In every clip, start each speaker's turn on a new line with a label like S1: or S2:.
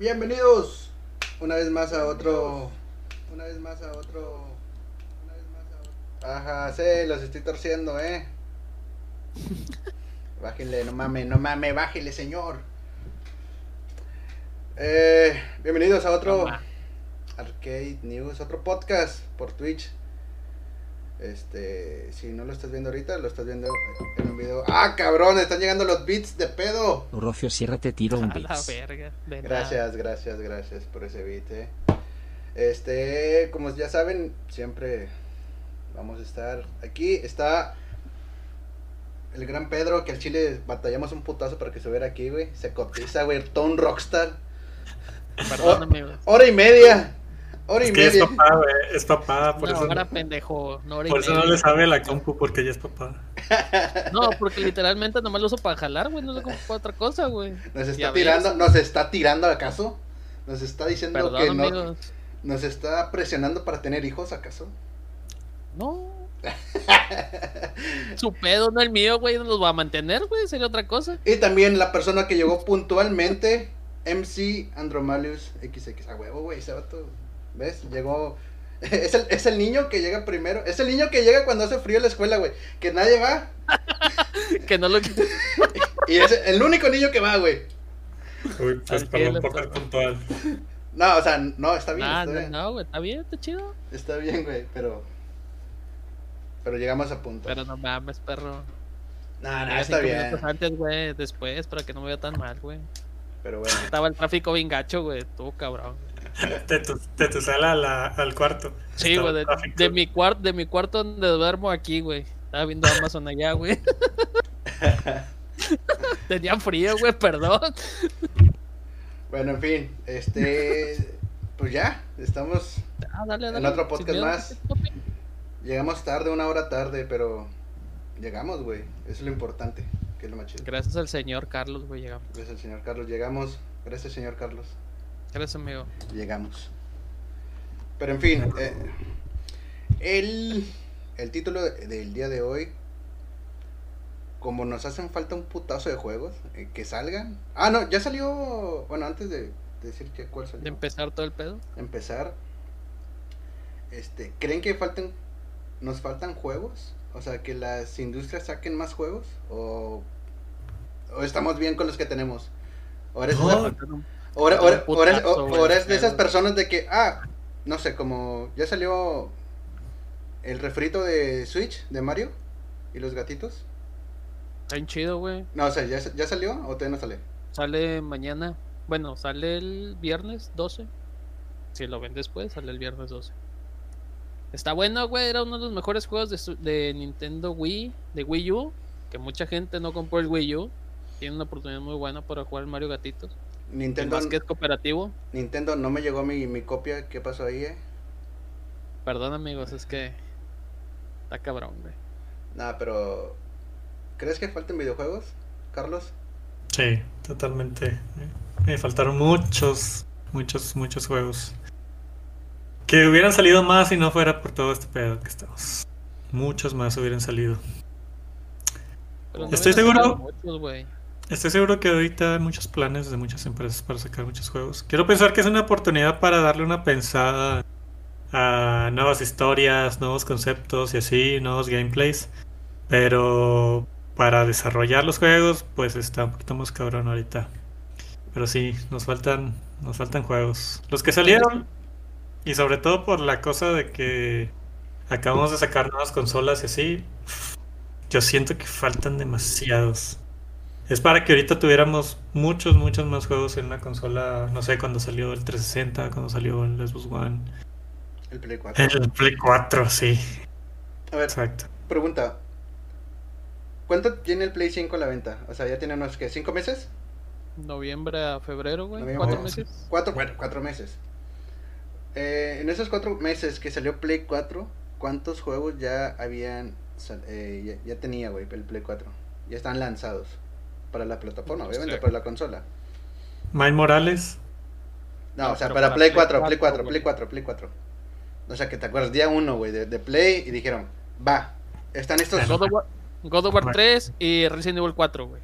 S1: Bienvenidos una vez más a otro. Una vez más a otro. Una vez más a otro. Ajá, sí, los estoy torciendo, eh. Bájenle, no mames, no mames, bájele, señor. Eh, bienvenidos a otro
S2: Toma.
S1: Arcade News, otro podcast por Twitch. Este, si no lo estás viendo ahorita, lo estás viendo en un video. ¡Ah, cabrón! Están llegando los beats de pedo.
S3: Urofio, cierra, te tiro un
S2: A la
S3: bits.
S2: verga. de
S1: Gracias, gracias, gracias por ese beat. eh. Este, como ya saben, siempre vamos a estar aquí. Está el gran Pedro, que al chile batallamos un putazo para que subiera aquí, güey. Se cotiza, güey, todo un rockstar.
S2: nada.
S1: Oh,
S2: Perdóname. güey.
S1: Hora y media. Hora
S4: Es
S1: y
S4: que ya es
S1: media.
S4: papá, güey. Es papá, por,
S2: no,
S4: eso,
S2: ahora
S4: no,
S2: pendejo. No, hora y
S4: por eso no
S2: media.
S4: le sabe la compu, porque ya es papá.
S2: No, porque literalmente nomás lo uso para jalar, güey. No sé cómo para otra cosa, güey.
S1: Nos
S2: Ya
S1: está
S2: ves.
S1: tirando, nos está tirando acaso. Nos está diciendo
S2: Perdón,
S1: que no,
S2: amigos.
S1: nos está presionando para tener hijos acaso.
S2: No. Su pedo, no el mío, güey. No los va a mantener, güey. Sería otra cosa.
S1: Y también la persona que llegó puntualmente, MC Andromalius XX. A huevo, güey, ese vato. ¿Ves? Llegó. Es el, es el niño que llega primero. Es el niño que llega cuando hace frío en la escuela, güey. Que nadie va.
S2: Que no lo.
S1: Y es el único niño que va, güey.
S4: Uy, pues
S2: Al
S4: perdón
S2: cielo,
S4: por ser
S2: perdón.
S4: puntual.
S1: No, o sea, no, está bien, está
S2: Nah, Ah, no,
S1: bien.
S2: no, güey. Está bien, está chido.
S1: Está bien, güey, pero. Pero llegamos a punto.
S2: Pero no mames, perro.
S1: No, no,
S2: Llegué
S1: Ah, está
S2: cinco
S1: bien.
S2: minutos antes, güey. Después, para que no me vea tan mal, güey.
S1: Pero bueno.
S2: Estaba el tráfico bien gacho, güey. Tú, cabrón.
S4: Te tu, te tu sala a la- al cuarto.
S2: Sí,
S4: Estaba
S2: güey, de,
S4: tráfico.
S2: de mi cuarto, de mi cuarto donde duermo aquí, güey. Estaba viendo Amazon allá, güey. Tenía frío, güey, perdón.
S1: Bueno, en fin. Este. Pues ya, estamos.
S2: Ah, dale,
S1: En
S2: dale.
S1: otro
S2: sin
S1: podcast
S2: miedo,
S1: más.
S2: papi.
S1: Llegamos tarde, una hora tarde, pero llegamos, güey. Eso es lo importante, que es lo más chido.
S2: Gracias al señor Carlos, güey, llegamos.
S1: Gracias, señor Carlos. Llegamos. Gracias, señor Carlos.
S2: Gracias, amigo.
S1: Llegamos. Pero en fin, eh, el, el título de- del día de hoy, como nos hacen falta un putazo de juegos, eh, que salgan. Ah, no, ya salió, bueno, antes de decir que cuál salió.
S2: De empezar todo el pedo.
S1: empezar. Este, ¿creen que falten nos faltan juegos? O sea, que las industrias saquen más juegos o, o estamos bien con los que tenemos. O eres,
S4: No,
S1: esa- o eres- o eres- o eres-
S2: putazo,
S1: o-
S2: güey,
S1: o eres de
S2: claro.
S1: esas personas de que ah, no sé, como ya salió el refrito de Switch de Mario y los gatitos.
S2: Está bien chido, güey.
S1: No, o sea, ya, ya salió o todavía no sale.
S2: Sale mañana. Bueno, sale el viernes 12. Si lo ven después, sale el viernes 12. Está bueno, güey. Era uno de los mejores juegos de, su- de Nintendo Wii, de Wii U. Que mucha gente no compró el Wii U. Tiene una oportunidad muy buena para jugar Mario Gatitos. El
S1: Nintendo,
S2: más que es cooperativo.
S1: Nintendo no me llegó mi, mi copia, ¿qué pasó ahí? Eh?
S2: Perdón, amigos, es que. Está cabrón, güey.
S1: Nah, pero. ¿Crees que falten videojuegos, Carlos?
S4: Sí, totalmente. Me faltaron muchos, muchos, muchos juegos. Que hubieran salido más si no fuera por todo este pedo que estamos. Muchos más hubieran salido.
S2: Pero
S4: Estoy
S2: hubieran sacado
S4: seguro-
S2: muchos, güey.
S4: Estoy seguro que ahorita hay muchos planes de muchas empresas para sacar muchos juegos. Quiero pensar que es una oportunidad para darle una pensada a nuevas historias, nuevos conceptos y así, nuevos gameplays. Pero para desarrollar los juegos, pues está un poquito más cabrón ahorita. Pero sí, nos faltan, nos faltan juegos. Los que salieron, y sobre todo por la cosa de que acabamos de sacar nuevas consolas y así, yo siento que faltan demasiados. Es para que ahorita tuviéramos muchos, muchos más juegos en una consola, no sé, cuando salió el 360, cuando salió el Xbox One,
S1: El Play 4.
S4: el Play 4, sí,
S1: A ver,
S4: exacto.
S1: pregunta. ¿Cuánto tiene el Play 5 a la venta? O sea, ya tiene unos, ¿qué? ¿Cinco meses?
S2: Noviembre a febrero, güey.
S1: Noviembre,
S2: Cuatro
S4: sí.
S2: meses.
S1: Cuatro, bueno, cuatro meses. Eh, en esos cuatro meses que salió Play 4, ¿cuántos juegos ya habían. sal- eh, ya, ya tenía, güey, el Play 4? Ya están lanzados. Para la plataforma,
S2: No
S1: obviamente,
S2: sé.
S1: para la consola.
S4: Miles Morales,
S1: No,
S2: No,
S1: o sea,
S2: pero
S1: para,
S2: para
S1: Play
S2: Play
S1: 4, Play 4,
S2: 4,
S1: Play 4, Play 4. O sea, que te acuerdas, día 1, güey, de, de Play y dijeron, va, están estos...
S4: Claro.
S2: God of War, God of War
S4: Bueno.
S2: 3 y Resident Evil 4, güey.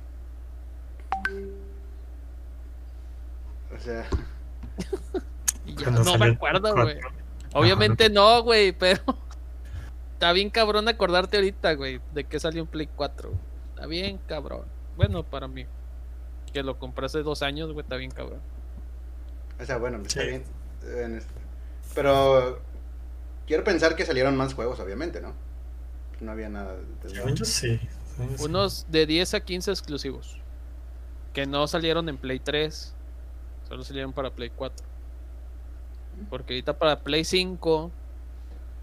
S1: O sea,
S2: Y ya
S4: Cuando
S2: no
S4: salió
S2: me
S4: el
S2: acuerdo,
S4: cuatro.
S2: güey. Obviamente no, güey, pero está bien cabrón acordarte ahorita, güey, de que salió un Play 4. Está bien cabrón. Bueno, para mí. Que lo compré hace dos años, güey, está bien cabrón.
S1: O sea, bueno, está
S4: Sí.
S1: bien. En este- Pero quiero pensar que salieron más juegos, obviamente, ¿no? No había nada. de-
S4: Según yo sí. según yo sí.
S2: Unos de 10 a 15 exclusivos. Que no salieron en Play 3. Solo salieron para Play 4. Porque ahorita para Play 5.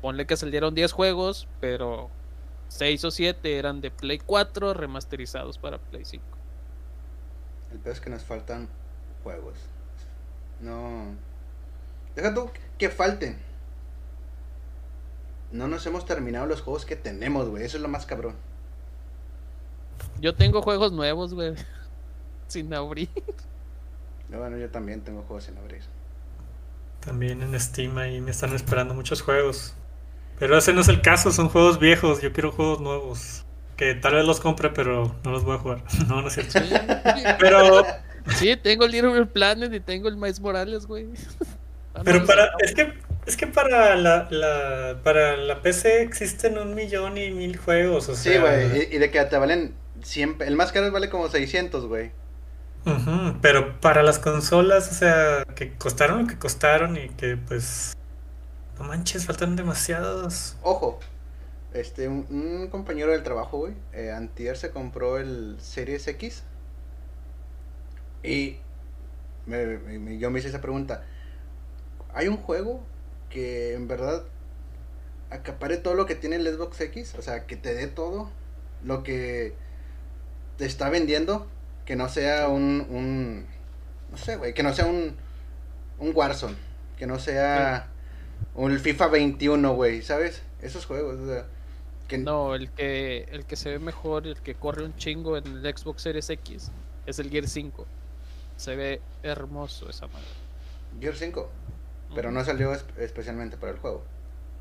S2: Ponle que salieron 10 juegos. Pero 6 o 7 eran de Play 4 remasterizados para Play 5.
S1: El peor es que nos faltan juegos. No. Deja tú que falten. No nos hemos terminado los juegos que tenemos, güey. Eso es lo más cabrón.
S2: Yo tengo juegos nuevos, güey. Sin abrir.
S1: No, bueno, yo también tengo juegos sin abrir.
S4: También en Steam ahí me están esperando muchos juegos. Pero ese no es el caso, son juegos viejos. Yo quiero juegos nuevos. Que tal vez los compre, pero no los voy a jugar. No, no es cierto. Pero,
S2: Sí, tengo el Little Big Planet y tengo el Miles Morales, güey. Ah,
S4: pero para, es que, es que para la, la, para la PC existen un millón y mil juegos. O
S1: Sí,
S4: sea,
S1: güey. Y, y de que te valen 100. pe- El más caro vale como 600, güey.
S4: Ujú, pero para las consolas, o sea, que costaron lo que costaron y que pues... No manches, faltan demasiados.
S1: Ojo, este, un, un compañero del trabajo, güey, eh, antier se compró el Series X y me- me- me- yo me hice esa pregunta. ¿Hay un juego que en verdad acapare todo lo que tiene el Xbox X? O sea, que te dé todo lo que te está vendiendo, que no sea un, un no sé, güey, que no sea un, un Warzone, que no sea... O el FIFA 21, güey, ¿sabes? Esos juegos, o sea, que
S2: No, el que, el que se ve mejor, el que corre un chingo en el Xbox Series X, es el Gear 5. Se ve hermoso esa madre.
S1: Gear 5, pero no salió es- especialmente para el juego.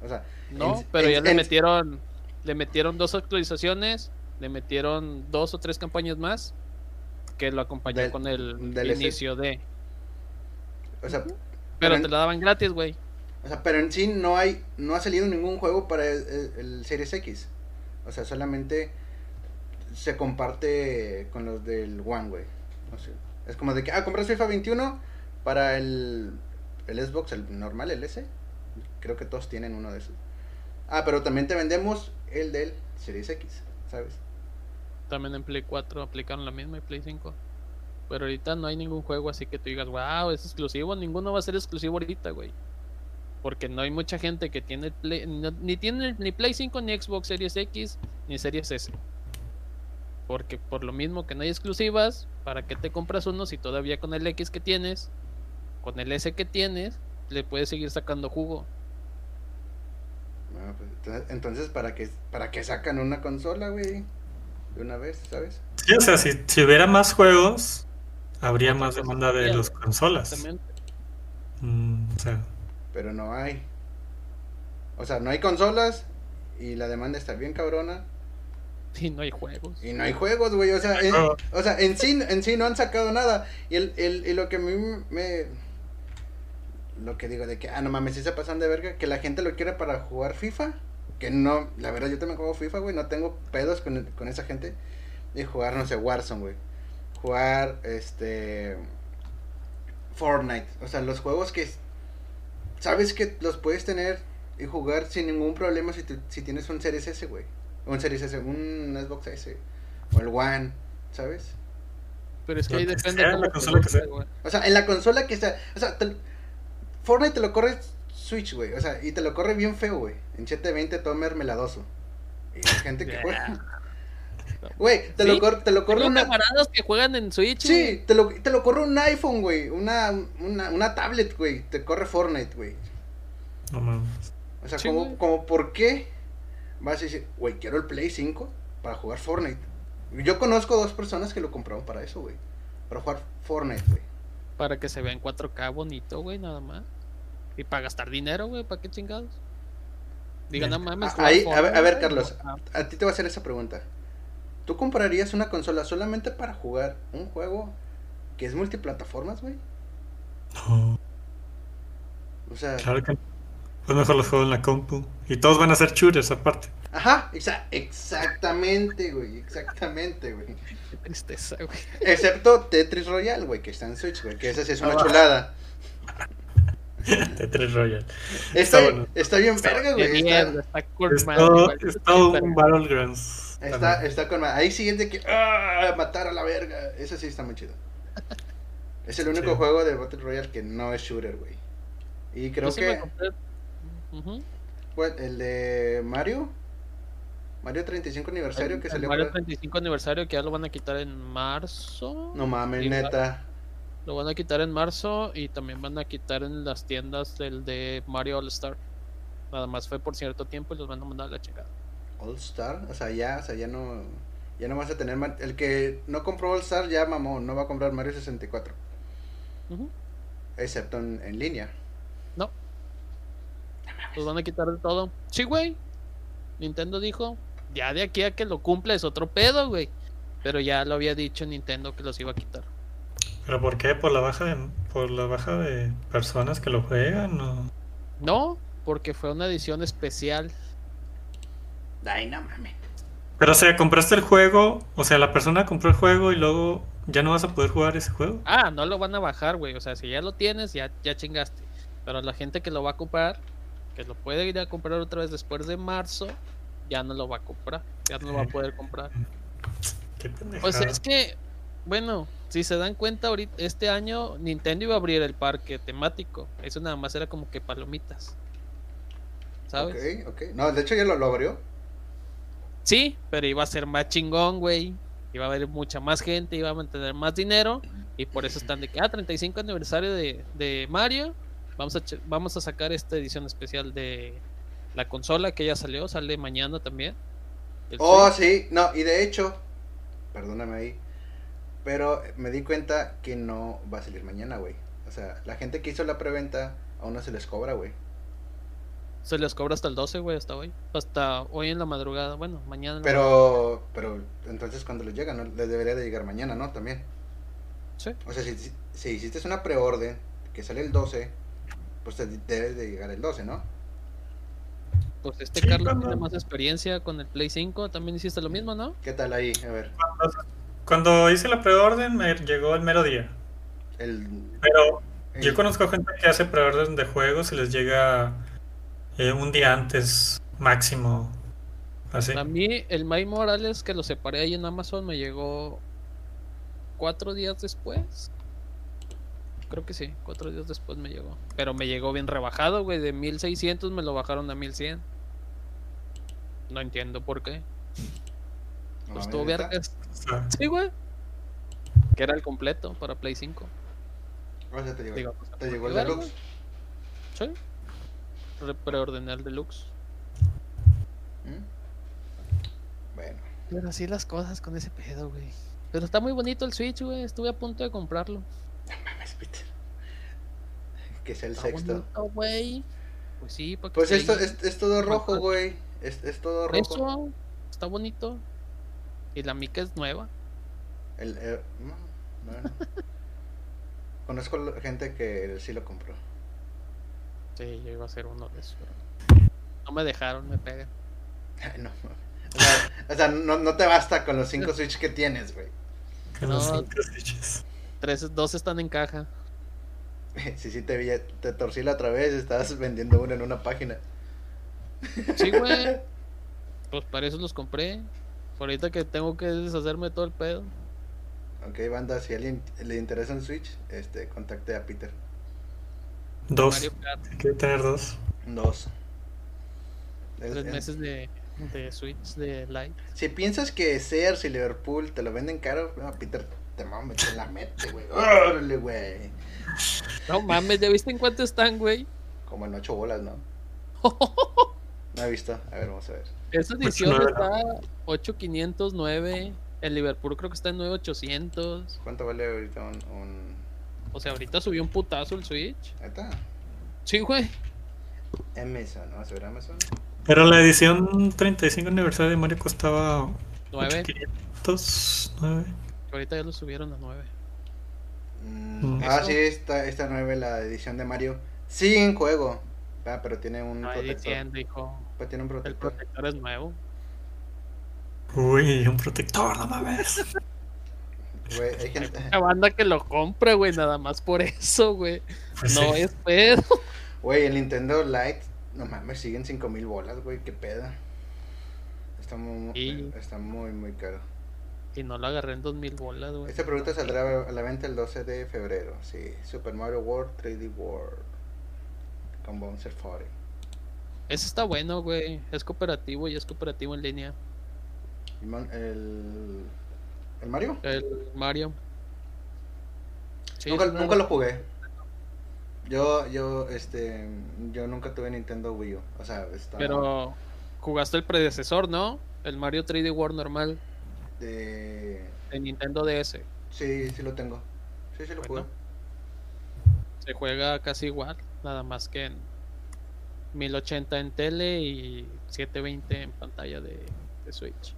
S1: O sea,
S2: No,
S1: en-
S2: pero
S1: en-
S2: ya le
S1: en-
S2: metieron, le metieron dos actualizaciones, le metieron dos o tres campañas más, que lo acompañó
S1: Del-
S2: con el
S1: DLC.
S2: inicio de.
S1: o sea,
S2: Pero
S1: en-
S2: te la daban gratis, güey.
S1: o sea, pero en sí no hay no ha salido ningún juego para el, el- el Series X. O sea, solamente se comparte con los del One, güey. O sea, es como de que, ah, compras FIFA 21 para el, el Xbox, el normal, el S. Creo que todos tienen uno de esos. Ah, pero también te vendemos el del Series X, ¿sabes?
S2: También en Play 4 aplicaron la misma y Play 5. Pero ahorita no hay ningún juego así que tú digas, wow, es exclusivo. Ninguno va a ser exclusivo ahorita, güey. Porque no hay mucha gente que tiene el Play, no- ni tiene el- ni Play 5, ni Xbox Series X, ni Series S. Porque por lo mismo que no hay exclusivas, ¿para qué te compras uno si todavía con el X que tienes, con el S que tienes, le puedes seguir sacando jugo?
S1: Ah, pues, entonces- entonces, ¿para qué, ¿para qué sacan una consola, güey? De una vez, ¿sabes?
S4: Sí, o sea, si, si hubiera más juegos, habría más
S2: cosa
S4: demanda de
S2: sería,
S4: las consolas.
S2: Exactamente.
S4: Mm, o sea,
S1: Pero no hay. O sea, no hay consolas y la demanda está bien cabrona
S2: Y no hay juegos.
S1: y no hay juegos, güey. O sea, en,
S4: juegos.
S1: o sea, en, sí, en sí no han sacado nada. Y, el, el- y lo que a mí me... Lo que digo de que, ah, no mames, sí se pasan de verga, que la gente lo quiere para jugar FIFA. Que no, la verdad yo también juego FIFA, güey, no tengo pedos con, con esa gente. De jugar, no sé, Warzone, güey. Jugar, este... Fortnite. O sea, los juegos que... Sabes que los puedes tener y jugar sin ningún problema si, tú- si tienes un Series S, güey. Un Series S, un Xbox S. O el One, ¿sabes?
S2: Pero es que
S4: Lo
S2: ahí
S4: que
S2: depende
S4: sea,
S2: cómo
S4: la
S2: te
S4: consola que
S2: guste,
S4: sea.
S2: güey.
S1: O sea, en la consola que está. O sea, te- Fortnite te lo corre Switch, güey. O sea, y te lo corre bien feo, güey. En 720 todo mermeladoso. Y la gente que juega. Güey, te, lo
S2: Sí,
S1: cor- te lo corre
S2: Tengo
S1: una.
S2: camaradas que juegan en Switch. güey.
S1: Sí, te lo, te lo corre un iPhone, güey. Una, una, una tablet, güey. Te corre Fortnite, güey.
S4: no mames.
S1: O sea,
S2: Sí,
S1: como,
S2: güey.
S1: como por qué vas a decir, güey, quiero el Play 5 para jugar Fortnite. Yo conozco dos personas que lo compraron para eso, güey. Para jugar Fortnite, güey.
S2: Para que se vea en 4K bonito, güey, nada más. Y para gastar dinero, güey, ¿para qué chingados? Diga,
S4: Bien.
S2: no mames.
S1: Ah,
S2: jugar
S1: ahí, a ver- a ver,
S2: Fortnite,
S1: Carlos.
S2: güey.
S1: A ti te voy a hacer esa pregunta. ¿Tú comprarías una consola solamente para jugar un juego que es multiplataformas, güey?
S4: No.
S1: O sea,
S4: Claro que no. Pues mejor los juego en la compu. Y todos van a ser shooters aparte.
S1: ajá, exa- exactamente, güey, exactamente, güey.
S2: Qué tristeza, güey.
S1: Excepto Tetris Royale, güey, que está en Switch, güey, que esa sí es una
S4: Ah, va.
S1: chulada.
S4: Tetris Royale.
S1: Está,
S4: Está bueno.
S1: está bien verga,
S2: Qué
S1: güey.
S2: mierda,
S1: Está,
S2: está con
S4: Es
S2: madre,
S4: todo,
S2: igual que
S4: es
S2: Street
S4: todo
S2: Fighter.
S4: un Battlegrounds.
S1: está,
S4: también.
S1: está con ma- Ahí siguiente que. ¡Ah! Matar a la verga. Ese sí está muy chido. Es el único
S4: Sí.
S1: juego de Battle Royale que no es shooter, güey. Y creo
S2: Yo sí me
S1: que.
S2: compré- Ujú.
S1: bueno, Pues, el de Mario. Mario 35 aniversario
S2: El-
S1: que
S2: el
S1: salió.
S2: Mario
S1: para-
S2: 35 aniversario que ya lo van a quitar en marzo.
S1: No mames,
S2: Sí, va.
S1: neta.
S2: Lo van a quitar en marzo y también van a quitar en las tiendas el de Mario All Star. Nada más fue por cierto tiempo y los van a mandar a la chingada.
S1: All Star. O sea, ya, o sea, ya no. Ya no vas a tener. ma- El que no compró All Star ya mamó. No va a comprar Mario 64.
S2: Ujú.
S1: Excepto en, en línea.
S2: Los Pues van a quitar de todo. Sí, güey. Nintendo dijo, ya de aquí a que lo cumpla es otro pedo, güey. Pero ya lo había dicho Nintendo que los iba a quitar.
S4: ¿Pero por qué? ¿Por la baja de, por la baja de personas que lo juegan? ¿O
S2: No, porque fue una edición especial.
S1: Ay, no mames.
S4: Pero, o sea, compraste el juego, o sea, la persona compró el juego y luego ya no vas a poder jugar ese juego.
S2: Ah, no lo van a bajar, güey. O sea, si ya lo tienes, ya, ya chingaste. Pero la gente que lo va a comprar, que lo puede ir a comprar otra vez después de marzo, ya no lo va a comprar. Ya no lo va a poder comprar.
S4: Qué pendejada.
S2: Pues es que, bueno, si se dan cuenta, ahorita, este año Nintendo iba a abrir el parque temático. Eso nada más era como que palomitas. ¿Sabes?
S1: Ok, ok. No, de hecho ya lo, lo abrió.
S2: Sí, pero iba a ser más chingón, güey. Iba a haber mucha más gente, iba a mantener más dinero. Y por eso están de que, ah, 35 aniversario de, de Mario. Vamos a, che- vamos a sacar esta edición especial de la consola que ya salió. Sale mañana también. El
S1: Oh,
S2: Switch.
S1: sí, no, y de hecho, perdóname ahí, pero me di cuenta que no va a salir mañana, güey. O sea, la gente que hizo la preventa aún no se les cobra, güey.
S2: Se les cobra hasta el 12, güey, hasta hoy. Hasta hoy en la madrugada. Bueno, mañana. en la
S1: Pero, pero entonces cuando les llega, ¿no? les debería de llegar mañana, ¿no? También.
S2: Sí.
S1: O sea, si, si hiciste una preorden que sale el 12, pues te debes de llegar el 12, ¿no?
S2: Pues este
S4: Sí,
S2: Carlos
S4: cuando-
S2: tiene más experiencia con el Play 5, también hiciste lo mismo, ¿no?
S1: ¿Qué tal ahí? A ver,
S4: Cuando hice la preorden me llegó el mero día.
S1: el...
S4: Pero
S1: el-
S4: yo conozco gente que hace preorden de juegos y les llega eh, un día antes máximo. Así.
S2: A mí el May Morales que lo separé ahí en Amazon me llegó cuatro días después. Creo que sí, cuatro días después me llegó. Pero me llegó bien rebajado, güey. De 1600 me lo bajaron a 1100. No entiendo por qué.
S1: no
S2: Lo
S1: mames,
S2: estuvo
S1: ¿neta?
S2: vergas.
S4: O sea,
S2: Sí, güey. Que era el completo para Play 5.
S1: O sea, te llegó,
S2: Digo, pues,
S1: te llegó el
S2: verga,
S1: deluxe.
S2: Sí. Re- Preordené el deluxe.
S1: ¿Mm? Bueno.
S2: Pero Pues, así las cosas con ese pedo, güey. Pero está muy bonito el Switch, güey. Estuve a punto de comprarlo.
S1: Mames, Peter. Que sea el
S2: Está
S1: sexto.
S2: bonito, güey. Pues Ah, sí, para que
S1: Pues
S2: se
S1: esto
S2: llegue.
S1: es, es todo rojo, güey. Es, es todo rojo.
S2: Eso está bonito. Y la mica es nueva.
S1: El, eh, no, bueno. Conozco la gente que sí lo compró.
S2: Sí, yo iba a ser uno de esos. pero No me dejaron, me pegan.
S1: Ay, no. O sea, o sea, no, no te basta con los cinco Switch que tienes, güey.
S4: que no
S2: No.
S4: son casillas.
S2: Tres, dos están en caja.
S1: Si sí te vi, te torcí la otra vez, estabas vendiendo uno en una página.
S2: Sí, güey. Pues para eso los compré. Por ahorita que tengo que deshacerme de todo el pedo.
S1: Ok, banda, si a alguien le interesa un Switch, este, contacte a Peter.
S4: Dos.
S2: Mario Kart,
S4: Hay que tener dos.
S1: Dos. Es-
S2: tres
S1: en-
S2: meses de, de Switch de Lite.
S1: Si piensas que Sears y Liverpool te lo venden caro, no, Peter, te mames, te la mete, güey. Órale, güey.
S2: No mames, ¿ya viste en cuánto están, güey?
S1: Como en ocho bolas, ¿no? No he visto. A ver, vamos a ver.
S2: Esa edición
S4: 8.9,
S2: está 8509. El Liverpool creo que está en 9800.
S1: ¿Cuánto vale ahorita un. un...
S2: O sea, ahorita subió un putazo el Switch.
S1: Ahí está.
S2: Sí, güey.
S1: Amazon, vamos a ver Amazon.
S4: Pero la edición 35 aniversario de Mario costaba
S2: 9.
S4: 8,500, nueve.
S2: Ahorita ya lo subieron a 9.
S1: Mm,
S4: Mm.
S1: Ah,
S2: Eso.
S1: sí, esta, esta nueva, la edición de Mario. Sí, en juego. Ah, pero tiene un
S2: No, ahí
S1: protector.
S2: diciendo, hijo.
S1: Pues tiene un
S2: El
S1: protector.
S2: protector es nuevo.
S4: Uy, un protector, no mames.
S1: Güey, hay
S2: Hay
S1: gente-
S2: mucha banda que lo compra, güey, nada más por eso, güey.
S4: Pues
S2: no
S4: sí.
S2: es pedo.
S1: Güey, el Nintendo Lite, no mames, siguen 5 mil bolas, güey, qué pedo. Está muy,
S2: Sí.
S1: está muy, muy caro.
S2: Y no lo agarré en 2000 bolas, güey.
S1: Este producto saldrá a la venta el 12 de febrero, sí. Super Mario World 3D World. Con Bouncer Foreign.
S2: Ese está bueno, güey. Es cooperativo y es cooperativo en línea.
S1: ¿El, mon- el, el Mario?
S2: El Mario. Sí,
S1: nunca,
S2: es muy
S1: nunca lo
S2: bueno.
S1: jugué. Yo, yo, este, yo nunca tuve Nintendo Wii U. O sea, estaba...
S2: Pero jugaste el predecesor, ¿no? El Mario 3D World normal
S1: de-
S2: de Nintendo DS.
S1: Sí, sí lo tengo. Sí, sí lo jugué.
S2: Bueno. Se juega casi igual, nada más que en 1080 en tele y 720 en pantalla de, de Switch.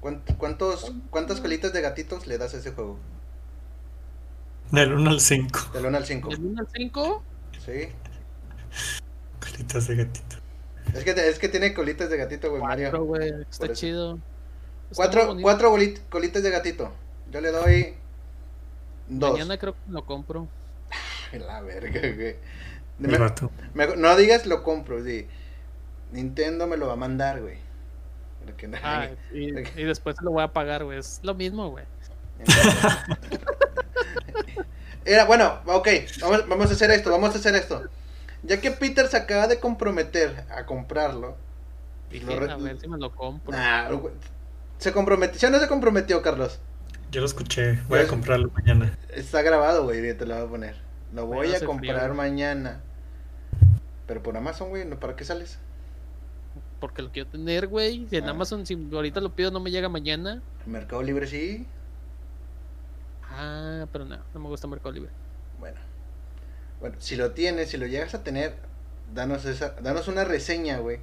S1: ¿Cuánt- ¿Cuántos, ¿Cuántas pelitas de gatitos le das a ese juego?
S4: Del 1 al 5.
S1: Del 1 al 5.
S2: Del 1 al 5,
S1: Sí.
S4: Colitas de gatito.
S1: Es que, es que tiene colitas de gatito, güey,
S2: cuatro,
S1: Mario.
S2: güey, está
S1: eso.
S2: chido. Está muy
S1: Cuatro,
S2: bonito.
S1: cuatro bolit- colitas de gatito. Yo le doy. Dos.
S2: Mañana creo que lo compro.
S1: La verga, güey.
S4: Mi
S1: Me-
S4: vato.
S1: me- no digas lo compro, sí. Nintendo me lo va a mandar, güey. Porque no-
S2: Ah, y,
S1: ok.
S2: y después lo voy a pagar, güey. Es lo mismo, güey.
S1: Era, bueno, ok, vamos, vamos a hacer esto, vamos a hacer esto. Ya que Peter se acaba de comprometer a comprarlo.
S2: Dije,
S1: re-
S2: a ver si me lo compro.
S1: Nah, güey. se comprometió, ¿sí o no se comprometió, Carlos?
S4: Yo lo escuché. Voy a
S1: Pues-
S4: comprarlo mañana.
S1: Está grabado, güey, te lo voy a poner. Lo voy
S2: Mañana
S1: a
S2: se
S1: comprar
S2: friega.
S1: mañana. Pero por Amazon, güey, ¿no? ¿para qué sales?
S2: Porque lo quiero tener, güey. Y en
S1: Ah.
S2: Amazon, si ahorita lo pido, no me llega mañana.
S1: Mercado Libre sí.
S2: Ah, pero no, no me gusta Mercado Libre.
S1: Bueno. Bueno, si lo tienes, si lo llegas a tener, danos esa, danos una reseña, güey,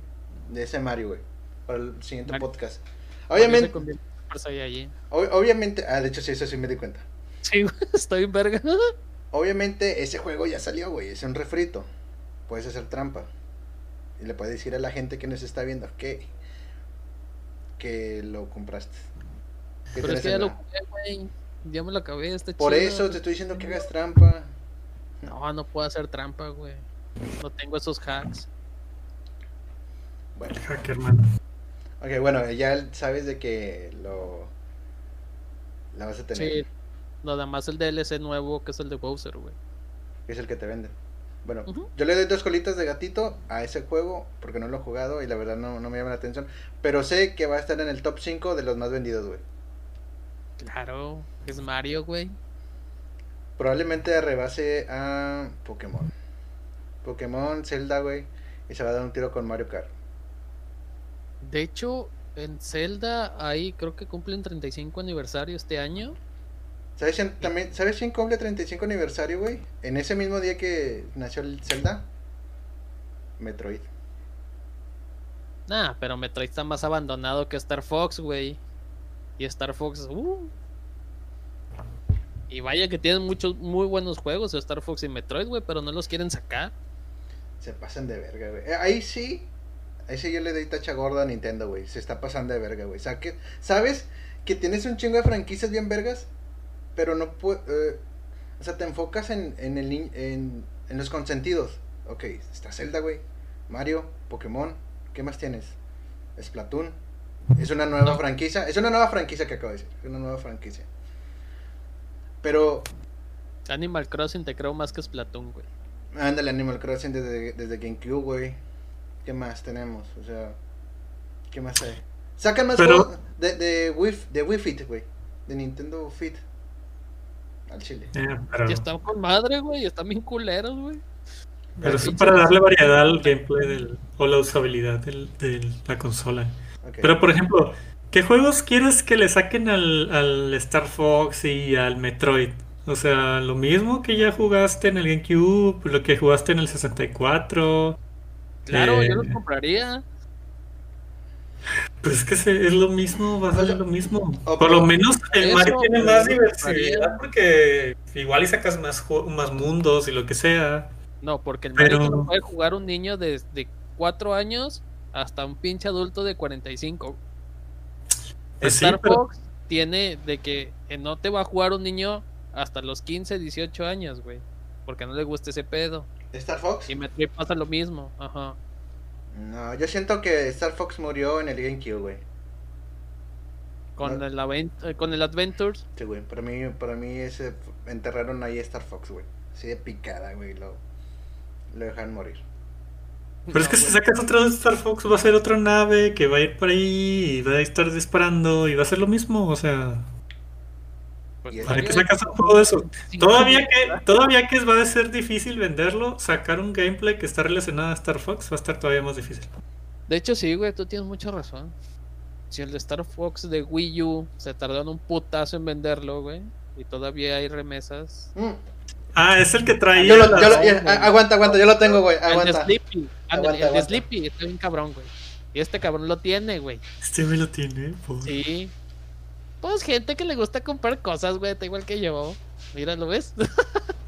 S1: de ese Mario, güey, para el siguiente
S2: Mario.
S1: podcast.
S2: Mario se
S1: Obviamente,
S2: convierte en Super Saiyajin.
S1: ob- obviamente, ah, de hecho sí, eso sí me di cuenta.
S2: Sí, güey, estoy en verga.
S1: Obviamente ese juego ya salió, güey, es un refrito. Puedes hacer trampa. Y le puedes decir a la gente que nos está viendo que que lo compraste. Que
S2: Pero
S1: tenés
S2: es que
S1: en
S2: ya lo
S1: la-
S2: jugué, güey. Ya me lo acabé, está
S1: Por
S2: chido.
S1: eso te estoy diciendo que hagas trampa.
S2: No, no puedo hacer trampa, güey. No tengo esos hacks.
S1: Bueno.
S4: El hacker, man.
S1: Ok, bueno, ya sabes de que lo. La vas a tener.
S2: Sí. Nada más el DLC nuevo que es el de Bowser, güey.
S1: que Es el que te venden. Bueno,
S2: Ujú.
S1: yo le doy dos colitas de gatito a ese juego porque no lo he jugado y la verdad no, no me llama la atención. Pero sé que va a estar en el top 5 de los más vendidos, güey.
S2: Claro, es Mario, güey.
S1: Probablemente rebase a Pokémon. Pokémon, Zelda, güey. Y se va a dar un tiro con Mario Kart.
S2: De hecho, en Zelda ahí creo que cumplen 35 aniversario este año.
S1: ¿Sabes quién, también, ¿sabes quién cumple 35 aniversario, güey? En ese mismo día que nació el Zelda. Metroid.
S2: Nah, pero Metroid está más abandonado que Star Fox, güey. Y Star Fox, uh. Y vaya que tienen muchos muy buenos juegos, eh, Star Fox y Metroid, güey, pero no los quieren sacar.
S1: Se pasan de verga, güey. Eh, Ahí sí. Ahí sí yo le doy tacha gorda a Nintendo, güey. Se está pasando de verga, güey. Saque- ¿Sabes que tienes un chingo de franquicias bien vergas? Pero no puedes... o sea, te enfocas en, en, el, ni- en, en los consentidos. Ok, está Zelda, güey. Mario, Pokémon. ¿Qué más tienes? Splatoon. Es una nueva
S2: No.
S1: franquicia. Es una nueva franquicia que acabo de decir. Es una nueva franquicia. Pero
S2: Animal Crossing te creo más que Splatoon, güey.
S1: Ándale, Animal Crossing desde, desde GameCube, güey. ¿Qué más tenemos? O sea, ¿qué más hay? Sacan más
S4: Pero-
S1: juegos de, de, Wii, de Wii Fit, güey. De Nintendo Fit. Al chile.
S4: Eh, pero,
S2: Y están con madre, güey, y están bien culeros, güey.
S4: pero eso es para darle variedad al gameplay del, o la usabilidad del- de la consola.
S1: Ok.
S4: Pero, por ejemplo, ¿qué juegos quieres que le saquen al, al Star Fox y al Metroid? O sea, lo mismo que ya jugaste en el GameCube, lo que jugaste en el 64.
S2: Claro, yo
S4: Eh.
S2: los compraría.
S4: Pues es que se- es lo mismo, va a ser lo mismo.
S1: o-
S4: Por lo menos el
S2: Eso,
S4: Mario tiene
S2: pues,
S4: más
S2: me
S4: diversidad
S2: gustaría.
S4: porque igual y sacas más, ju- más mundos y lo que sea.
S2: No, porque el
S4: Pero-
S2: Mario lo puede jugar un niño desde 4 años hasta un pinche adulto de 45.
S4: Pues sí,
S2: Star
S4: pero
S2: Fox tiene de que eh, no te va a jugar un niño hasta los 15, 18 años, güey. Porque no le gusta ese pedo.
S1: ¿Star Fox?
S2: Y Metroid pasa lo mismo. Ajá.
S1: No, yo siento que Star Fox murió en el GameCube, güey.
S2: Con,
S1: No.
S2: el Aven- eh, con el Adventures.
S1: Sí, güey. Para mí, para mí ese, enterraron ahí a Star Fox, güey. Así de picada, güey. Lo, lo dejaron morir.
S4: pero es
S2: No,
S4: que si
S2: güey.
S4: sacas otra vez Star Fox va a ser otra nave que va a ir por ahí y va a estar disparando y va a ser lo mismo. O sea,
S2: Pues
S1: Y el-
S4: ¿para
S2: Mario
S4: qué
S2: es
S4: sacas un juego de eso?
S2: cinco
S4: Todavía
S2: años,
S4: que,
S2: ¿verdad?
S4: todavía que va a ser difícil venderlo, sacar un gameplay que está relacionado a Star Fox va a estar todavía más difícil.
S2: De hecho, sí, güey, tú tienes mucha razón. Si el de Star Fox de Wii U se tardaron un putazo en venderlo, güey. Y todavía hay remesas.
S1: Mm.
S4: Ah, es el que traía.
S1: Yo lo- yo
S4: las-
S1: lo- ya, a- aguanta, aguanta. Yo lo tengo, güey.
S2: El de
S1: Aguanta.
S2: Sleepy. ándale,
S1: Aguanta,
S2: el de
S1: aguanta.
S2: Sleepy está bien cabrón, güey. Y este cabrón lo tiene, güey.
S4: Este me lo tiene. por-
S2: Sí. Pues gente que le gusta comprar cosas, güey, está igual que yo. Mira, ¿lo ves?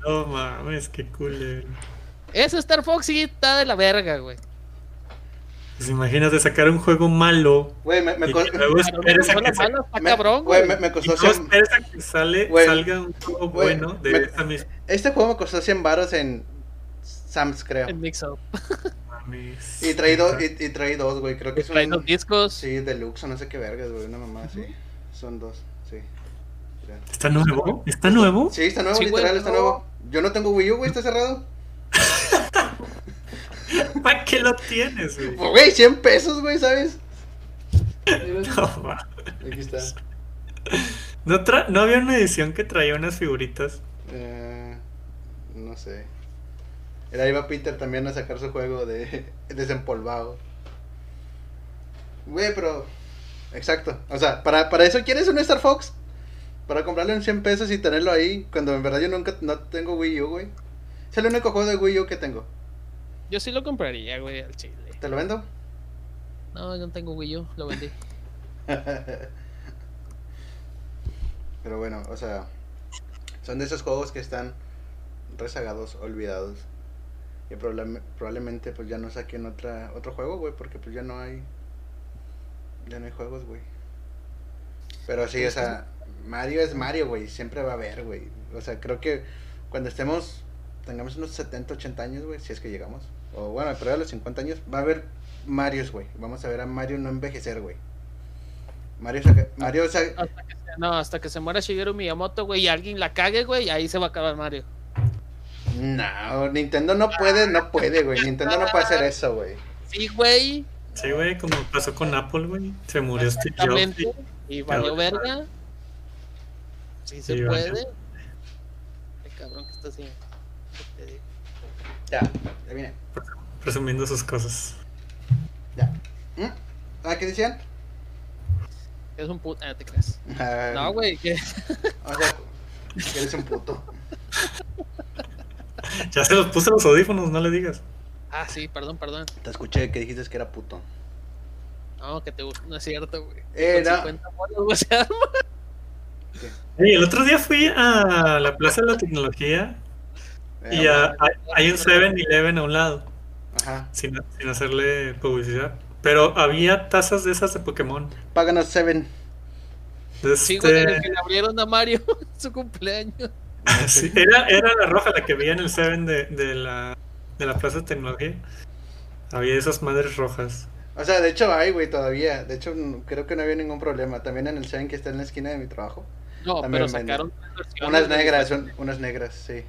S4: No mames, qué culero.
S2: Ese Star Fox sí está de la verga, güey.
S4: Pues imagínate sacar un juego malo.
S1: Güey, me, me
S4: y
S1: co-
S4: que luego
S2: Pero
S4: esperes a
S2: no,
S4: que,
S2: la
S4: sa-
S2: mala está
S1: me-
S2: Ah, cabrón,
S1: güey,
S2: güey.
S1: me- me
S4: y
S1: costó
S4: luego
S1: 100
S4: esperes a que sale,
S1: Güey.
S4: salga un juego
S1: Güey,
S4: bueno de
S1: me-
S4: esa misma.
S1: Este juego me costó 100 baros en Sam's, creo.
S2: En Mix Up.
S4: Mames.
S1: Y traí dos, y, y traí dos, güey. Creo que es
S2: Trae los
S1: un...
S2: discos.
S1: Sí, deluxe o no sé qué vergas, güey. Una mamá, sí. Son dos, sí. Mira.
S4: ¿Está nuevo? ¿Está nuevo?
S1: Sí, está nuevo,
S2: Uh, Sí, güey,
S1: literal, está
S2: no.
S1: nuevo. Yo no tengo Wii U, güey, está cerrado.
S4: ¿Para qué lo tienes, güey?
S1: Pues, Güey, 100 pesos, güey, ¿sabes?
S4: No, ma-
S1: Aquí está.
S4: ¿No, tra- no había una edición que traía unas figuritas.
S1: Eh, no sé. Era iba Peter también a sacar su juego de desempolvado. Güey, pero. Exacto. O sea, para, para eso quieres un Star Fox. Para comprarle un 100 pesos y tenerlo ahí. Cuando en verdad yo nunca no tengo Wii U, güey. Es el único juego de Wii U que tengo.
S2: Yo sí lo compraría, güey, al chile.
S1: ¿Te lo vendo?
S2: No, yo no tengo Wii U, lo vendí.
S1: Pero bueno, o sea, son de esos juegos que están rezagados, olvidados. Y probable- probablemente pues ya no saquen otra, otro juego, güey, porque pues ya no hay ya no hay juegos, güey. Pero sí, o sea, Mario es Mario, güey, siempre va a haber, güey. O sea, creo que cuando estemos tengamos unos 70, 80 años, güey, si es que llegamos. O bueno, pero a los 50 años va a haber Marios, güey. Vamos a ver a Mario no envejecer, güey. Mario, saca- Mario saca-
S2: Hasta que se- no, hasta que se muera Shigeru Miyamoto, güey, y alguien la cague, güey, y ahí se va a acabar Mario.
S1: No, Nintendo no puede, no puede, güey. Nintendo no puede hacer eso, güey.
S2: Sí, güey.
S4: Sí, güey, como pasó con Apple, güey. Se murió Steve Jobs.
S2: Exactamente. Y valió verga. Sí se
S4: Sí, valió.
S2: puede. Ay, cabrón, que está haciendo? ¿Qué te digo?
S1: Ya, ya viene.
S4: Presumiendo sus cosas.
S1: Ya. ¿Mm? ¿Ah, qué decían?
S2: Es un puto. Ah, te creas.
S1: Ah,
S2: No, güey, que
S1: O sea, que eres un puto.
S4: Ya se los puse los audífonos, no le digas.
S2: Ah, sí, perdón, perdón.
S1: Te escuché que dijiste que era puto.
S2: No, que te gusta. No es cierto, güey.
S1: Eh,
S2: Con
S1: no.
S2: 50 bolas, güey, se arma.
S4: Oye, el otro día fui a la Plaza de la Tecnología
S1: Eh,
S4: y a- hay- hay un 7-Eleven a un lado,
S1: Ajá.
S4: sin, sin hacerle publicidad. Pero había tazas de esas de Pokémon.
S1: Páganos Seven.
S4: De
S2: Sí, güey,
S4: este-
S2: el que le abrieron a Mario en su cumpleaños.
S4: sí, era, era la roja la que veía en el 7 de, de la, de la Plaza de Tecnología. Había esas madres rojas.
S1: O sea, de hecho hay, güey, todavía. De hecho, n- creo que no había ningún problema. También en el Seven que está en la esquina de mi trabajo.
S2: No,
S1: También
S2: pero
S1: venden.
S2: sacaron tres versiones,
S1: Unas
S2: güey.
S1: negras, un- unas negras, sí.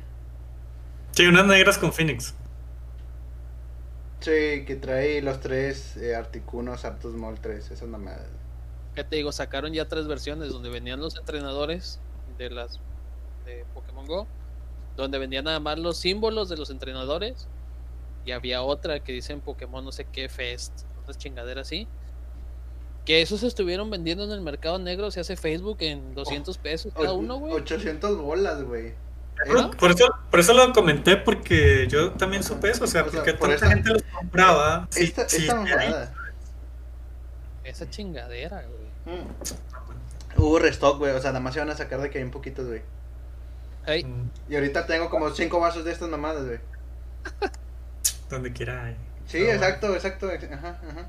S4: Sí, unas negras con Phoenix.
S1: Sí, que trae los tres eh, Articunos, Aptus Mall 3. Esa mamada.
S2: ¿Qué te digo? Sacaron ya tres versiones donde venían los entrenadores de las de Pokémon Go, donde venían nada más los símbolos de los entrenadores y había otra que dicen Pokémon no sé qué Fest, unas chingaderas así. Que esos se estuvieron vendiendo en el mercado negro, se hace Facebook en 200 pesos cada
S1: O-
S2: uno, güey.
S1: 800 bolas, güey. ¿Ah,
S4: Por, por eso, por eso lo comenté, porque yo también supe eso, o sea,
S1: O sea,
S4: porque
S1: por
S4: tanta
S1: esa-
S4: gente los compraba. Sí,
S1: Esta,
S4: sí,
S1: esta
S4: sí, ahí.
S1: mamada.
S2: Esa chingadera, güey.
S1: Mm. Hubo restock, güey. O sea, nada más se van a sacar de que hay un poquito, güey.
S2: Ey,
S4: Mm,
S1: Y ahorita tengo como cinco vasos de estas mamadas, güey.
S4: Donde quiera. eh.
S1: Sí,
S4: Pero bueno.
S1: exacto, exacto. ex- Ajá, ajá.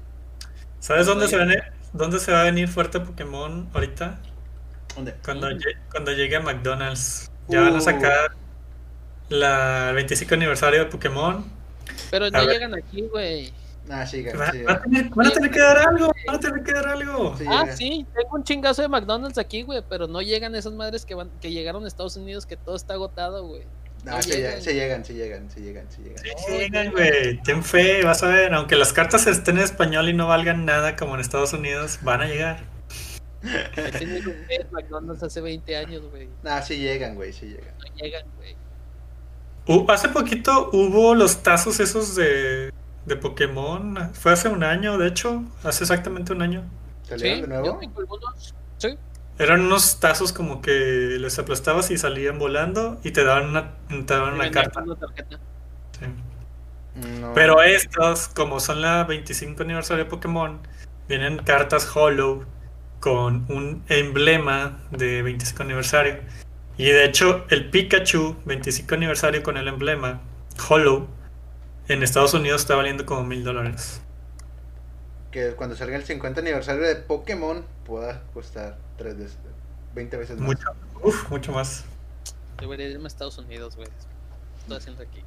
S4: ¿Sabes dónde
S2: Oye.
S4: se, va a venir, dónde se va a venir fuerte Pokémon ahorita?
S1: ¿Dónde?
S4: Cuando,
S2: Mm.
S4: lle- cuando llegue a McDonald's. Ya van a
S1: Uh.
S4: sacar la 25 aniversario de Pokémon.
S2: pero no
S4: ver.
S2: llegan aquí, güey.
S1: Ah, sí,
S4: Va-
S1: güey, sí,
S4: va a
S1: güey.
S4: tener- Van a tener que dar algo. Van a tener que dar algo.
S1: Sí,
S2: Ah,
S1: güey.
S2: sí, tengo un chingazo de McDonald's aquí, güey, pero no llegan esas madres que van, que llegaron a Estados Unidos, que todo está agotado, güey.
S1: No,
S2: No
S1: Ah, sí,
S2: llegan.
S1: lle- sí llegan, sí llegan, sí llegan, sí llegan.
S4: Sí, Llegan, güey. Ten fe, vas a ver. Aunque las cartas estén en español y no valgan nada como en Estados Unidos, van a llegar.
S2: Aquí no existe McDonald's hace 20 años, güey.
S1: No, Ah, sí llegan, güey, sí llegan.
S2: No llegan, güey.
S4: Hu- hace poquito hubo los tazos esos de, de Pokémon. Fue hace un año, de hecho. Hace exactamente un año.
S1: ¿Salieron de nuevo?
S2: yo tengo algunos. Sí,
S4: Eran unos tazos como que les aplastabas y salían volando y te daban una, te daban
S2: me
S4: una
S2: vendieron
S4: carta.
S2: una tarjeta.
S4: sí.
S1: No.
S4: Pero estos, como son la 25 aniversario de Pokémon, vienen cartas Hollow con un emblema de 25 aniversario. Y de hecho, el Pikachu 25 aniversario con el emblema Hollow en Estados Unidos está valiendo como mil dólares.
S1: Que cuando salga el 50 aniversario de Pokémon pueda costar tres veces, 20 veces más.
S4: Mucho, uf, mucho más.
S2: Debería irme a Estados Unidos, güey. Estoy haciendo aquí.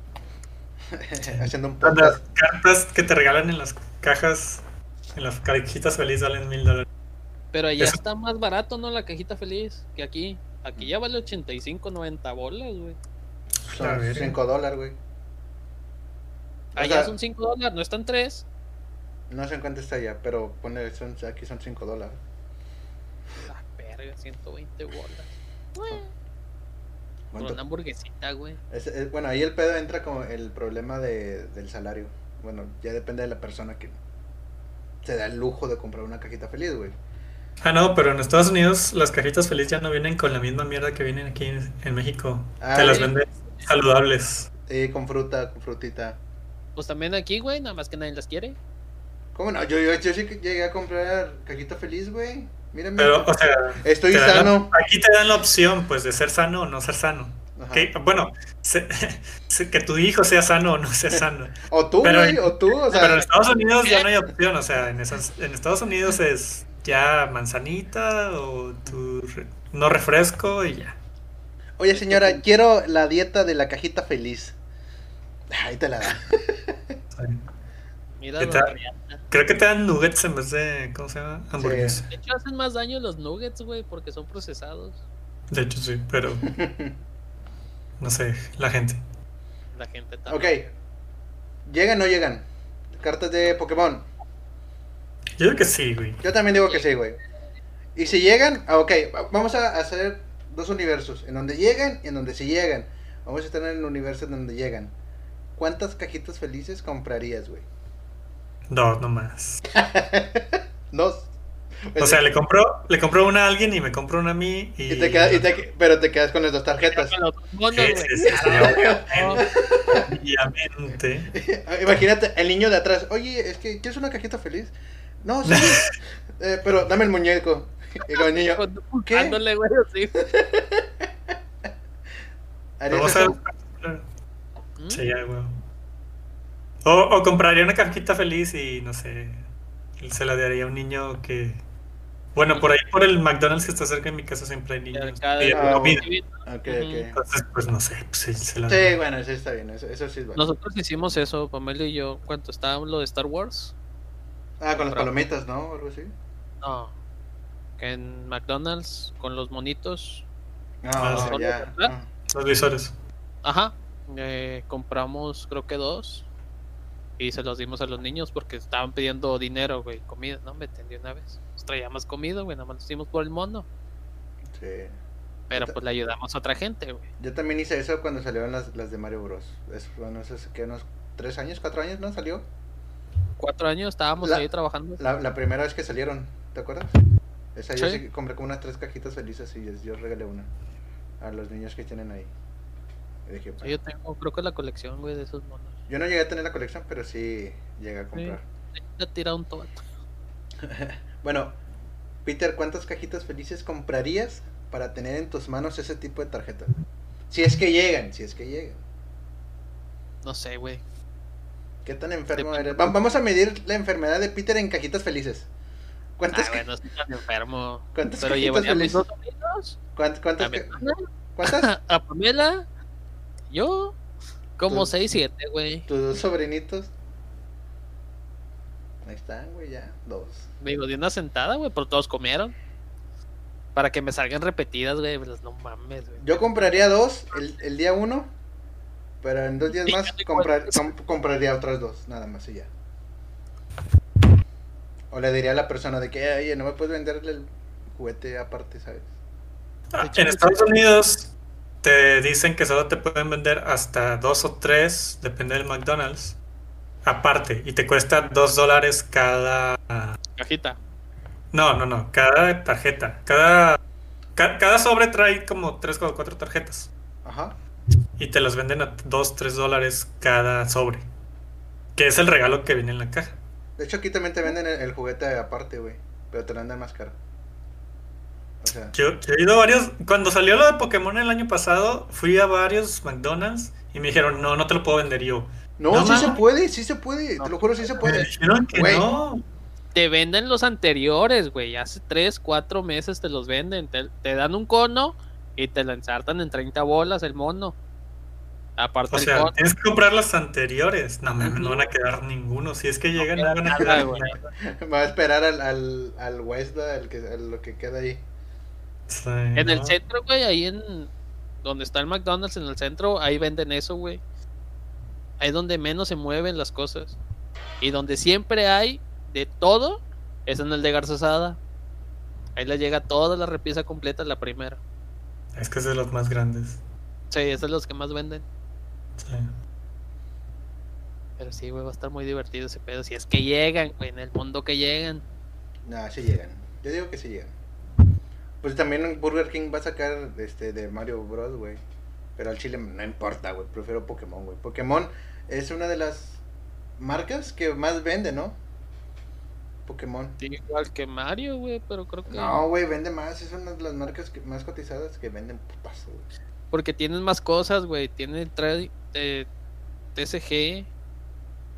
S1: Haciendo un
S4: Las
S1: podcast.
S4: cartas que te regalan en las cajas, en las cajitas feliz, valen mil dólares.
S2: Pero allá
S4: Eso-
S2: está más barato, ¿no? La cajita feliz que aquí.
S1: Mm.
S2: Aquí ya vale 85, 90 bolas, güey.
S4: A
S1: Son
S4: ver.
S1: 5 dólares, güey. O
S2: Allá
S1: sea-
S2: Ah, son 5 dólares, no están 3.
S1: No sé en cuánto está allá, pero pone, son, aquí son 5 dólares.
S2: La Ah, verga, 120 bolas. Por
S1: ¿Cuánto?
S2: una hamburguesita, güey.
S1: Es- es- bueno, ahí el pedo entra como el problema de, del salario. Bueno, ya depende de la persona que se da el lujo de comprar una cajita feliz, güey.
S4: Ah, no, pero en Estados Unidos las cajitas feliz ya no vienen con la misma mierda que vienen aquí en, en México.
S1: Ah,
S4: Te las
S1: sí.
S4: venden saludables.
S1: Sí, Eh, con fruta, con frutita.
S2: Pues también aquí, güey, nada más que nadie las quiere.
S1: ¿Cómo no? Yo, yo, yo sí que llegué a comprar cajita feliz, güey. Mírame.
S4: Pero, o sea,
S1: Estoy
S4: te dan la-
S1: sano.
S4: aquí te dan la opción, pues, de ser sano o no ser sano.
S1: Ajá.
S4: Que- bueno, se- se- que tu hijo sea sano o no sea sano.
S1: O tú,
S4: Pero-
S1: güey, o tú, o sea.
S4: Pero en Estados Unidos ya no hay opción, o sea, en, esas- en Estados Unidos es ya manzanita o tu re- no refresco y ya.
S1: Oye, señora, quiero la dieta de la cajita feliz. Ahí te la dan.
S2: Mira,
S4: ¿Qué
S2: don
S4: tal?
S2: Riata.
S4: Creo que te dan nuggets en vez de, ¿cómo se llama? Hamburguesas.
S2: De hecho, hacen más daño los nuggets, güey, porque son procesados.
S4: De hecho, sí, pero no sé, la gente.
S2: La gente está.
S1: ok. ¿Llegan o no llegan? Cartas de Pokémon.
S4: Yo creo que sí, güey.
S1: Yo también digo que sí, güey. Y si llegan, ah, ok, va- vamos a hacer dos universos, en donde llegan y en donde si llegan. Vamos a estar en el universo en donde llegan. ¿Cuántas cajitas felices comprarías, güey?
S4: Dos nomás.
S1: Dos.
S4: O sea, le compro, le compro una a alguien y me compro una a mí y.
S1: Y te queda- y te- pero te quedas con las dos tarjetas.
S2: Con los monos,
S4: Sí,
S2: Ah, güey.
S4: sí, sí, sí,
S2: No,
S4: obviamente, obviamente.
S1: Imagínate, el niño de atrás, oye, es que ¿quieres una cajita feliz? No, sí. Eh, pero dame el muñeco. Y con el niño,
S2: con-
S1: ¿Qué?
S2: Dándole, pues, güey, así.
S1: ¿harías
S4: Vamos a
S1: eso?
S4: ver.
S2: ¿Mm?
S4: Sí, ya, güey. O, o compraría una cajita feliz y no sé. Se la daría a un niño que. Bueno, por ahí por el McDonald's que está cerca de mi casa siempre hay
S2: Y
S4: niños.
S2: acá-
S4: pidiendo
S1: Ah,
S4: comida.
S1: Ok, ok.
S4: Entonces, pues no sé, pues sí, se la
S1: Sí, bueno, eso está bien, eso, eso sí es bueno.
S2: Nosotros hicimos eso, Pamela y yo, cuando estaba lo de Star Wars.
S1: Ah, con las palomitas, ¿no? Algo así.
S2: No. Que en McDonald's, con los monitos.
S1: No,
S4: Ah,
S2: sí.
S1: ya.
S2: ¿verdad?
S4: Los visores.
S2: Ajá. eh, compramos, creo que dos. Y se los dimos a los niños porque estaban pidiendo dinero, güey. Comida, ¿no? Me entendí una vez. Nos traía más comida, güey. Nada más nos dimos por el mono.
S1: Sí.
S2: Pero pues le ayudamos a otra gente, güey.
S1: Yo también hice eso cuando salieron las, las de Mario Bros. Es, bueno, eso es que unos tres años, cuatro años, ¿no? Salió.
S2: Cuatro años estábamos
S1: La-
S2: ahí trabajando.
S1: La, la primera vez que salieron, ¿te acuerdas? Esa yo
S2: Sí.
S1: sí compré como unas tres cajitas felices y yo, yo regalé una a los niños que tienen ahí. Y dije,
S2: Sí, Yo tengo, creo que la colección, güey, de esos monos.
S1: Yo no llegué a tener la colección, pero sí llegué a comprar.
S2: Ya tiraron todo.
S1: Bueno, Peter, ¿cuántas cajitas felices comprarías para tener en tus manos ese tipo de tarjeta? Si es que llegan, si es que llegan.
S2: No sé, güey.
S1: ¿Qué tan enfermo eres? Va- Vamos a medir la enfermedad de Peter en cajitas felices.
S2: Ah,
S1: ¿Cuántas, ca-
S2: bueno, estoy tan enfermo.
S1: ¿Cuántas
S2: Pero
S1: cajitas
S2: llevaría a
S1: felices?
S2: mis dos amigos,
S1: cuánt-
S2: a
S1: cuántas,
S2: mi
S1: ca-
S2: hermana,
S1: cuántas?
S2: a Pamela, yo, como
S1: Tú.
S2: 6, 7, güey.
S1: Tus dos sobrinitos. Ahí están, güey, ya. Dos.
S2: Digo, de una sentada, güey, pero todos comieron. Para que me salgan repetidas, güey, pues, no mames, güey.
S1: Yo compraría dos el, el día uno. Pero en dos días
S2: Sí,
S1: más
S2: ya te
S1: comprar- com- compraría otras dos, nada más y ya. O le diría a la persona de que, oye, no me puedes venderle el juguete aparte, ¿sabes?
S4: Ah, En Estados Unidos te dicen que solo te pueden vender hasta dos o tres, depende del McDonald's, aparte, y te cuesta dos dólares cada...
S2: Cajita.
S4: No, no, no, cada tarjeta. Cada, ca- cada sobre trae como tres o cuatro tarjetas
S1: Ajá.
S4: y te las venden a dos, tres dólares cada sobre, que es el regalo que viene en la caja.
S1: De hecho, aquí también te venden el, el juguete aparte, güey. Pero te lo venden más caro. O sea,
S4: Yo, yo he ido a varios, cuando salió lo de Pokémon el año pasado, fui a varios McDonald's y me dijeron, no, no te lo puedo vender Y yo.
S1: no,
S4: No
S1: sí se
S4: mames.
S1: puede, sí se puede.
S2: No.
S1: te lo juro, sí se
S4: Me
S1: puede.
S4: dijeron que
S1: Pues, Güey.
S4: no.
S2: Te venden los anteriores, güey. Hace 3, 4 meses te los venden. Te, te dan un cono y te lo ensartan en 30 bolas el mono. Aparte
S4: O
S2: el
S4: sea,
S2: cono.
S4: tienes que comprar las anteriores. No, me, no van a quedar ninguno. Si es que llegan, no van a
S2: nada,
S4: quedar.
S2: güey.
S1: Va a esperar al, al, al Wesda, al que, al- lo que queda ahí.
S4: Sí,
S2: En el
S4: no.
S2: centro, güey, ahí en donde está el McDonald's en el centro, ahí venden eso, güey. Ahí es donde menos se mueven las cosas. Y donde siempre hay de todo, es en el de Garza Sada. Ahí le llega toda la repisa completa la primera.
S4: Es que es de los más grandes.
S2: Sí, esos son los que más venden.
S4: Sí.
S2: Pero sí, güey, va a estar muy divertido ese pedo. Si es que llegan, güey, en el mundo que llegan.
S1: No, sí llegan. Yo digo que sí llegan. Pues también Burger King va a sacar este de Mario Bros, güey. Pero al chile no importa, güey. Prefiero Pokémon, güey. Pokémon es una de las marcas que más vende, ¿no? Pokémon.
S2: Sí, igual que Mario, güey, pero creo que.
S1: No, güey, vende más. Es una de las marcas que- más cotizadas que venden putazo, güey.
S2: Porque tienen más cosas, güey. Tienen tra- eh, TCG,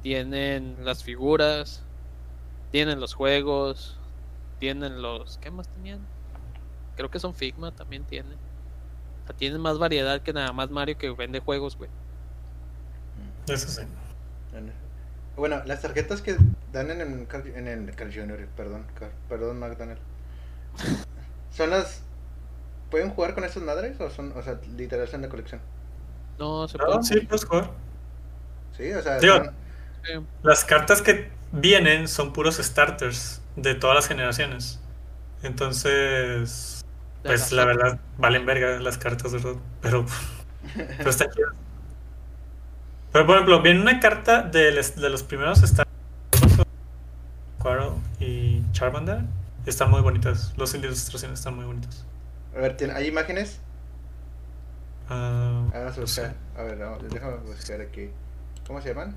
S2: tienen las figuras, tienen los juegos, tienen los. ¿Qué más tenían? Creo que son Figma también tienen. O sea, tienen más variedad que nada más Mario que vende juegos, güey.
S4: Eso sí.
S1: Bueno. Bueno, las tarjetas que dan en el Carl, en el Carl Jr., perdón, Carl- perdón, McDonald's. Son las. ¿Pueden jugar con esas madres? ¿O son, o sea, literal son de colección?
S2: No, se
S4: No,
S2: pueden-
S4: sí, puedes jugar.
S1: Sí, o sea.
S4: Digo-
S1: son-
S2: eh,
S4: Las cartas que vienen son puros starters de todas las generaciones. Entonces,
S2: de
S4: pues la
S2: las-
S4: verdad, valen verga las cartas, ¿verdad? Pero, pero está chido. Pero por ejemplo, viene una carta de, de los primeros starters. Quarrel y Charmander. Están muy bonitas. Las ilustraciones están muy bonitas.
S1: a ver, ¿tiene- ¿hay imágenes?
S4: Ah,
S1: A ver, vamos a
S4: no sé.
S1: buscar. A ver, no, déjame buscar aquí. ¿Cómo se llaman?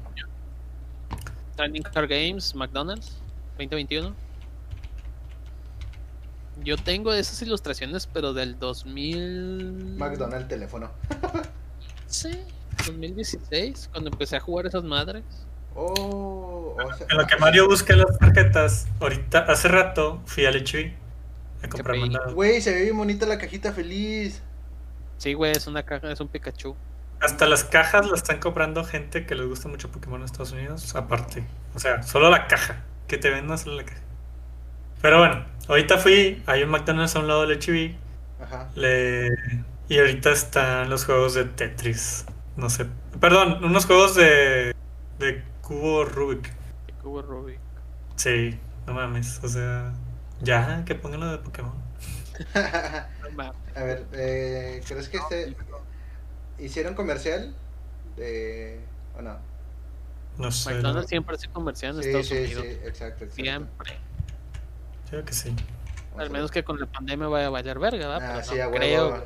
S2: Trending Star Games, McDonald's, 2021. Yo tengo esas ilustraciones, pero del 2000.
S1: McDonald's teléfono.
S2: Sí, 2016, cuando empecé a jugar esas madres.
S1: Oh, o sea-
S4: En lo que Mario busca las tarjetas, ahorita, hace rato fui al Echui a comprar
S2: pedí?
S4: mandado.
S1: Güey, se ve bien bonita la cajita feliz.
S2: Sí, güey, es una caja, es un Pikachu.
S4: Hasta las cajas las están comprando gente que les gusta mucho Pokémon en Estados Unidos, aparte. O sea, solo la caja. Que te vendan solo la caja. Pero bueno, ahorita fui, hay un McDonald's a un lado del HB.
S1: Ajá.
S4: Le... Y ahorita están los juegos de Tetris. No sé. Perdón, unos juegos de, de cubo Rubik.
S2: de Cubo Rubik.
S4: Sí, no mames. O sea, ya, que pongan lo de Pokémon.
S1: a
S2: No mames.
S1: ver, eh, ¿crees que este. ¿Hicieron comercial? De. ¿O no?
S4: No sé. la
S2: McDonald's siempre hace comercial en
S1: Sí,
S2: Estados
S1: sí, sí,
S2: Unidos.
S1: exacto, exacto.
S2: Siempre.
S4: Creo que sí.
S1: Vamos
S2: Al
S1: a
S2: menos
S1: ver.
S2: que con la pandemia vaya a valer verga, ¿verdad?
S1: Ah,
S2: Pero
S1: sí,
S2: no
S1: a huevo.
S2: creo, güey.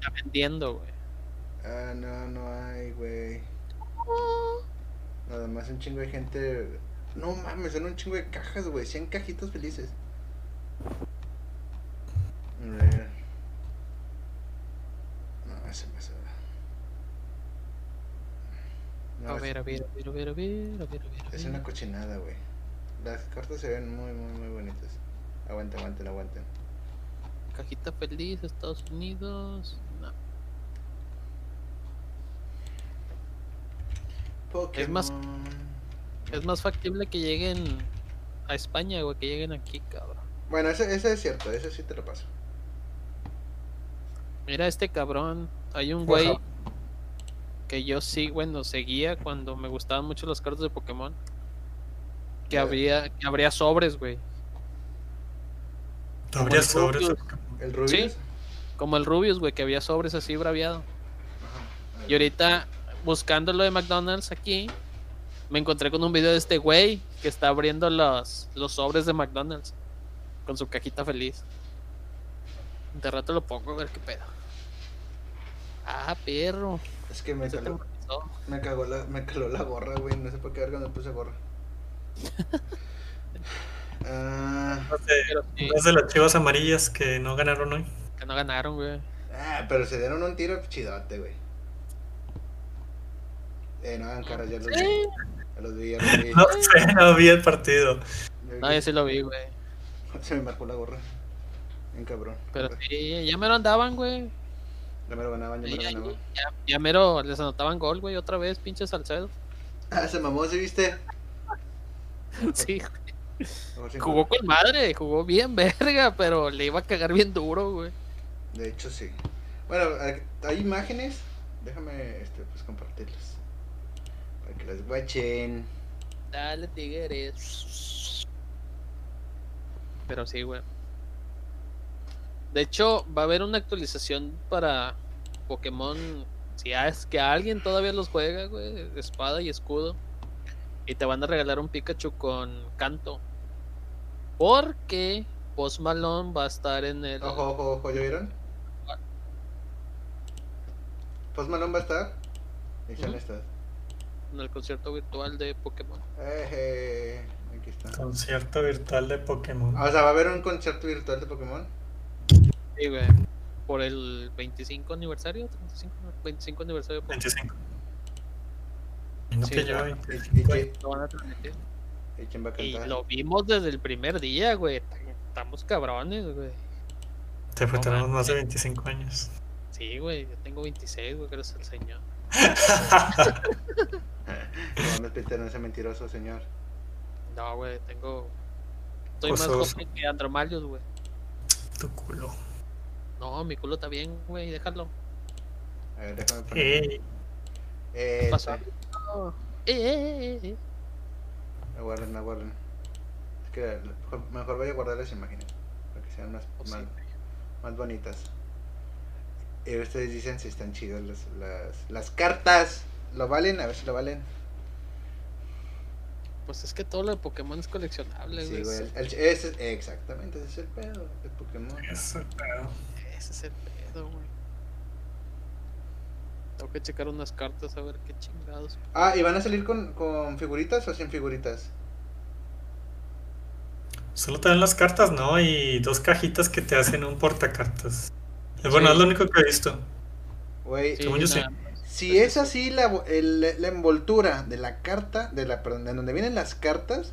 S2: Está vendiendo, güey.
S1: Ah, no, no hay, güey. Nada más un chingo de gente. No mames, son un chingo de cajas, güey. 100 cajitas felices.
S2: A ver, a ver, a ver, a ver, a ver, a ver, a ver.
S1: Es una cochinada, güey. Las cartas se ven muy, muy, muy bonitas. Aguanten, aguanten, aguanten.
S2: Cajita feliz, Estados Unidos. No. Es más- Es más factible que lleguen a España, güey, que lleguen aquí, cabrón.
S1: Bueno, ese, ese es cierto, ese sí te lo paso.
S2: Mira este cabrón. Hay un
S4: Ajá.
S2: güey que yo sí, bueno, seguía cuando me gustaban mucho las cartas de Pokémon. Que
S1: Ya.
S2: habría, que habría sobres, güey.
S4: Habría
S2: el
S4: sobres.
S2: Rubius.
S1: ¿El Rubius?
S2: Sí. Como el Rubius, güey, que había sobres así braviado.
S1: Ajá.
S2: Y ahorita, buscando lo de McDonald's aquí, me encontré con un video de este güey que está abriendo los, los sobres de McDonald's con su cajita feliz. De rato lo pongo a ver qué pedo. Ah, perro.
S1: Es que me
S2: se
S1: caló,
S2: traumatizó.
S1: me, cagó la, me caló la gorra, güey. No sé por qué verga me puse gorra. Ah,
S4: Las de-
S2: Pero sí,
S4: las de las chivas amarillas que no ganaron hoy.
S2: que no ganaron, güey.
S1: ah, pero se dieron un tiro chidote, güey. Eh, no hagan caras, ya los vi. Ya los vi, ya los vi.
S4: No sé, no vi el partido.
S1: Ya vi
S2: No,
S1: que
S2: yo sí lo vi, güey.
S1: Se me marcó la gorra. En cabrón.
S2: Pero sí, ya mero andaban, güey.
S1: Ya me lo ganaban, ya me
S2: Ahí,
S1: lo
S2: ahí,
S1: ganaban.
S2: Ya, ya mero les anotaban gol, güey, otra vez, pinche Salcedo.
S1: Ah, se mamó, ¿sí viste?
S2: Sí, güey.
S1: Mejor sin
S2: jugó
S1: gorra.
S2: con madre, jugó bien verga, pero le iba a cagar bien duro, güey.
S1: De hecho, sí. Bueno, hay- hay imágenes. Déjame este, pues, compartirlas. Para que las guachen.
S2: Dale, Tigres. Pero sí, güey. De hecho, va a haber una actualización para Pokémon. Si es que alguien todavía los juega, güey. Espada y escudo. Y te van a regalar un Pikachu con canto. Porque Post Malone va a estar en el.
S1: Ojo, ojo, ojo, ¿ya vieron? Post Malone va a estar. Y son
S2: Ujú.
S1: estas.
S2: en el concierto virtual de Pokémon.
S1: Eh, eh, aquí está.
S4: Concierto virtual de Pokémon.
S1: Ah, O sea, va a haber un concierto virtual de Pokémon.
S2: Sí, güey. Por el 25 aniversario, 35, 25 aniversario de Pokémon.
S4: 25. Y no pues
S2: Sí,
S4: que lleva
S2: bueno.
S4: 25,
S1: ¿Y, y
S4: güey.
S1: quién,
S2: Lo van a transmitir.
S1: y quién va a
S2: Y
S1: cantar?
S2: lo vimos desde el primer día, güey. Estamos cabrones, güey.
S4: Te
S2: No
S4: faltaron
S2: manches.
S4: más de 25 años.
S2: Sí, güey. Yo tengo 26, güey. Gracias al Señor.
S1: No mames, Peter, no sea mentiroso, señor.
S2: No, güey. Tengo. Estoy más
S4: Osos.
S2: joven que Andromalios, güey.
S4: tu culo.
S2: No, mi culo está bien, güey. Déjalo.
S1: A ver, déjame poner.
S4: Ey,
S1: Eh,
S2: Pasó.
S1: sí.
S2: Eh, eh, eh, eh.
S1: Aguarden, aguarden. Es que mejor, mejor voy a guardar las imágenes. Para que sean más,
S2: Pues sí,
S1: más,
S2: güey.
S1: más bonitas. Y ustedes dicen si están chidas las, las, las cartas. ¿Lo valen? A ver si lo valen.
S2: Pues es que todo lo de Pokémon es coleccionable,
S1: Sí,
S2: güey.
S1: güey. el- el- ese- exactamente, ese es el pedo de Pokémon.
S4: eso, pero-
S2: Ese es el pedo, güey. Tengo que checar unas cartas a ver qué chingados.
S1: Ah, ¿y van a salir con, con figuritas o sin figuritas?
S4: Solo te dan las cartas, ¿no? Y dos cajitas que te hacen un portacartas. Eh, Bueno,
S2: Sí.
S4: es lo único que he visto.
S1: Güey,
S4: Eh, Según yo, sí.
S2: nada más.
S1: si es así la, vo- el- la envoltura de la carta, de la, perdón, de donde vienen las cartas,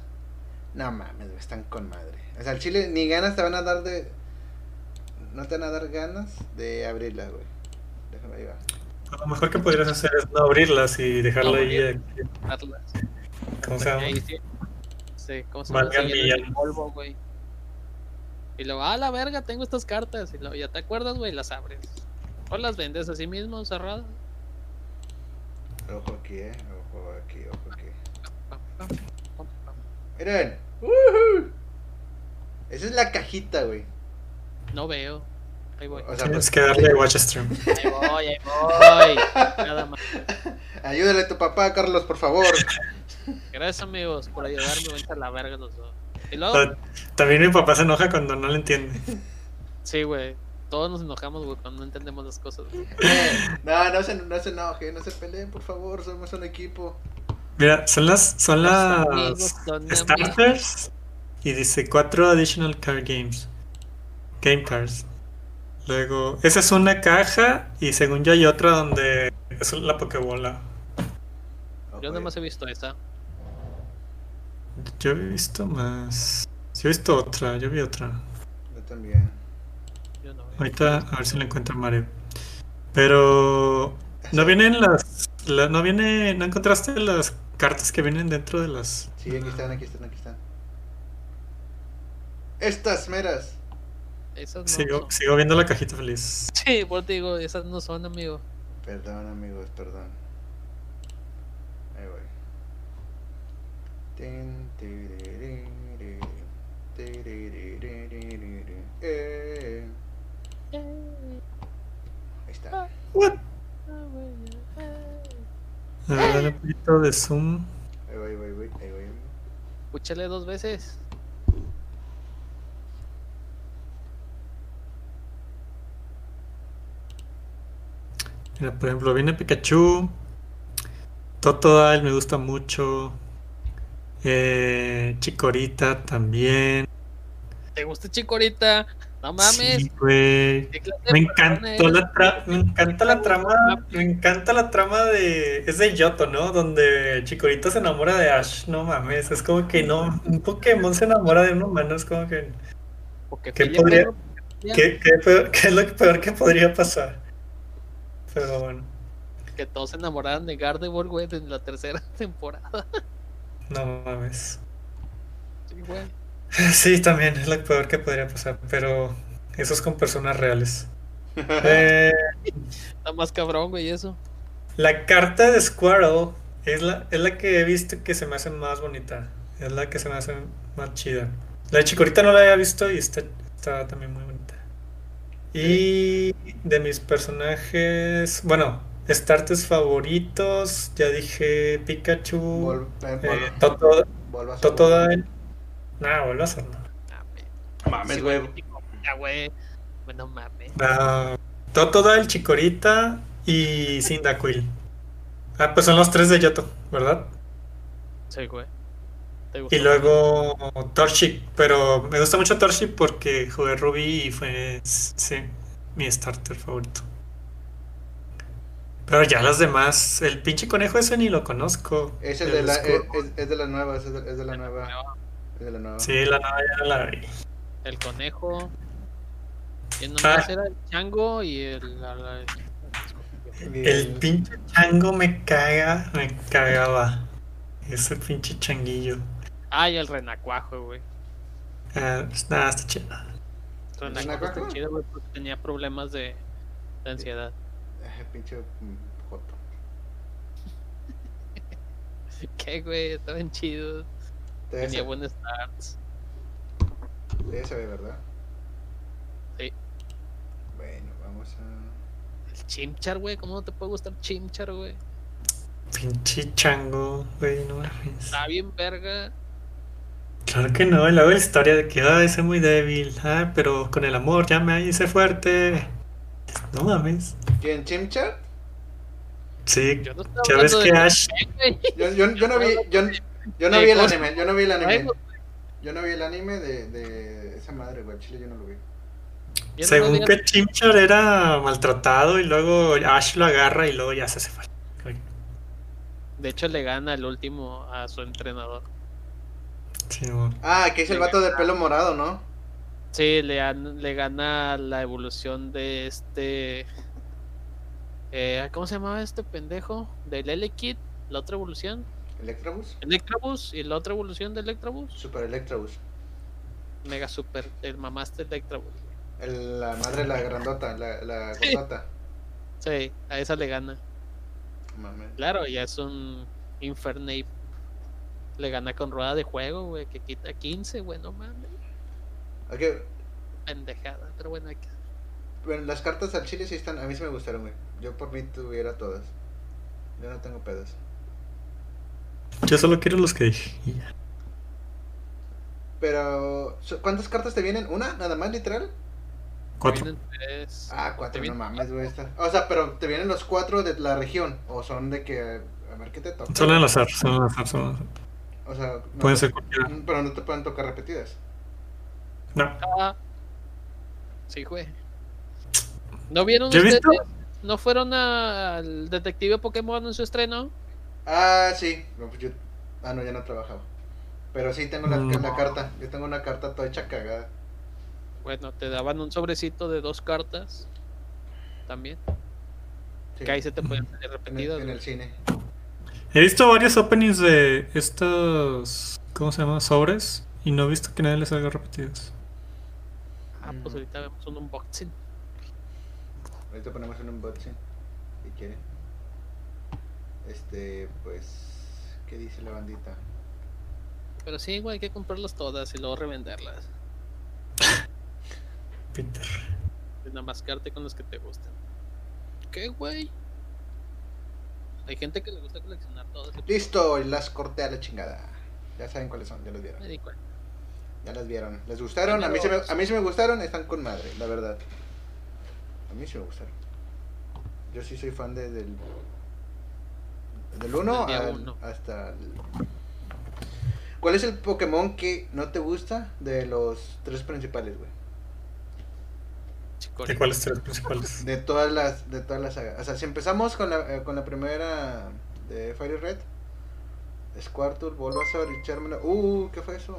S1: no mames, güey, están con madre. O sea, al chile ni ganas te van a dar de... No te van a dar ganas de abrirlas, güey. Déjame ahí va.
S4: Pues Lo mejor que podrías hacer es no abrirlas y dejarlo
S2: No
S4: ahí.
S2: abrir.
S4: eh,
S2: Carlas.
S4: ¿Cómo se llama?
S2: Ahí sí. Sí, ¿cómo se llama?
S4: Valga
S2: Se llena de
S4: millones.
S2: polvo, güey. Y luego, ah, la verga, tengo estas cartas. Y luego, ya te acuerdas, güey, las abres. O las vendes así mismo, cerradas.
S1: Ojo aquí, eh. Ojo aquí, ojo aquí.
S2: Pam, pam, pam, pam.
S1: Miren. ¡Woohoo! Esa es la cajita, güey.
S2: No veo. Ahí voy.
S1: O sea,
S4: Tienes
S1: pues,
S4: que darle watch stream.
S2: Ahí voy, ahí voy. Nada más.
S1: ayúdale a tu papá, Carlos, por favor.
S2: Gracias, amigos, por ayudarme. Vente a la verga los dos. Y luego,
S4: Ta- También mi papá se enoja cuando no le entiende.
S2: sí, güey. Todos nos enojamos, güey, cuando no entendemos las cosas. güey.
S1: Eh, no, no se, no se enoje, no se peleen, por favor. Somos un equipo.
S4: Mira, son las, son
S2: Los
S4: las
S2: amigos son
S4: starters y dice cuatro additional card games. Game cards. Luego, esa es una caja y según yo hay otra donde es la Pokébola.
S1: Oh, No,
S2: Yo nada
S1: güey.
S2: más he visto esta.
S4: Yo he visto más. Yo he visto otra, yo vi otra.
S1: Yo también.
S2: Yo no.
S4: Ahorita a ver si la encuentro Mario. Pero no vienen las, la- no viene, no encontraste las cartas que vienen dentro de las.
S1: Sí, aquí están, aquí están, aquí están. Estas meras.
S2: Esas no
S4: Sigo,
S2: son.
S4: sigo viendo la cajita feliz.
S2: Sí, por te digo, esas no son, amigo.
S1: Perdón, amigos, perdón. Ahí voy. Tin, tiririririn, tiririririn, eh. Ahí está.
S4: What? A ver, dale un poquito de zoom.
S1: Ahí voy, ahí voy, ahí voy, ahí voy. amigo.
S2: Escúchale dos veces.
S4: Mira, por ejemplo, viene Pikachu. Totodile me gusta mucho. Eh, Chikorita también.
S2: ¿Te gusta Chicorita? No mames.
S4: Sí, güey.
S2: ¿Qué clase de
S4: Me
S2: persona
S4: encantó
S2: eres?
S4: la tra- me encanta la trama, me encanta la trama de es de Yoto, ¿no? Donde Chikorita se enamora de Ash, no mames, es como que no, un Pokémon se enamora de un humano, es como que
S2: Porque
S4: ¿Qué
S2: Philip
S4: podría-
S2: Perro,
S4: ¿qué, qué peor- qué es lo peor que podría pasar? Pero bueno,
S2: que todos se enamoraran de Gardevoir, güey, en la tercera temporada.
S4: no mames.
S2: Sí, güey.
S4: Sí, también es lo peor que podría pasar, pero eso es con personas reales. Eh,
S2: Está más cabrón, güey, eso.
S4: La carta de Squirtle es la, es la que he visto que se me hace más bonita. Es la que se me hace más chida. La de Chikorita no la había visto y está, está también muy bonita. Y de mis personajes, bueno, starters favoritos, ya dije Pikachu,
S1: Vol- eh,
S4: eh,
S1: vol-
S4: Toto-
S1: Volvas a-
S4: Totodile. Nah, Bulbasaur no.
S2: Ah, güey.
S1: Mames,
S2: Sí,
S1: güey.
S2: Ya, güey. Bueno, mames.
S4: Ah, Totodile, Chikorita y Cyndaquil. Ah, pues son los tres de Yoto, ¿verdad?
S2: Sí, güey. ¿Te gustó?
S4: Y luego Torchic, pero me gusta mucho Torchic porque jugué Ruby y fue sí, mi starter favorito. Pero ya las demás, el pinche conejo ese ni lo conozco.
S1: Es el de la, es,
S4: escudo.
S1: es- es de la nueva, es de, es de la nueva. Es de la nueva.
S4: Sí, la nada ya no la vi.
S2: El conejo. Y nomás
S4: Ah.
S2: era el chango y el. la- la-
S4: El pinche chango me caga, me cagaba. Ese pinche changuillo.
S2: Ah, y el renacuajo, güey.
S4: Ah, pues nada, está chido.
S2: El renacuajo
S1: renacuajo?
S2: está chido, güey, porque tenía problemas de, de ansiedad.
S1: Ay, pinche mm, joto.
S2: ¿Qué, güey? Estaban chidos.
S1: De
S2: Tenía
S1: ese,
S2: buenos starts.
S1: de ese, ¿verdad?
S2: Sí.
S1: Bueno, vamos a.
S2: El chimchar, güey. ¿Cómo no te puede gustar chimchar, güey?
S4: Pinche chango, güey, no mames.
S2: Está bien, verga.
S4: Claro que no, y luego la historia de que ah, ese es muy débil, ah, pero con el amor ya me hice fuerte. No mames.
S1: ¿Quién? ¿Chimchar?
S4: Sí,
S2: Yo no estaba
S4: ya ves
S2: hablando
S4: que
S2: de-
S4: Ash,
S2: güey.
S1: Yo, yo, yo no vi, yo, yo no vi el anime, yo no vi el anime.
S2: Luego,
S1: Yo no vi el anime de, de esa madre, güey. Chile yo no lo vi.
S2: yo nomás
S4: según
S2: digo-
S4: que Chimchar era maltratado y luego Ash lo agarra y luego ya se hace fuerte.
S2: De hecho, le gana el último a su entrenador.
S4: Sí, no.
S1: Ah, que es el vato de pelo morado, ¿no?
S2: Sí, le, gan- le gana la evolución de este. eh, ¿Cómo se llamaba este pendejo? Del Elekid, la otra evolución.
S1: Electrobus.
S2: Electrobus y la otra evolución de Electrobus.
S1: Super Electrobus.
S2: Mega Super, el mamaste Electrobus.
S1: El- la madre, la grandota, la, la
S2: Sí.
S1: gordota.
S2: Sí, a esa le gana.
S1: Mames.
S2: Claro, ya es un Infernape. Le gana con rueda de juego, güey, que quita 15, güey, no mames.
S1: Ok,
S2: Pendejada, pero bueno, hay que-
S1: bueno, las cartas al chile sí están. A mí sí me gustaron, güey. Yo por mí tuviera todas. Yo no tengo pedos.
S4: Yo solo quiero los que dije. y ya.
S1: Pero, ¿so- ¿cuántas cartas te vienen? ¿Una? ¿Nada más, literal?
S4: Cuatro.
S2: vienen tres.
S1: Ah, cuatro, no
S2: vienen
S1: mames, güey. esta- O sea, pero te vienen los cuatro de la región. O son de que. A ver qué te toca.
S4: Son al azar, son al azar, son al azar.
S1: O sea, no- Mm,
S4: Pueden ser cualquiera.
S1: Pero no te pueden tocar repetidas.
S4: No.
S2: Ah. Sí, güey. ¿No vieron
S4: Yo he
S2: ustedes?
S4: visto-
S2: ¿No fueron a- al detective Pokémon en su estreno?
S1: Ah, sí. No, pues yo- Ah, no, ya no trabajaba. Pero sí tengo la,
S4: No.
S1: la carta. Yo tengo una carta toda hecha cagada.
S2: Bueno, te daban un sobrecito de dos cartas también.
S1: Sí,
S2: Que ahí se te pueden salir
S1: en, el,
S2: repetidas.
S1: en
S2: güey.
S1: el cine.
S4: He visto varios openings de estos, ¿cómo se llama? Sobres. Y no he visto que nadie les salga repetidos.
S2: Ah,
S1: Mm.
S2: pues ahorita vemos un unboxing.
S1: Ahorita ponemos un unboxing, si quieren. Este, pues, ¿qué dice la bandita?
S2: Pero sí, güey, hay que comprarlas todas y luego revenderlas.
S4: Peter.
S2: Y Enmascarte con las que te gustan. ¿Qué, güey? Hay gente que le gusta coleccionar todas. y-
S1: Listo, y las corté a la chingada. Ya saben cuáles son, ya las vieron.
S2: Me di cuenta.
S1: Ya las vieron. ¿Les gustaron? A mí, se me, a mí se me gustaron, están con madre, la verdad. A mí se me gustaron. Yo sí soy fan de, del. Del 1
S2: Del día uno.
S1: hasta. el- ¿Cuál es el Pokémon que no te gusta de los tres principales, güey?
S2: Chicos,
S4: ¿De cuáles tres principales?
S1: De todas las, de todas las sagas. O sea, si empezamos con la, eh, con la primera de Fire Red, Squirtle, Bulbasaur y Charmander. Uh, ¿qué fue eso?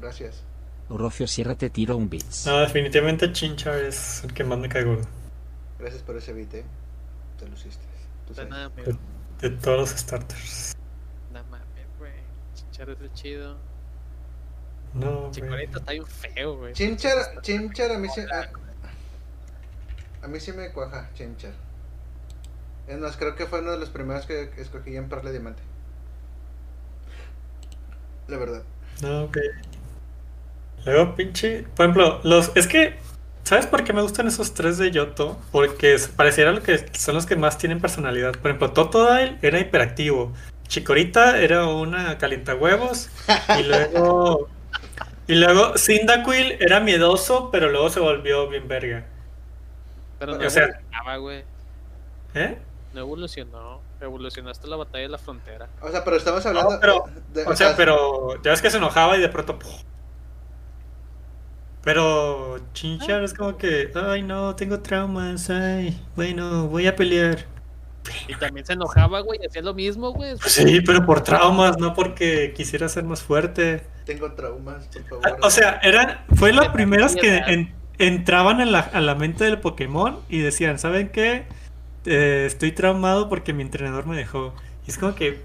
S1: Gracias.
S3: Orofio Sierra te tiro un bits.
S4: No, definitivamente Chinchar es el que más me cae gordo.
S1: Gracias por ese beat, eh. Te luciste. Tú
S2: de
S1: sabes.
S2: nada, me
S4: De todos los starters.
S2: No mames, güey. Chinchar es el chido.
S4: No, güey.
S2: Chicorita está bien feo, güey.
S1: Chimchar, Chimchar a mí sí. A, a mí sí me cuaja, Chimchar. Es más, creo que fue uno de los primeros que escogí en Perla y Diamante. La verdad.
S4: No, güey. Ah, Luego, pinche. Por ejemplo, los. Es que. ¿Sabes por qué me gustan esos tres de Yoto? Porque s- pareciera lo que son los que más tienen personalidad. Por ejemplo, Totodile era hiperactivo. Chikorita era una calientahuevos. Y luego. Y luego Cyndaquil era miedoso, pero luego se volvió bien verga.
S2: Pero no
S4: o sea-
S2: evolucionaba, güey.
S4: ¿Eh?
S2: No evolucionó. Evolucionó hasta la batalla de la frontera.
S1: O sea, pero estamos hablando.
S4: No, pero-
S1: de-
S4: O sea, pero ya ves que se enojaba y de pronto. ¡puf! Pero Chinchar es como que, ay no, tengo traumas, ay, bueno, voy a pelear.
S2: Y también se enojaba, güey. y Hacía lo mismo, güey.
S4: Pues Sí, pero por traumas, no porque quisiera ser más fuerte.
S1: Tengo traumas, por favor.
S4: Ah, O sea, era, fue las primeras que
S2: Mierda.
S4: en- entraban en la, a la mente del Pokémon y decían, ¿saben qué? Eh, estoy traumado porque mi entrenador me dejó. Y es como que,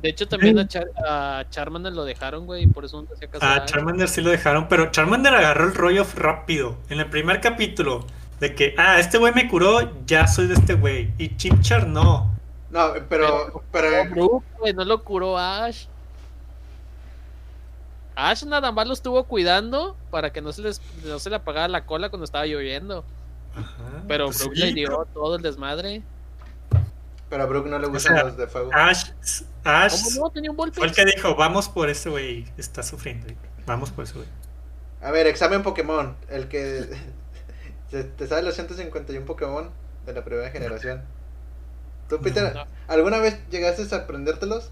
S2: De hecho, también a, Char a Charmander lo dejaron, güey. Y por eso nunca se casó.
S4: A Ah, Charmander sí lo dejaron, pero Charmander agarró el rollo rápido. En el primer capítulo, de que, ah, este güey me curó, ya soy de este güey. Y Chimchar no.
S1: no, pero. pero
S2: no lo curó Ash. Ash nada más lo estuvo cuidando para que no se, les, no se le apagara la cola cuando estaba lloviendo. Pero
S4: Pues
S2: Brook
S4: sí,
S2: le dio
S4: pero
S2: todo el desmadre.
S1: Pero a Brooke no le gustan
S4: sea, ah.
S1: los de fuego.
S4: Ash, Ash
S2: ¿Cómo no? Tenía un golpe.
S4: fue el que dijo, vamos por ese güey, está sufriendo. Vamos por ese güey.
S1: A ver, examen Pokémon. El que. ¿Te, te sabes los 151 Pokémon de la primera generación? ¿Tú, Peter,
S2: No.
S1: alguna vez llegaste a aprendértelos?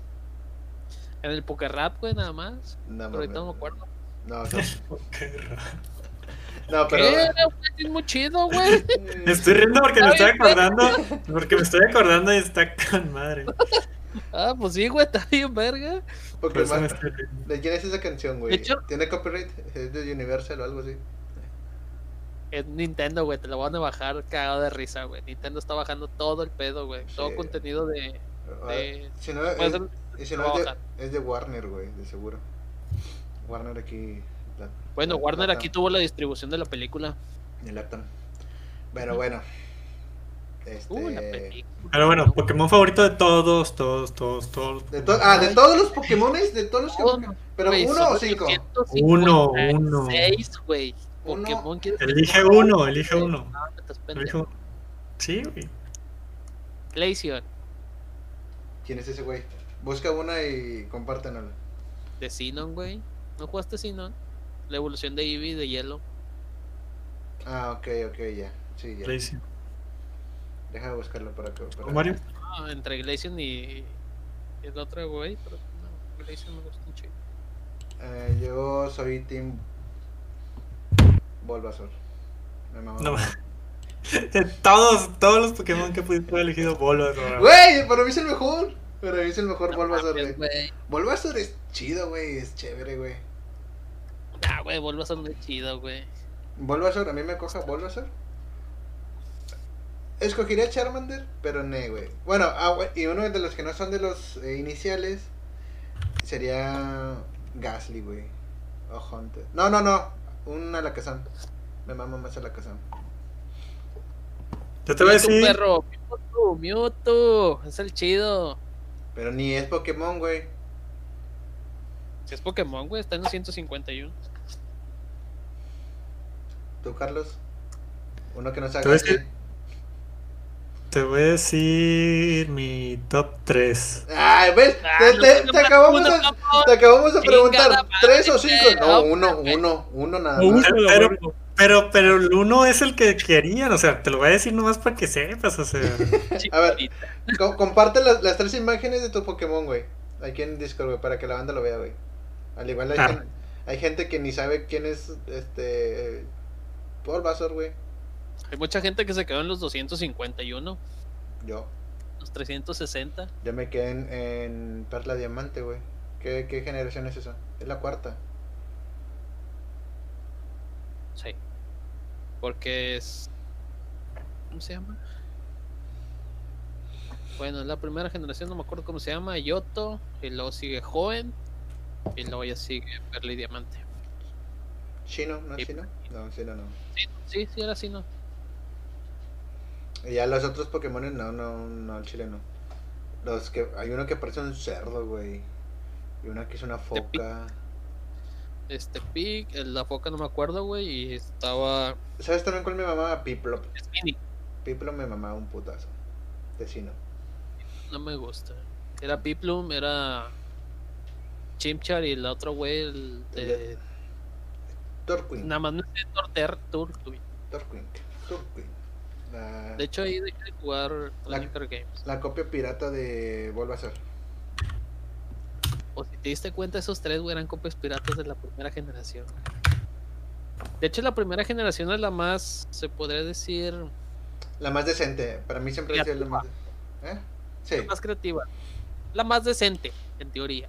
S2: En el Poker Rap, güey, nada más.
S1: Ah, No,
S2: Pero
S1: mames.
S2: ahorita no me acuerdo.
S1: No, no,
S4: Qué raro.
S1: no,
S2: ¿Qué?
S1: pero.
S2: Güey, Es muy chido, güey.
S4: Me estoy riendo porque me estoy
S2: Ay, güey.
S4: acordando, porque me estoy acordando y está con madre.
S2: Ah, pues sí, güey, está bien, verga.
S4: Por eso me
S1: Pokémon.
S4: estoy riendo.
S1: ¿De quién es esa canción,
S2: De
S1: güey?
S2: hecho-
S1: ¿Tiene copyright? ¿Es de Universal o algo así?
S2: Es Nintendo, güey, te lo van a bajar cagado de risa, güey. Nintendo está bajando todo el pedo, güey.
S1: Sí.
S2: Todo contenido de. de-
S1: Si no,
S2: Eh, puede
S1: es,
S2: ser-
S1: y si no es,
S2: trabajan.
S1: de, es de Warner, güey, de seguro. Warner aquí. la-
S2: Bueno,
S1: la-
S2: Warner
S1: la-
S2: aquí tuvo la distribución de la película.
S1: Ni Lapton. Pero bueno. Este...
S2: Uh, la película.
S4: Pero bueno, Pokémon favorito de todos, todos, todos, todos.
S1: de to- ah, de todos los Pokémones, de todos los que-
S2: Todos,
S1: Pero
S2: Oh, güey,
S1: uno o
S2: son
S1: cinco.
S2: 856,
S4: Uno, uno.
S2: güey.
S1: Uno.
S2: Pokémon ¿quieres que-
S4: Elige uno, elige
S2: Güey,
S4: uno.
S2: no, estás pendejo.
S4: Dijo, sí, güey.
S2: Glaceon,
S1: ¿Quién es ese güey? Busca una y compártanla.
S2: de Sinon, güey. ¿No jugaste Sinon? La evolución de Eevee de hielo.
S1: Ah, ok, ok, ya. Sí, ya.
S4: Glaceon.
S1: Déjame buscarlo para que. para-
S4: ¿Tú, Mario?
S2: Ah, entre Glaceon y, y el otro güey, pero no, Glaceon me gusta un chingo.
S1: Eh, yo soy Team Bulbasaur. Me mama
S4: No,
S2: Ah.
S1: Bulbasaur.
S4: De todos, todos los Pokémon que pudiste haber elegido, Bulbasaur.
S1: Güey, para mí es el mejor. Para mí es el mejor
S2: No
S1: Bulbasaur,
S2: mames,
S1: güey.
S2: güey.
S1: Bulbasaur es chido, güey. Es chévere, güey.
S2: Ah, güey, Bulbasaur no es chido, güey.
S1: Bulbasaur, a mí me coja Bulbasaur. Escogería Charmander, pero no, güey. Bueno, ah, güey, y uno de los que no son de los eh, iniciales sería Gasly, güey. O Hunter. No, no, no. Un Alakazam. Me mama más Alakazam.
S4: Yo te voy a
S2: Mewtwo,
S4: decir.
S2: perro. Mewtwo, Mewtwo. Es el chido.
S1: Pero ni es Pokémon, güey.
S2: Si es Pokémon, güey, está en los 151.
S1: Tú, Carlos. Uno que no sabe.
S4: Te voy a decir- Te voy a decir mi top 3.
S1: Ay, ¿ves?
S2: Ah,
S1: te,
S2: lo
S1: te-
S2: tengo
S1: te
S2: más
S1: acabamos
S2: uno,
S1: de,
S2: cabrón.
S1: te acabamos de
S2: Chingada
S1: preguntar.
S2: madre,
S1: ¿Tres o cinco?
S2: güey.
S1: No,
S2: No,
S1: uno,
S2: güey.
S1: uno, uno nada
S2: No,
S1: más.
S2: uno. lo
S4: Pero,
S2: vuelvo.
S4: pero, pero el uno es el que querían, o sea, te lo voy a decir nomás para que sepas, o sea.
S1: A ver.
S2: Chiquitita.
S1: Co- comparte las, las tres imágenes de tu Pokémon, güey. Aquí en Discord, güey, para que la banda lo vea, güey. Al igual hay,
S4: Ah.
S1: gen- hay gente que ni sabe quién es este. Paul Basor, güey.
S2: Hay mucha gente que se quedó en los 251,
S1: Yo.
S2: los 360.
S1: Yo me quedé en, en Perla Diamante, güey. ¿Qué, ¿Qué generación es esa? Es la cuarta.
S2: Sí. Porque es. ¿Cómo se llama? Bueno, es la primera generación, no me acuerdo cómo se llama. Yoto. Y luego sigue Joven. Y luego ya sigue Perla y Diamante.
S1: ¿Chino? ¿No
S2: Sí.
S1: es chino? No, chino no.
S2: Sí, sí, era así, ¿no?
S1: Y ya los otros Pokémon, no, no, no, el chileno. Los que. Hay uno que parece un cerdo, güey. Y una que es una
S2: pi-
S1: foca.
S2: Este Pig, el- la foca no me acuerdo, güey. Y estaba.
S1: ¿Sabes también cuál me mamaba? Piplop.
S2: Spinny.
S1: Piplop me mamaba un putazo. De chino.
S2: No me gusta. Era Piplum, era Chimchar y el otro güey, el de...
S1: Torquin.
S2: Nada más me sé Torter Turtwin.
S1: Torquin. Torquin. La,
S2: De hecho ahí dejé de jugar Hunger Games.
S1: la copia pirata de Bulbasaur.
S2: O si te diste cuenta, esos tres güey eran copias piratas de la primera generación. De hecho la primera generación es la más, se podría decir,
S1: La más decente. Para mí siempre ha sido la más. ¿Eh? Sí.
S2: la más creativa. La más decente, en teoría.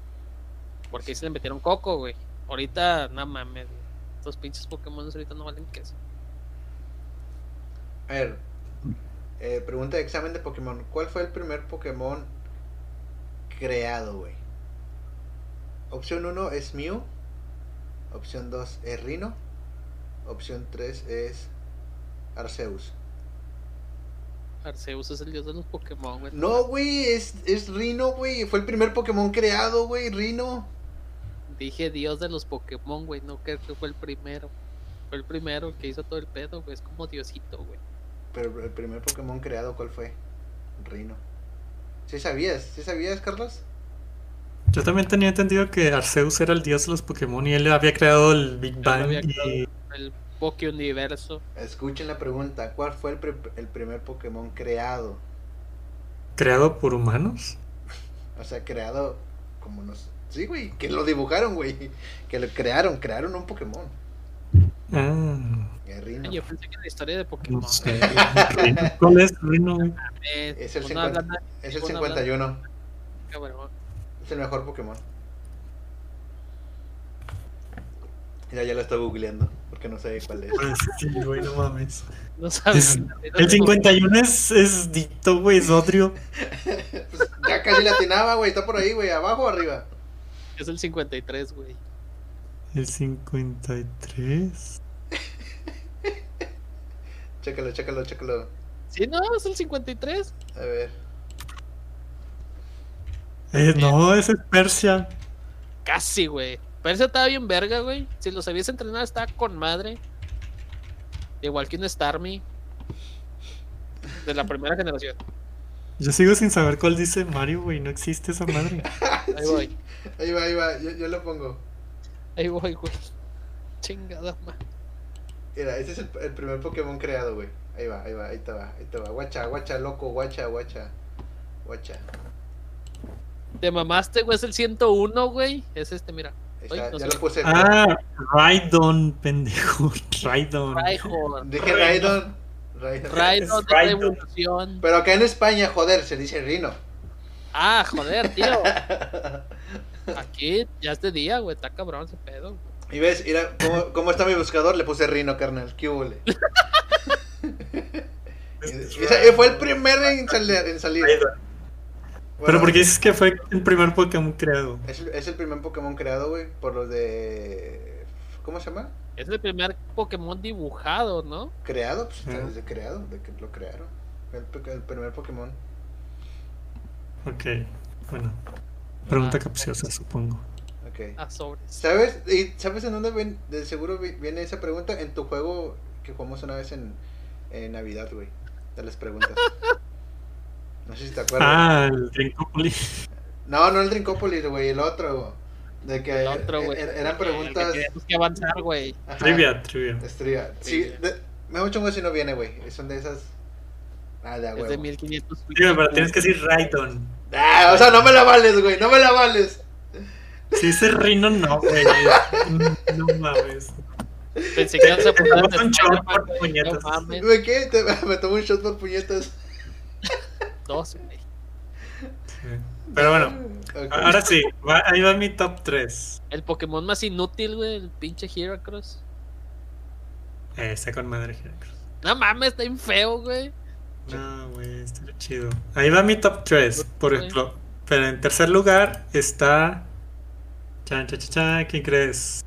S2: Porque ahí se le metieron coco, güey. Ahorita, no mames, güey. Estos pinches Pokémon ahorita no valen queso.
S1: A ver. eh, pregunta de examen de Pokémon. ¿Cuál fue el primer Pokémon creado, güey? Opción 1 es Mew. Opción 2 es Rhino. Opción 3 es Arceus.
S2: Arceus es el dios de los Pokémon, güey.
S1: No, güey, es, es Rhino, güey. Fue el primer Pokémon creado, güey, Rhino.
S2: Dije Dios de los Pokémon, güey. No creo que fue el primero. Fue el primero el que hizo todo el pedo, güey. Es como Diosito, güey.
S1: Pero el primer Pokémon creado, ¿cuál fue? Rhino. ¿Sí sabías? ¿Sí sabías, Carlos?
S4: Yo también tenía entendido que Arceus era el dios de los Pokémon y él había creado el
S2: Él
S4: Big
S2: lo
S4: Bang
S2: había
S4: y
S2: creado. El Poké Universo.
S1: Escuchen la pregunta. ¿Cuál fue el, pri- el primer Pokémon creado?
S4: creado por humanos.
S1: O sea, creado como nos... Sí, güey, que lo dibujaron, güey. Que lo crearon, crearon un Pokémon. Eh,
S4: Ah,
S1: El
S2: Ay,
S1: Rhino.
S2: Yo pensé que la historia de
S4: no
S2: Pokémon.
S4: sé. ¿Cuál es Rino? güey?
S2: eh,
S1: Es el
S2: uno hablando
S1: 50 Es el
S2: uno hablando de
S1: 51.
S2: cabrón.
S1: Es el mejor Pokémon. Mira, ya lo estoy googleando porque no sé cuál es.
S4: Pues sí, güey, no mames.
S2: No sabes.
S4: Es- El 51 es, es Dito, güey, es Odrio.
S1: Pues, ya casi latinaba, güey. Está por ahí, güey. Abajo o arriba.
S2: Es el 53, güey.
S4: El 53.
S1: Chécalo, chécalo, chécalo.
S2: Sí, no, es el 53.
S1: A ver.
S4: Eh, no, ese es Persia.
S2: Casi, güey. Persia estaba bien verga, güey. Si lo sabías entrenar, estaba con madre. Igual que un Starmie. De la primera generación.
S4: Yo sigo sin saber cuál dice Mario, güey. No existe esa madre.
S2: Ahí voy.
S1: Ahí va, ahí va. Yo, yo lo pongo.
S2: Ahí voy, güey. Chingada madre.
S1: Mira, ese es el, el primer Pokémon creado, güey. Ahí va, ahí va, ahí te va, ahí te va. Guacha, guacha, loco, guacha, guacha. Guacha.
S2: Te mamaste, güey. Es el 101, güey. Es este, mira.
S1: Ahí
S2: Oye,
S1: está,
S2: no
S1: ya
S2: sé.
S1: lo puse.
S4: Ah, Raidon, pendejo. Raidon.
S2: Raihor.
S1: Dije Raidon. Raidon. Rhino.
S2: Rhino de
S4: Rhino.
S2: Revolución.
S1: Pero acá en España, joder, se dice Rino.
S2: Ah, joder, tío. Aquí ya es de día, güey. Está cabrón ese pedo. güey.
S1: Y ves, mira, ¿cómo, cómo está mi buscador? Le puse Rino, carnal. ¿Qué hubo, le?
S4: Este
S1: Y- y sa- y fue el primero en, sali- en salir.
S4: Pero
S1: Bueno,
S4: porque dices que fue el primer Pokémon creado.
S1: Es, el- es el primer Pokémon creado, güey, por los de... ¿Cómo se llama?
S2: Es el primer Pokémon dibujado, ¿no?
S1: Creado, pues
S4: Ajá.
S1: desde creado, de que lo crearon. El, pe- el primer Pokémon.
S4: Ok, bueno. Pregunta
S2: Ah.
S4: capciosa, supongo.
S1: Ok.
S2: A sobres.
S1: ¿Sabes? ¿Y sabes en dónde ven, de seguro vi- viene esa pregunta? En tu juego que jugamos una vez en, en Navidad, güey. De las preguntas. No sé si te acuerdas.
S4: Ah, el Drinkopoly.
S1: No, no el Drinkopolis, güey, el otro. De que
S2: El otro, güey.
S1: er- eran
S2: El que
S1: preguntas.
S2: Tenemos que avanzar, güey.
S1: Ajá,
S4: Trivia, trivia.
S1: es trivia. Sí,
S2: Trivia.
S1: de- me da mucho gusto si no viene, güey. Son de esas. Ah, de a
S2: Es de
S1: huevo.
S2: 1500.
S4: Trivia, pero tienes que decir Raidon.
S1: Ah, o sea, no me la vales, güey, no me la vales.
S4: Si dices Rino, no, güey. No mames.
S2: Pensé que ibas a poner
S4: Te vas a un
S2: el de
S4: chorro
S2: Spider-Man,
S4: por
S2: güey.
S4: puñetas.
S2: No mames,
S1: ¿Me qué? Te- me tomé un shot por puñetas.
S2: dos, güey.
S4: Pero bueno,
S1: Ok.
S4: ahora sí, va- ahí va mi top 3.
S2: El Pokémon más inútil, güey. El pinche Heracross.
S4: Eh, está con madre Heracross.
S2: No mames, está bien feo, güey.
S4: No, güey, está chido. Ahí va mi top 3, por ejemplo. Pero en tercer lugar está. Chan, chan, chan, chan, ¿quién crees?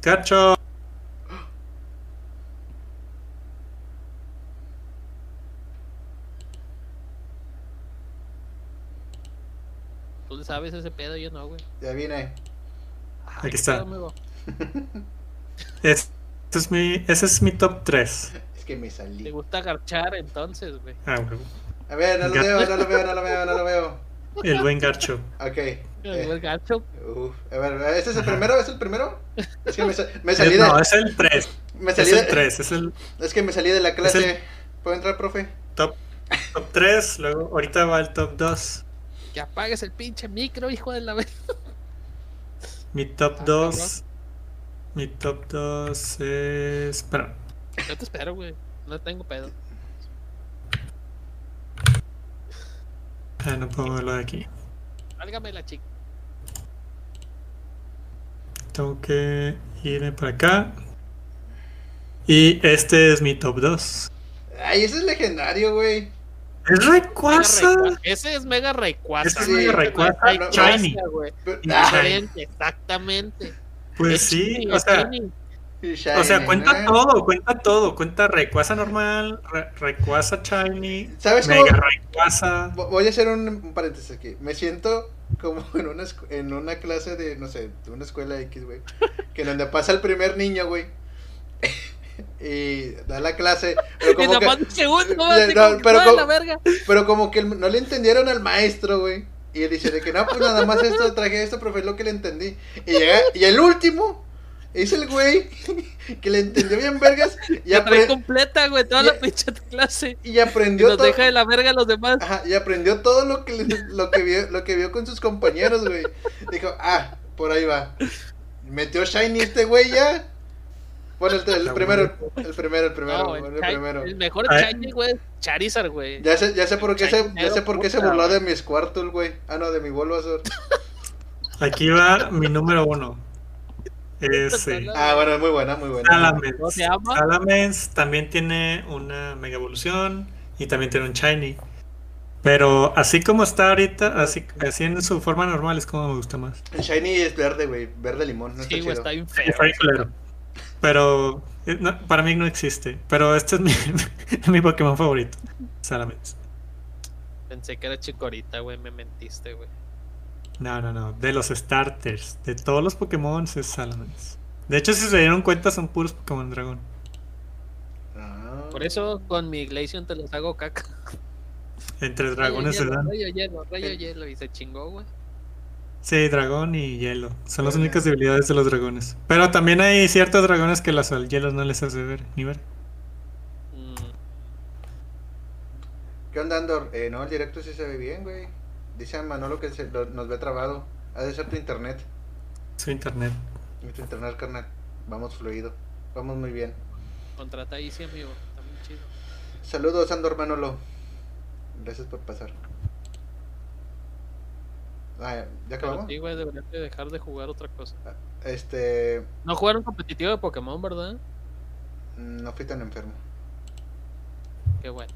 S4: Cacho.
S2: Tú le sabes ese pedo, yo no, güey.
S1: Ya vine.
S2: Ah,
S4: Aquí
S2: qué
S4: está.
S2: pedo, amigo.
S4: Es- este es mi, ese es mi top 3.
S1: Es que me salí.
S2: Te gusta garchar entonces, güey.
S4: Ah, huevo.
S1: A ver, no lo veo, no lo veo, no lo veo, no lo veo.
S4: El buen Garcho.
S1: Ok.
S2: El
S1: eh,
S2: buen gacho.
S1: uf. A ver, ¿este es el
S4: Ajá.
S1: primero? ¿Es el primero? Es que me, sa- me salí de.
S4: No, es el 3.
S1: Me
S4: Es
S1: salí
S4: el
S1: de,
S4: 3. Es el
S1: es que me salí de la
S4: Es
S1: clase. ¿Puedo entrar, profe?
S4: top 3. Luego, ahorita va el top 2.
S2: Que apagues el pinche micro, hijo de la vez.
S4: Mi
S2: Ah,
S4: top
S2: cabrón.
S4: 2. Mi top 2 es. Bueno,
S2: Yo te espero, güey. No tengo pedo.
S4: ah, no puedo verlo de aquí.
S2: Válgame la chica.
S4: Tengo que irme para acá. Y este es mi top 2.
S1: Ay, ese es legendario, güey.
S4: ¡Es
S2: Mega
S4: Rayquaza!
S2: Rayquaza. Ese es Mega Rayquaza.
S4: Este es
S1: Sí.
S4: Mega Rayquaza
S1: No, no,
S4: Shiny.
S2: güey.
S1: Pero- ah,
S4: Ay.
S2: Diferente, exactamente.
S4: Pues
S2: Es
S4: sí,
S2: shiny,
S4: o
S2: es
S4: sea,
S2: shiny.
S1: Shiny,
S4: o sea, cuenta
S1: ¿no?
S4: todo, cuenta todo. Cuenta Rayquaza normal, Ra- Rayquaza Shiny,
S1: ¿Sabes
S4: Mega
S1: cómo?
S4: Rayquaza.
S1: Vo- Voy a hacer un, un paréntesis aquí. Me siento como en una, escu- en una clase de, no sé, de una escuela X, güey. Que donde pasa el primer niño, güey. y da la clase. Pero
S2: Y
S1: como,
S2: nomás
S1: que,
S2: un segundo,
S1: No,
S2: así como que
S1: pero
S2: "Ah,
S1: como-
S2: la verga.
S1: pero como que no le entendieron al maestro, güey. Y él dice de que no, pues nada más esto, traje esto, profe, es lo que le entendí. Y llega, y el último es el güey que le entendió bien vergas y,
S2: La trae
S1: apre-
S2: completa, güey, toda
S1: Ya-
S2: la pinche clase.
S1: y
S2: Y
S1: aprendió
S2: nos
S1: todo.
S2: deja de la verga a los demás.
S1: Ajá, y aprendió todo lo que, le- lo que vio, lo que vio con sus compañeros, güey. Dijo, ah, por ahí va. Metió Shiny este güey ya. Bueno, el, el
S4: Ah,
S1: primero, el primero, el primero,
S2: No,
S1: bueno,
S2: el,
S1: el
S2: Char-
S1: primero.
S2: el mejor
S4: Ay.
S2: Shiny, güey, es Charizard, güey.
S1: Ya sé, ya sé por qué se, ya sé por qué se
S2: Puta,
S1: burló de mi Squirtle, güey. Ah, no, de mi Bulbasaur.
S4: Aquí va mi número 1. Ese.
S1: Ah, bueno, es muy buena, muy buena.
S2: ¿Cómo
S4: Salamence.
S2: se llama?
S4: Salamence también tiene una mega evolución y también tiene un shiny. Pero así como está ahorita, así, así en su forma normal es como me gusta más.
S1: El Shiny es verde, güey, verde limón, no está
S2: Sí, güey,
S1: chido.
S2: está bien feo.
S4: Está bien culero. Pero eh, no, para mí no existe. Pero este es mi, mi Pokémon favorito. Salamence.
S2: Pensé que era Chikorita, güey, me mentiste, güey.
S4: No, no, no. De los starters. De todos los Pokémon es Salamence. De hecho, si se dieron cuenta, son puros Pokémon Dragón.
S1: Ah.
S2: Por eso con mi Glaceon te los hago caca.
S4: Entre
S2: Rayo
S4: dragones se
S2: hielo,
S4: dan.
S2: rayo hielo, rayo hielo, y se chingó, güey.
S4: Sí, dragón y hielo. Son las
S1: Verga.
S4: únicas debilidades de los dragones. Pero también hay ciertos dragones que las al hielo no les hace ver ni ver.
S2: Mm,
S1: ¿Qué onda, Andor? Eh, no, el directo sí se ve bien, güey. Dice a Manolo que se- lo- nos ve trabado. Ha de ser tu internet.
S4: Su internet.
S1: Nuestro internet, carnal. Vamos fluido. Vamos muy bien.
S2: contrata a Easy, amigo. Está muy chido.
S1: Saludos, Andor Manolo. Gracias por pasar. Ah, ¿Ya
S2: Pero
S1: acabamos?
S2: sí, güey, deberías de dejar de jugar otra cosa.
S1: Este.
S2: No jugaron competitivo de Pokémon, ¿verdad?
S1: mm, No fui tan enfermo.
S2: Qué bueno.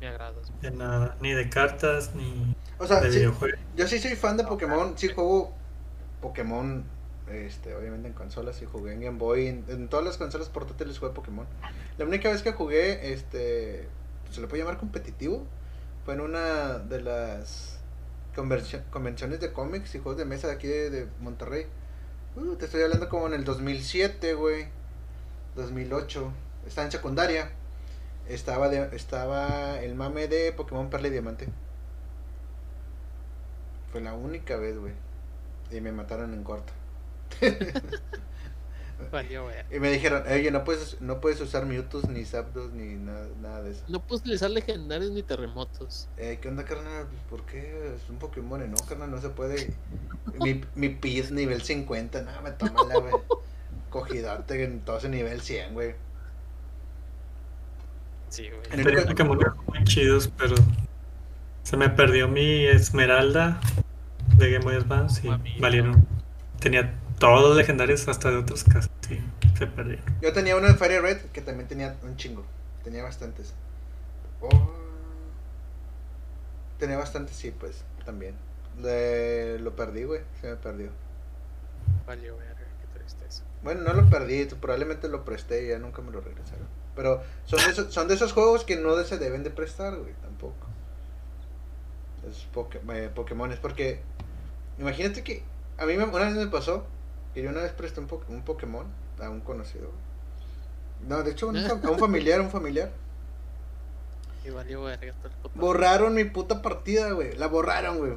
S2: Me agradas.
S4: De nada, ni de cartas, ni
S1: O sea,
S4: de
S1: Ah, sí,
S4: videojuegos.
S1: yo sí soy fan de
S2: Ah,
S1: Pokémon. Sí
S2: ok.
S1: juego Pokémon. Este, obviamente en consolas y jugué en Game Boy. En, en todas las consolas portátiles jugué Pokémon. La única vez que jugué, este. ¿Se le puede llamar competitivo? Fue en una de las conversi- convenciones de cómics y juegos de mesa de aquí de, de Monterrey. Uh, te estoy hablando como en el 2007, güey. 2008. Estaba en secundaria. Estaba, de, estaba el mame de Pokémon Perla y Diamante. Fue la única vez, güey. Y me mataron en corto.
S2: Valió, güey.
S1: Y me dijeron, oye, no puedes, no puedes usar Mewtwo, ni Zapdos, ni nada, nada de eso.
S2: No puedes utilizar legendarios ni terremotos.
S1: Eh, ¿Qué onda, carnal? ¿Por qué? Es un Pokémon, ¿eh? ¿no, carnal? No se puede. Mi, mi Pi es nivel 50, nada, me toma la, güey. Cogidote en todo ese nivel 100, güey.
S2: Sí, güey.
S1: En el
S4: Tenía
S1: único-
S4: Pokémon muy chidos, pero se me perdió mi Esmeralda de Game Boy Advance y
S2: Mamita.
S4: valieron. Tenía todos los legendarios hasta de otros casos. Sí, se perdieron.
S1: Yo tenía uno de Fire Red que también tenía un chingo. Tenía bastantes. Oh. Tenía bastantes, sí, pues, también. Le- Lo perdí, güey. Se me perdió.
S2: Valió, güey. Qué tristeza.
S1: Bueno, no lo perdí, probablemente lo presté y ya nunca me lo regresaron. Pero son de esos, son de esos juegos que no se deben de prestar, güey, tampoco. Esos poke- eh, Pokémon, porque imagínate que a mí me- una vez me pasó que yo una vez presté un, po- un Pokémon a un conocido. No, de hecho, un fam- a un familiar, un familiar.
S2: Y valió, güey. todo el cotorreo.
S1: Borraron mi puta partida, güey. La borraron, güey.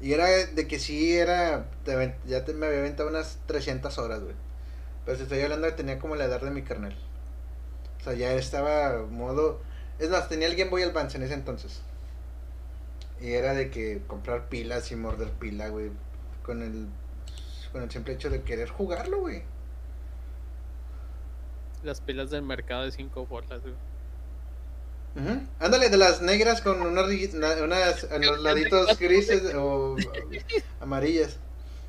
S1: Y era de que sí, era. te aven- ya te- me había aventado unas 300 horas, güey. Pero te estoy hablando que tenía como la edad de mi carnal. O sea, ya estaba modo. Es más, tenía el Game Boy Advance en ese entonces. Y era de que comprar pilas y morder pila, güey. Con el, con el simple hecho de querer jugarlo, güey.
S2: Las pilas del mercado de 5 bolas, güey.
S1: Ujú. Ándale, de las negras con unas, ri- na- unas a los laditos grises o o amarillas.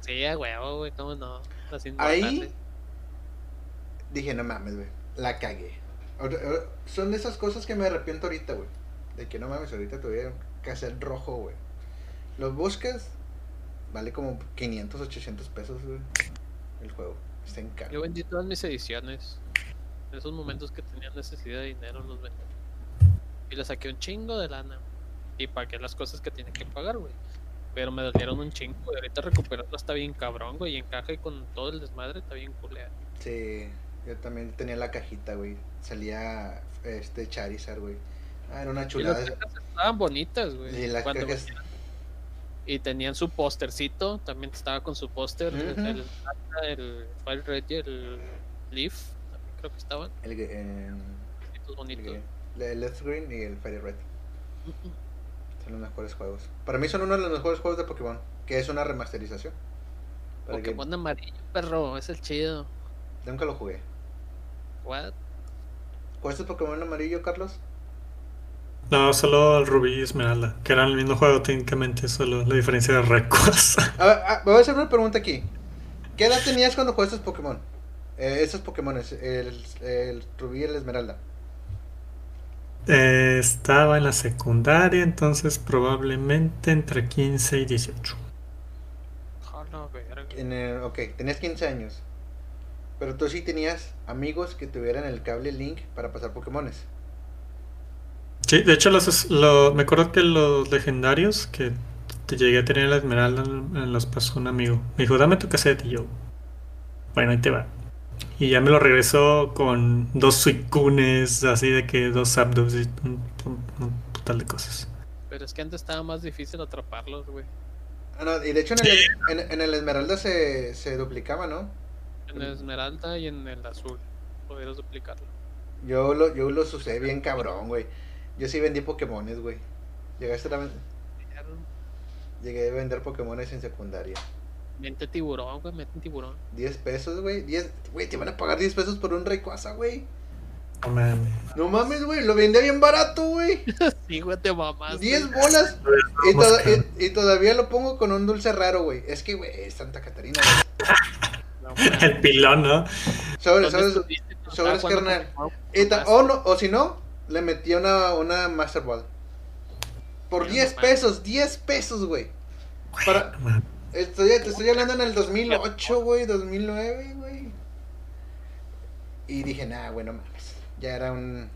S2: Sí, a huevo, güey. ¿Cómo no? Las
S1: Ahí
S2: inmortales.
S1: dije, no mames, güey, la cagué. Ahora- ahora- Son de esas cosas que me arrepiento ahorita, güey. De que no mames, ahorita tuviera que hacer rojo, güey. Los buscas, vale como 500, 800 pesos, güey. El juego, está en
S2: Yo
S1: caro.
S2: vendí todas mis ediciones. En esos momentos que tenía necesidad de dinero los vendí. Y le saqué un chingo de lana. Y pagué las cosas que tiene que pagar, güey. Pero me dolieron un chingo. Y ahorita recuperarlo está bien cabrón, güey. Y encaje con todo el desmadre está bien culero.
S1: Sí, yo también tenía la cajita, güey. Salía este Charizard, güey. Ah, era una
S2: Y las
S1: chulada.
S2: cajas estaban bonitas, güey.
S1: Y las
S2: Cuando
S1: cajas-
S2: venían. Y tenían su postercito. También estaba con su póster.
S1: Ujú.
S2: El Magna, el Fire Red y el Leaf. También creo que estaban.
S1: El, eh,
S2: Estos
S1: El
S2: bonitos.
S1: Green. La- El Let's Green y el Fire Red. Son los mejores juegos. Para mí son uno de los mejores juegos de Pokémon. Que es una remasterización. Para que-
S2: Pokémon amarillo, perro. Es el chido.
S1: Nunca lo jugué.
S2: What?
S1: ¿Jugaste Pokémon amarillo, Carlos?
S4: No, solo el Rubí y Esmeralda, que eran el mismo juego técnicamente, solo la diferencia de récords.
S1: A ver, ah, voy a hacer una pregunta aquí. ¿Qué edad tenías cuando jugaste Pokémon? Eh, esos Pokémones, el, el Rubí y el Esmeralda.
S4: Eh, estaba en la secundaria, entonces probablemente entre 15 y 18.
S2: Jala, verga.
S1: En el- ok, tenías 15 años. Pero tú sí tenías amigos que tuvieran el cable Link para pasar Pokémones.
S4: Sí, de hecho, los, es- lo- me acuerdo que los legendarios que te llegué a tener en la Esmeralda eh, los pasó un amigo. Me dijo, dame tu cassette y yo, bueno, ahí te va. Y ya me lo regresó con dos Suicunes, así de que dos Zapdos y un, un- un total de cosas.
S2: Pero es que antes estaba más difícil atraparlos, güey.
S1: Ah, no, y de hecho en el, en- en el Esmeralda se, se duplicaba, ¿no?
S2: En el esmeralda y en el azul. Podrías duplicarlo.
S1: Yo lo, yo los usé bien cabrón, güey. Yo sí vendí Pokémones, güey. Llegaste a la- Llegué a vender Pokémones en secundaria.
S2: Mete tiburón, güey. Mete tiburón.
S1: 10 pesos, güey. 10... Güey, te van a pagar 10 pesos por un Rayquaza, güey.
S4: No mames.
S1: No mames, güey, lo vendía bien barato, güey.
S2: Sí, güey, te mamaste.
S1: 10 bolas. Y, toda- y- y todavía lo pongo con un dulce raro, güey. Es que, güey, es Santa Catarina. güey.
S2: No,
S4: El pilón, ¿no?
S1: Sobres,
S2: ¿Dónde
S1: sobres.
S2: estuviste? ¿Dónde
S1: sobres,
S2: estaba? ¿Cuándo
S1: carnal.
S2: te tomó-
S1: Y ta-
S2: tomaste?
S1: o, no, o si no, le metí una, una Master Ball. Por
S2: Yo
S1: 10
S2: no mames.
S1: pesos, 10 pesos, güey. Para-
S4: No mames.
S1: Estoy, te estoy hablando en el 2008, güey, 2009, güey. Y dije, nah, güey, no mames. Ya era un...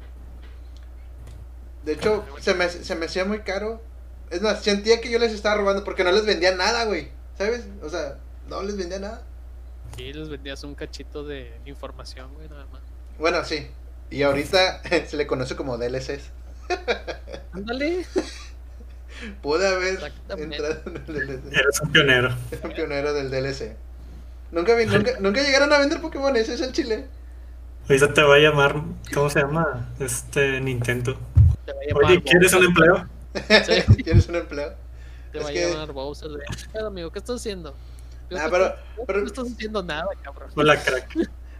S1: De hecho, se me, se me hacía muy caro. Es más, sentía que yo les estaba robando porque no les vendía nada, güey. ¿Sabes? O sea, no les vendía nada. oh.
S2: Sí, les vendías un cachito de información, güey, nada más.
S1: Bueno, sí. Y ahorita se le conoce como DLCs.
S2: Ándale.
S1: Pude haber
S2: Exactamente.
S1: entrado en el DLC.
S4: Eres un pionero.
S1: Pionero del DLC. Nunca, vi- nunca, nunca llegaron a vender Pokémon, ese es el chile.
S4: Ahorita te va a llamar, ¿cómo se llama? Este Nintendo.
S2: Te va a llamar
S4: Oye, ¿quieres un
S2: Bowser,
S4: empleo?
S2: Sí.
S1: ¿Tienes un empleo?
S2: Te
S1: Es
S2: va a
S1: que-
S2: llamar Bowser. de, "¿Qué pedo, amigo, ¿qué estás haciendo? Yo,
S1: Ah,
S2: "No
S1: pero-
S2: estás-
S1: pero-
S2: No estás haciendo nada, cabrón.
S4: Hola, crack.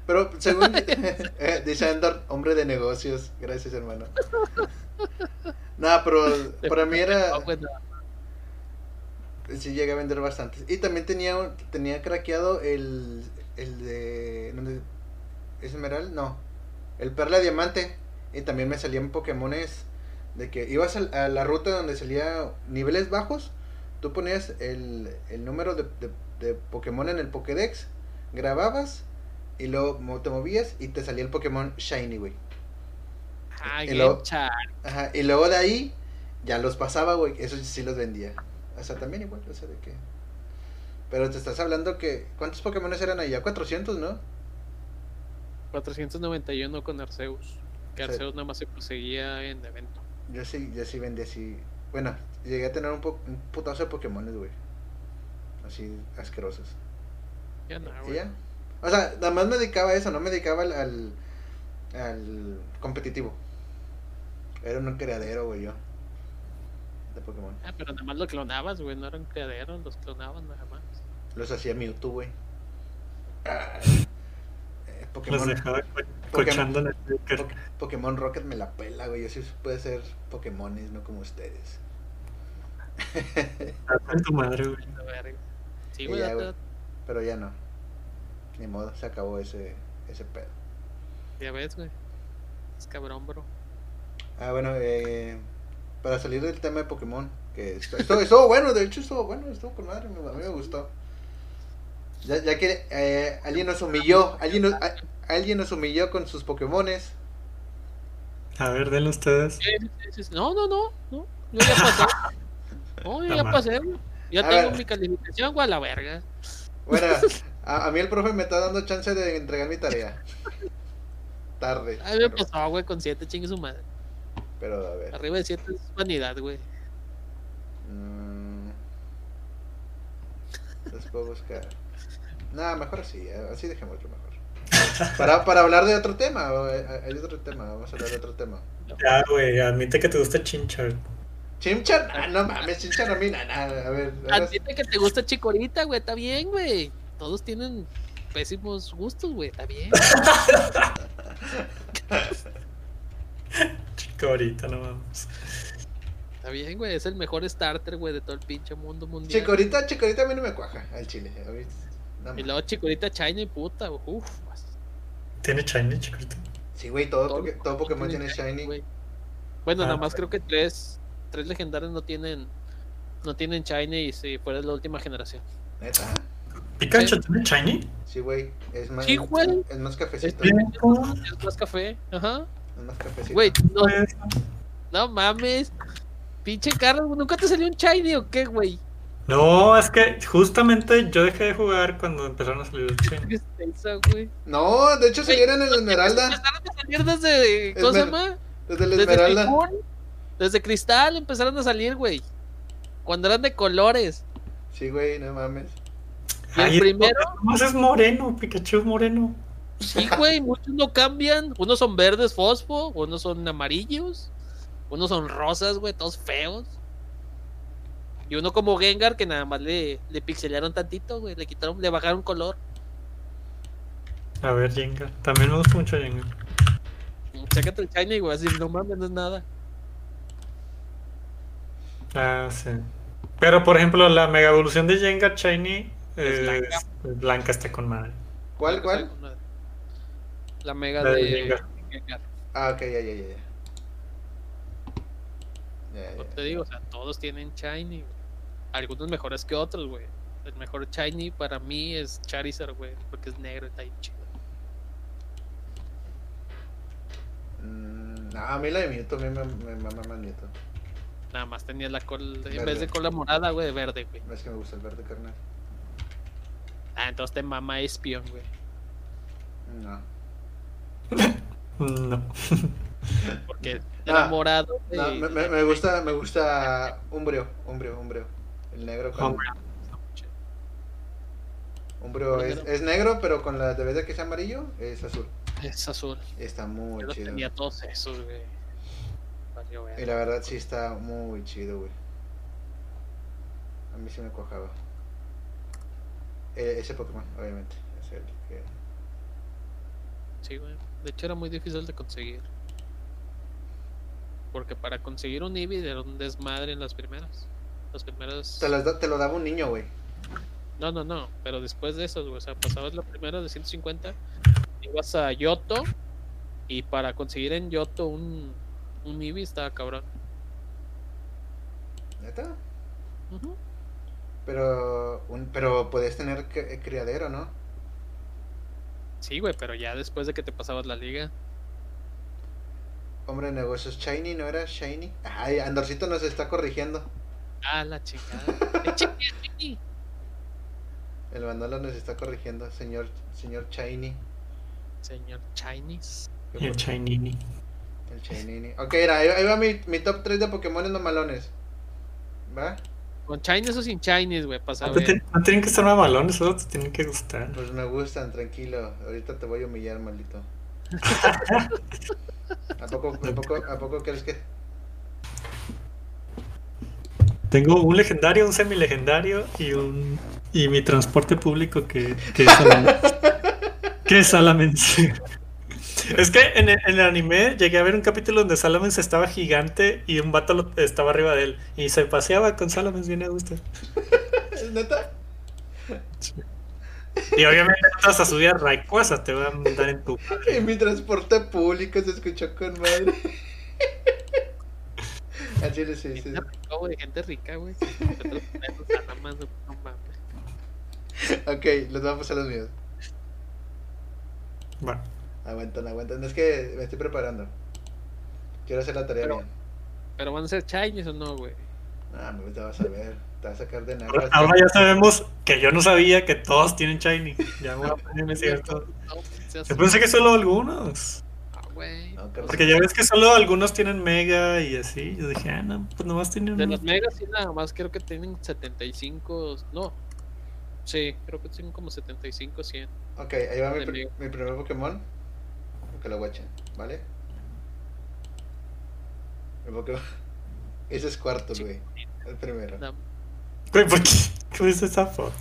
S1: Pero según eh, dice Andor, hombre de negocios, gracias hermano. Nada, pero para mí era
S2: No, güey, nada.
S1: sí llegué a vender bastantes. Y también tenía un- tenía craqueado el el de ¿dónde? Esmeral, no. El Perla Diamante y también me salían Pokémones de que ibas al- a la ruta donde salía niveles bajos, tú ponías el, el número de, de- de Pokémon en el Pokédex, grababas y luego mo- te movías y te salía el Pokémon Shiny, güey.
S2: Ah,
S1: Y
S2: Game
S1: luego-
S2: Shark.
S1: Ajá, y luego de ahí ya los pasaba, güey. Eso sí los vendía. O sea, también igual, o sea, de que. Pero te estás hablando que. ¿Cuántos Pokémon eran allá? 400, ¿no?
S2: 491 con Arceus. Que
S1: Sí.
S2: Arceus nada más se conseguía en evento.
S1: Yo sí, yo sí vendía así. Bueno, llegué a tener un, po- un putazo de Pokémones, güey. Así asquerosos.
S2: Ya no,
S1: Y
S2: Ah, güey.
S1: ya. O sea, nada más me dedicaba a eso, no me dedicaba al. al, al competitivo. Era un creadero, güey, yo. De Pokémon.
S2: Ah, pero nada más lo clonabas, güey. No eran criaderos, los clonaban nada más.
S1: Los hacía Mewtwo, güey. Ah, eh,
S4: Los
S1: Pokémon,
S4: dejaba co- cochando en el Joker.
S1: Poké- Pokémon Rocket me la pela, güey. Yo sí puede ser Pokémones, no como ustedes.
S4: Date en Ah, tu madre, güey.
S2: La verga. eh. Sí,
S1: Y
S2: güey.
S1: ya,
S2: date-
S1: güey. Pero ya no. Ni modo, se acabó ese, ese pedo.
S2: Ya ves, güey. Es cabrón, bro.
S1: Ah, bueno, eh, para salir del tema de Pokémon, que esto- esto- estuvo bueno, de hecho estuvo bueno, estuvo con madre, me- a
S2: Ah,
S1: mí me gustó. Ya, ya que eh, alguien nos humilló, alguien nos, a- alguien nos humilló con sus Pokémones.
S4: A ver, denle ustedes.
S2: Sí, sí, sí. No, no, no, no. Yo ya pasé. No, yo
S4: La
S2: ya
S4: madre.
S2: pasé, güey. Ya
S1: A
S2: tengo
S1: ver.
S2: mi calificación, güey, a la verga.
S1: Bueno, a, a mí el profe me está dando chance de entregar mi tarea. Tarde.
S2: A pues. mí me
S1: pero-
S2: pasó, güey, con 7, chingue su madre.
S1: Pero a ver.
S2: Arriba de 7 es vanidad, güey.
S1: mm, los puedo buscar. Nada, mejor así. eh, Así dejémoslo mejor. Para, para hablar de otro tema. o, eh, Hay otro tema. Vamos a hablar de otro tema.
S4: Ya, güey, admite que te gusta Chinchard.
S1: Chimchar. Ah, no mames, Chimchar a mí nada. A ver. ahora sí.
S2: Admite que te gusta Chicorita, güey. Está bien, güey. Todos tienen pésimos gustos, güey. Está bien.
S4: Chico, ahorita no vamos.
S2: Está bien, güey. Es el mejor starter, güey, de todo el pinche mundo mundial.
S1: Chicorita, chicorita a mí no me cuaja al chile. A mí, no
S2: Y
S1: mames.
S2: luego Chicorita China y puta, güey. Uf.
S4: ¿Tiene Shiny, Chicorita?
S1: Sí, güey, todo,
S2: Todo-
S1: Poké- todo Pokémon tiene
S2: Shiny,
S1: Shiny.
S2: güey. Bueno,
S4: Ah,
S2: nada más creo que tres, tres legendarios no tienen, no tienen Shiny y si fuera la última generación.
S1: Neta.
S4: ¿Pikachu tiene Shiny?
S1: Sí, güey. Es más,
S2: Sí, güey.
S1: es más cafecito.
S4: Bien, ¿cómo?
S2: Es más café, ajá.
S1: Es más cafecito.
S2: Güey, no,
S4: Pues,
S2: no mames. Pinche Carlos, ¿nunca te salió un Shiny o qué, güey?
S4: No, es que justamente yo dejé de jugar cuando empezaron a salir los Shiny.
S2: ¿Qué es eso, güey?
S1: No, de hecho salieron en la Esmeralda.
S2: Empezaron a salir desde. ¿Cómo se
S1: Esmer-
S2: llama?
S1: Desde la
S2: Desde
S1: Esmeralda.
S2: Picún, Desde Cristal empezaron a salir, güey. Cuando eran de colores.
S1: Sí, güey, no mames.
S2: Y el primero,
S4: Más es moreno, Pikachu es moreno.
S2: sí, güey, muchos no cambian. Unos son verdes fosfo, unos son amarillos, unos son rosas, güey, todos feos. Y uno como Gengar que nada más le, le pixelaron tantito, güey, le quitaron, le bajaron color.
S4: A ver, Jenga. También me gusta mucho Jenga.
S2: Chécate el Shiny, güey. Así, no mames, no es nada.
S4: Ah, sí. Pero por ejemplo, la mega evolución de Jenga Shiny
S2: Es
S4: eh,
S2: blanca.
S4: es- es blanca está con madre.
S1: ¿Cuál, cuál?
S2: La mega
S4: La de
S2: de.
S4: Jengar.
S2: Jengar.
S1: Ah, ok, ya, ya, ya. ya. Ya,
S2: Como
S1: ya,
S2: te
S1: ya.
S2: digo, o sea, todos tienen Shiny, güey. Algunos mejores que otros, güey. El mejor Shiny para mí es Charizard, güey. Porque es negro y está bien chido.
S1: Mm, no, a mí la de Mewtwo, a mí me, me mama más Mewtwo.
S2: Nada más tenía la cola. En
S1: Verde.
S2: vez de cola morada, güey, verde, güey.
S1: Es que me gusta el verde, carnal.
S2: Ah, entonces te mama Espion, güey.
S1: No.
S4: No.
S2: Porque
S1: Ah,
S2: era morado.
S1: No,
S2: güey,
S1: me,
S2: y-
S1: me- me gusta, me gusta Umbrio, Umbrio, Umbrio. El negro con...
S4: Umbrio.
S1: Umbrio es,
S2: Umbrio.
S1: es negro, pero con la de vez de que es amarillo, es azul.
S2: Es azul.
S1: Está muy
S2: Yo los
S1: chido.
S2: tenía todos esos, güey. Valió
S1: Y
S2: verga.
S1: la verdad sí está muy chido, güey. A mí sí me cuajaba. Eh, ese Pokémon, obviamente. Es el que...
S2: Sí, güey. De hecho, era muy difícil de conseguir. Porque para conseguir un Eevee era un desmadre en las primeras. Las primeras.
S1: te, las da- te lo daba un niño, güey.
S2: No, no, no. Pero después de eso, güey. O sea, pasabas la primera de 150. Ibas a Yoto. Y para conseguir en Yoto un, un Eevee estaba cabrón.
S1: ¿Neta?
S2: Ujú.
S1: Pero, un, pero podías tener cri- eh, criadero, ¿no?
S2: Sí, güey. Pero ya después de que te pasabas la liga.
S1: Hombre de negocios, Shiny, ¿no era Shiny? Ay, Andorcito nos está corrigiendo.
S2: Ah, la chingada. ¡Eh, chiqui, chiqui!
S1: El Manolo nos está corrigiendo, señor, señor Shiny.
S2: Señor Chinese.
S4: Y el Shiny.
S1: El Shinini. Ok, era, ahí ahí va mi, mi top 3 de Pokémon no malones. ¿Va?
S2: Con Chinese o sin Chinese, güey. Para
S4: No,
S2: saber.
S4: te- no tienen que estar mamalones, solo te tienen que gustar.
S1: Pues me gustan, tranquilo. Ahorita te voy a humillar, maldito. ¿A poco, a poco, a poco crees que.?
S4: Tengo un legendario, un semilegendario y un y mi transporte público que, que es Alamence. que es Alamence. Es que en el, en el anime llegué a ver un capítulo donde Salamence estaba gigante y un vato lo- estaba arriba de él y se paseaba con Salamence bien a gusto.
S1: ¿Es neta?
S4: Y obviamente no te vas a subir a Rayquaza, te van a mandar en tu
S1: Y mi transporte público se escuchó con madre. Al chile, sí, sí.
S2: Gente rica, güey, gente rica, güey. Nosotros tenemos nada más, güey, no mames.
S1: Ok, los vamos a los míos.
S4: Bueno,
S1: Aguantan, aguantan. Es que me estoy preparando. Quiero hacer la tarea
S2: Pero-
S1: bien.
S2: Pero van a ser Chinese o no, güey.
S1: Ah, me te vas a ver. Te vas a sacar de nada.
S4: ahora- ahora ya sabemos que yo no sabía que todos tienen Shiny. Ya voy a poner a investigar todo.
S2: No, seas-
S4: Yo pensé que solo algunos.
S2: Ah, güey.
S1: No,
S2: O
S1: carnal.
S4: Porque ya ves que solo algunos tienen mega y así. Yo dije, ah, no, pues nomás
S2: sea,
S4: tienen
S2: De los
S4: uno.
S2: megas sí nada más creo que tienen 75, no. Sí, creo que tienen como 75, 100.
S1: Ok, ahí va mi,
S2: Del
S1: pr-
S2: mío.
S1: mi primer Pokémon. Que lo guachen, ¿vale? El Pokémon. Ese es cuarto,
S2: Sí.
S1: güey. El primero.
S2: No,
S4: Güey, ¿por qué? ¿Cómo es esa foto?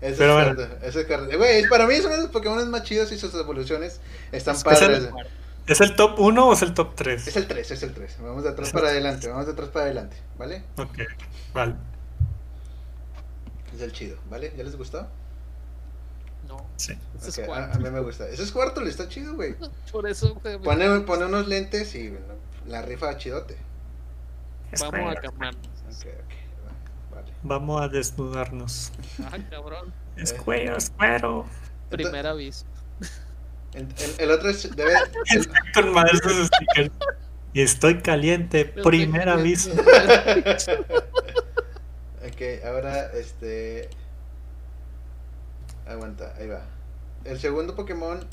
S1: Ese es
S4: Pero bueno.
S1: cuarto. Ese es cuarto. Eh, Güey, para mí son los Pokémon más chidos y sus evoluciones están
S2: Este
S4: Es que es el-
S1: padres.
S4: ¿Es el top 1 o es el top 3?
S1: Es el 3, es el 3. Vamos de atrás
S4: Es el
S1: para
S4: tres.
S1: adelante, vamos de atrás para adelante, ¿vale?
S4: Ok, vale.
S1: Es el chido, ¿vale? ¿Ya les gustó?
S2: no.
S4: Sí.
S2: Ese es
S1: Ok, ah, a,
S2: cuarto.
S1: a mí me gusta. Ese es cuarto, le está chido, güey.
S2: Por eso, güey,
S1: Pone, pone unos lentes y bueno, la rifa chidote.
S4: Es
S2: vamos a
S4: mega.
S2: camarnos.
S1: Ok, ok. va, Vale.
S4: Vamos a desnudarnos.
S2: Ah, cabrón.
S4: Es cuero, es cuero.
S2: Primera vez.
S1: El, el- el otro es. Debe, el-
S4: Con madre esos stickers. Y estoy caliente, primer aviso.
S1: Ok, ahora este. Aguanta, ahí va. El segundo Pokémon.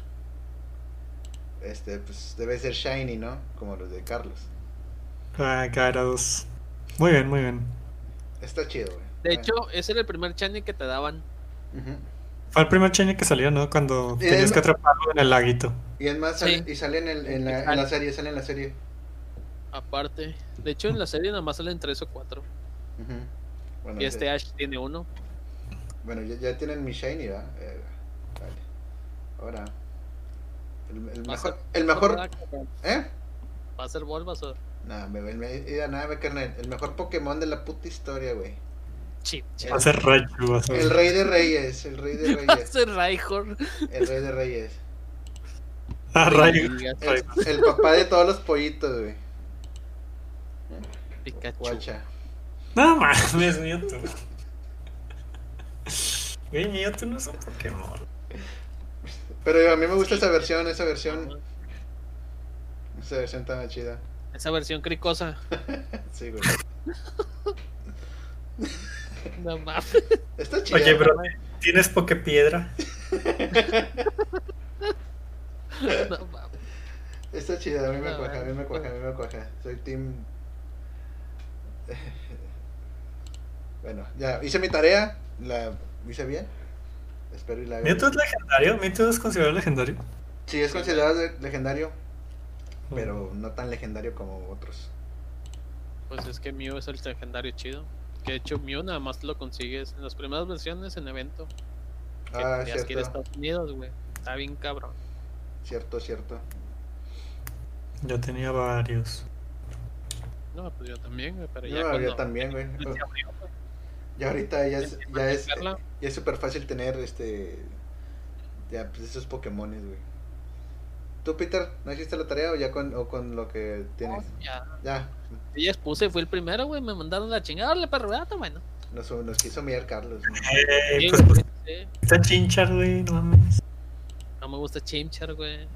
S1: Este, pues debe ser Shiny, ¿no? Como los de Carlos.
S4: Ah, caros. Muy bien, muy bien.
S1: Está chido, güey.
S2: De hecho, ese era el primer Shiny que te daban.
S1: Ujú.
S4: Fue el primer Shiny que salió, ¿no? Cuando
S1: Eh,
S4: tenías
S1: no-
S4: que atraparlo en el laguito.
S1: Y es más, sale-
S2: Sí.
S1: y sale en, el- en la, en la serie, sale en la serie.
S2: Aparte. De hecho, en la serie nada más salen 3 o 4.
S1: Ujú. Bueno,
S2: Y este
S1: ya,
S2: Ash tiene uno.
S1: bueno ya, ya tienen mi Shiny, ¿verdad? Eh, vale. Ahora. El, el
S2: Vas a-
S1: mejor. El mejor.
S2: Ah, cabrón.
S1: ¿Eh?
S2: Va a ser Bulbasaur.
S1: Nah, me, me, mira, nada, me carnal. El mejor Pokémon de la puta historia, güey.
S2: Chip, chip.
S1: Eh,
S4: Va a ser Raichu. va a
S2: Ah.
S4: ser-
S1: El rey de reyes, el rey de
S2: Va a
S1: reyes.
S2: ser Raihor.
S1: El rey de reyes.
S4: Ah, Raichu.
S2: Digas,
S1: El, el papá de todos los pollitos, güey.
S2: Pikachu.
S1: Guacha.
S4: No mames, Mewtwo. Güey, Mewtwo no es un Pokémon.
S1: Pero a mí me gusta esa versión, esa versión. Esa versión tan chida.
S2: Esa versión cricosa.
S1: Sí, güey.
S2: No mames.
S1: Está chida.
S4: Oye, pero ¿tienes Poképiedra?
S2: No mames.
S1: Está chida, a mí me
S2: No,
S1: cuaja, a mí me
S2: no.
S1: cuaja, a mí me cuaja. Soy team. Bueno, ya hice mi tarea, la hice bien. Espero y la haga
S4: Mewtwo
S1: bien.
S4: es legendario. Mewtwo es considerado legendario.
S1: Sí, es considerado le- legendario, pero no tan legendario como otros.
S2: Pues es que Mew es el legendario chido. Que de hecho Mew nada más lo consigues en las primeras versiones en evento. Que
S1: Ah,
S2: tenías que ir a
S1: cierto,
S2: Estados Unidos, güey. Está bien cabrón.
S1: cierto, cierto.
S4: Yo tenía varios.
S2: No, pues yo también, güey. Pero ya
S1: No,
S2: cuando...
S1: yo también, güey.
S2: Se abrió, güey.
S1: Ya ahorita ya es,
S2: Empieza a
S1: ya es,
S2: sacarla.
S1: ya es súper fácil tener este. Ya, pues esos Pokémones, güey. ¿Tú, Peter, no hiciste la tarea o ya con, o con lo que tienes?
S2: pues, Ya,
S1: Ya,
S2: yo ya expuse, fui el primero, güey. Me mandaron la chingada. Órale, perro, gato, bueno.
S1: Nos, nos quiso mirar Carlos. ¿no?
S4: Eh,
S2: Sí,
S4: pues
S2: güey, sí.
S4: está Chinchar, güey, no mames.
S2: No me gusta Chimchar, güey.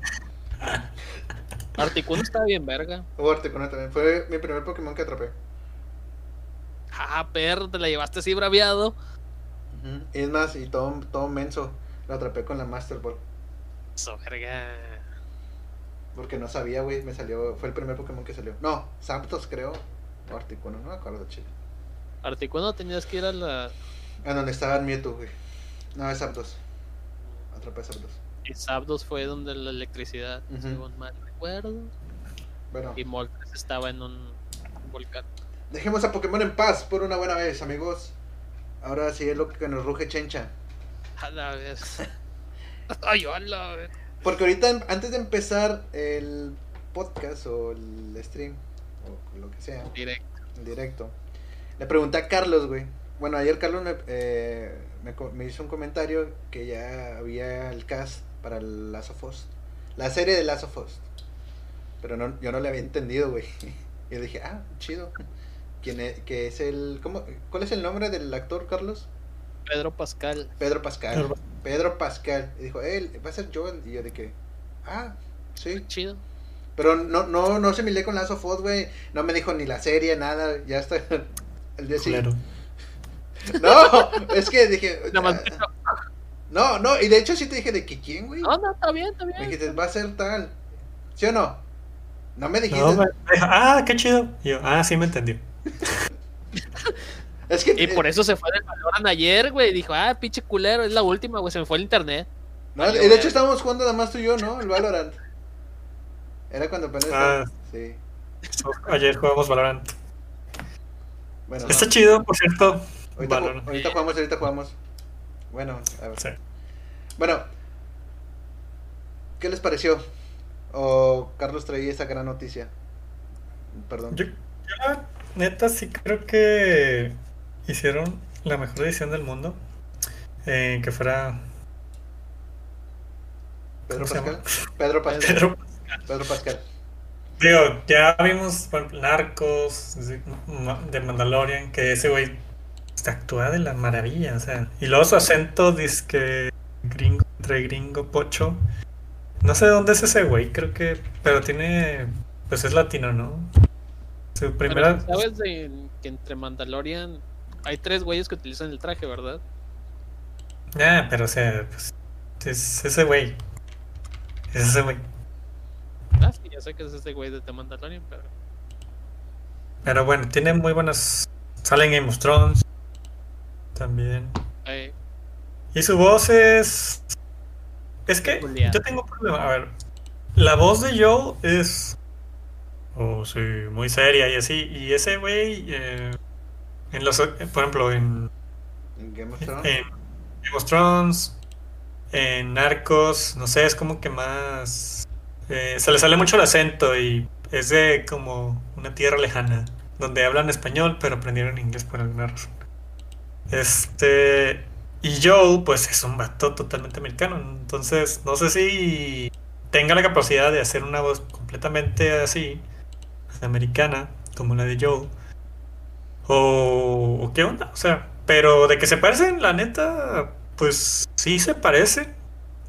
S2: Articuno está bien, verga.
S1: Hubo Articuno también. Fue mi primer Pokémon que atrapé.
S2: Ah, perro, te la llevaste así braviado.
S1: Y es más, y todo, todo menso. Lo atrapé con la Master Ball.
S2: Eso, verga.
S1: Porque no sabía, güey. Me salió. Fue el primer Pokémon que salió. No, Zapdos creo. O Articuno, no me acuerdo, chido.
S2: Articuno tenías que ir a la.
S1: Ah, donde estaba el Mewtwo, güey. No, es Zapdos. Atrapé Zapdos.
S2: Y Zapdos fue donde la electricidad,
S1: Ujú.
S2: según mal recuerdo.
S1: Bueno,
S2: Y Moltres estaba en un volcán.
S1: dejemos a Pokémon en paz por una buena vez, amigos. Ahora sí es lo que nos ruge Chencha.
S2: A la vez. Ay, hola, güey.
S1: Porque ahorita, en- antes de empezar el podcast o el stream, o lo que sea,
S2: Directo.
S1: en directo. Le pregunté a Carlos, güey. Bueno, ayer Carlos me, eh, me, co- me hizo un comentario que ya había el cast para el Last of Us. La serie de Last of Us. Pero no, yo no le había entendido, güey. Yo dije, ah, chido. ¿Quién es, que es el, ¿cómo, ¿Cuál es el nombre del actor, Carlos?
S2: Pedro Pascal.
S1: Pedro Pascal.
S4: Pedro.
S1: Pedro Pascal. Y dijo, él, va a ser Joel. Y yo dije, ah, sí.
S2: Chido.
S1: Pero no, no, no se me con Last of Us, güey. No me dijo ni la serie, nada. Ya está. El día siguiente.
S4: Culero.
S1: No, es que dije.
S2: Nada más.
S1: ah, No, no, y de hecho sí te dije de que quién, güey.
S2: No, no, está bien, está
S1: Me
S2: bien.
S1: dijiste, va a ser tal. ¿Sí o no? No me dijiste.
S4: No, me me dijo, ah, qué chido. Y yo, ah, sí me entendió.
S1: es que. eh,
S2: Y por eso se fue del Valoran ayer, güey. Dijo, ah, pinche culero, es la última, güey. Se me fue el internet.
S1: No, y de hecho estábamos jugando nada más tú y yo, ¿no? El Valorant. Era cuando apenas.
S4: Ah.
S1: Sí.
S4: Ayer jugamos Valorant.
S1: Bueno,
S4: Está chido, por cierto.
S1: ahorita, ju-
S4: Valorant.
S1: ahorita jugamos, ahorita jugamos. Bueno, a ver.
S4: Sí.
S1: Bueno, ¿qué les pareció? O Carlos traía esa gran noticia. Perdón.
S4: Yo, yo la neta sí creo que hicieron la mejor edición del mundo. Eh, que fuera
S1: Pedro
S4: ¿Cómo se llama?
S1: Pascal. Pedro Pascal.
S4: Pedro.
S1: Pedro Pascal.
S4: Digo, ya vimos por ejemplo, Narcos, de- de Mandalorian, que ese güey está actúa de la maravilla, o sea. Y luego su acento dizque gringo, entre gringo, pocho. No sé dónde es ese güey, creo que. Pero tiene. Pues es latino, ¿no? Su
S2: Pero,
S4: primera.
S2: ¿Sabes de- que entre Mandalorian hay tres güeyes que utilizan el traje, verdad?
S4: Ah, pero o sea, pues. Es ese güey. Es ese güey.
S2: Ah, sí, ya sé que es este güey de The Mandalorian, pero.
S4: Pero bueno, tiene muy buenas. Sale en Game of Thrones. También.
S2: eh,
S4: Y su voz es. Es que
S2: Peculiar.
S4: yo tengo un problema. A ver, la voz de Joel es. Oh, sí, muy seria y así. Y ese güey. eh, en los. Por ejemplo, en.
S1: En Game of Thrones.
S4: En Eh, Game of Thrones. En Narcos. No sé, es como que más. eh, se le sale mucho el acento y Es de como una tierra lejana, donde hablan español, pero aprendieron inglés por alguna razón. Este. Y Joe, pues es un vato totalmente americano. Entonces, no sé si tenga la capacidad de hacer una voz completamente así, americana, como la de Joe. O, o qué onda, o sea, pero de que se parecen, la neta, pues sí se parecen.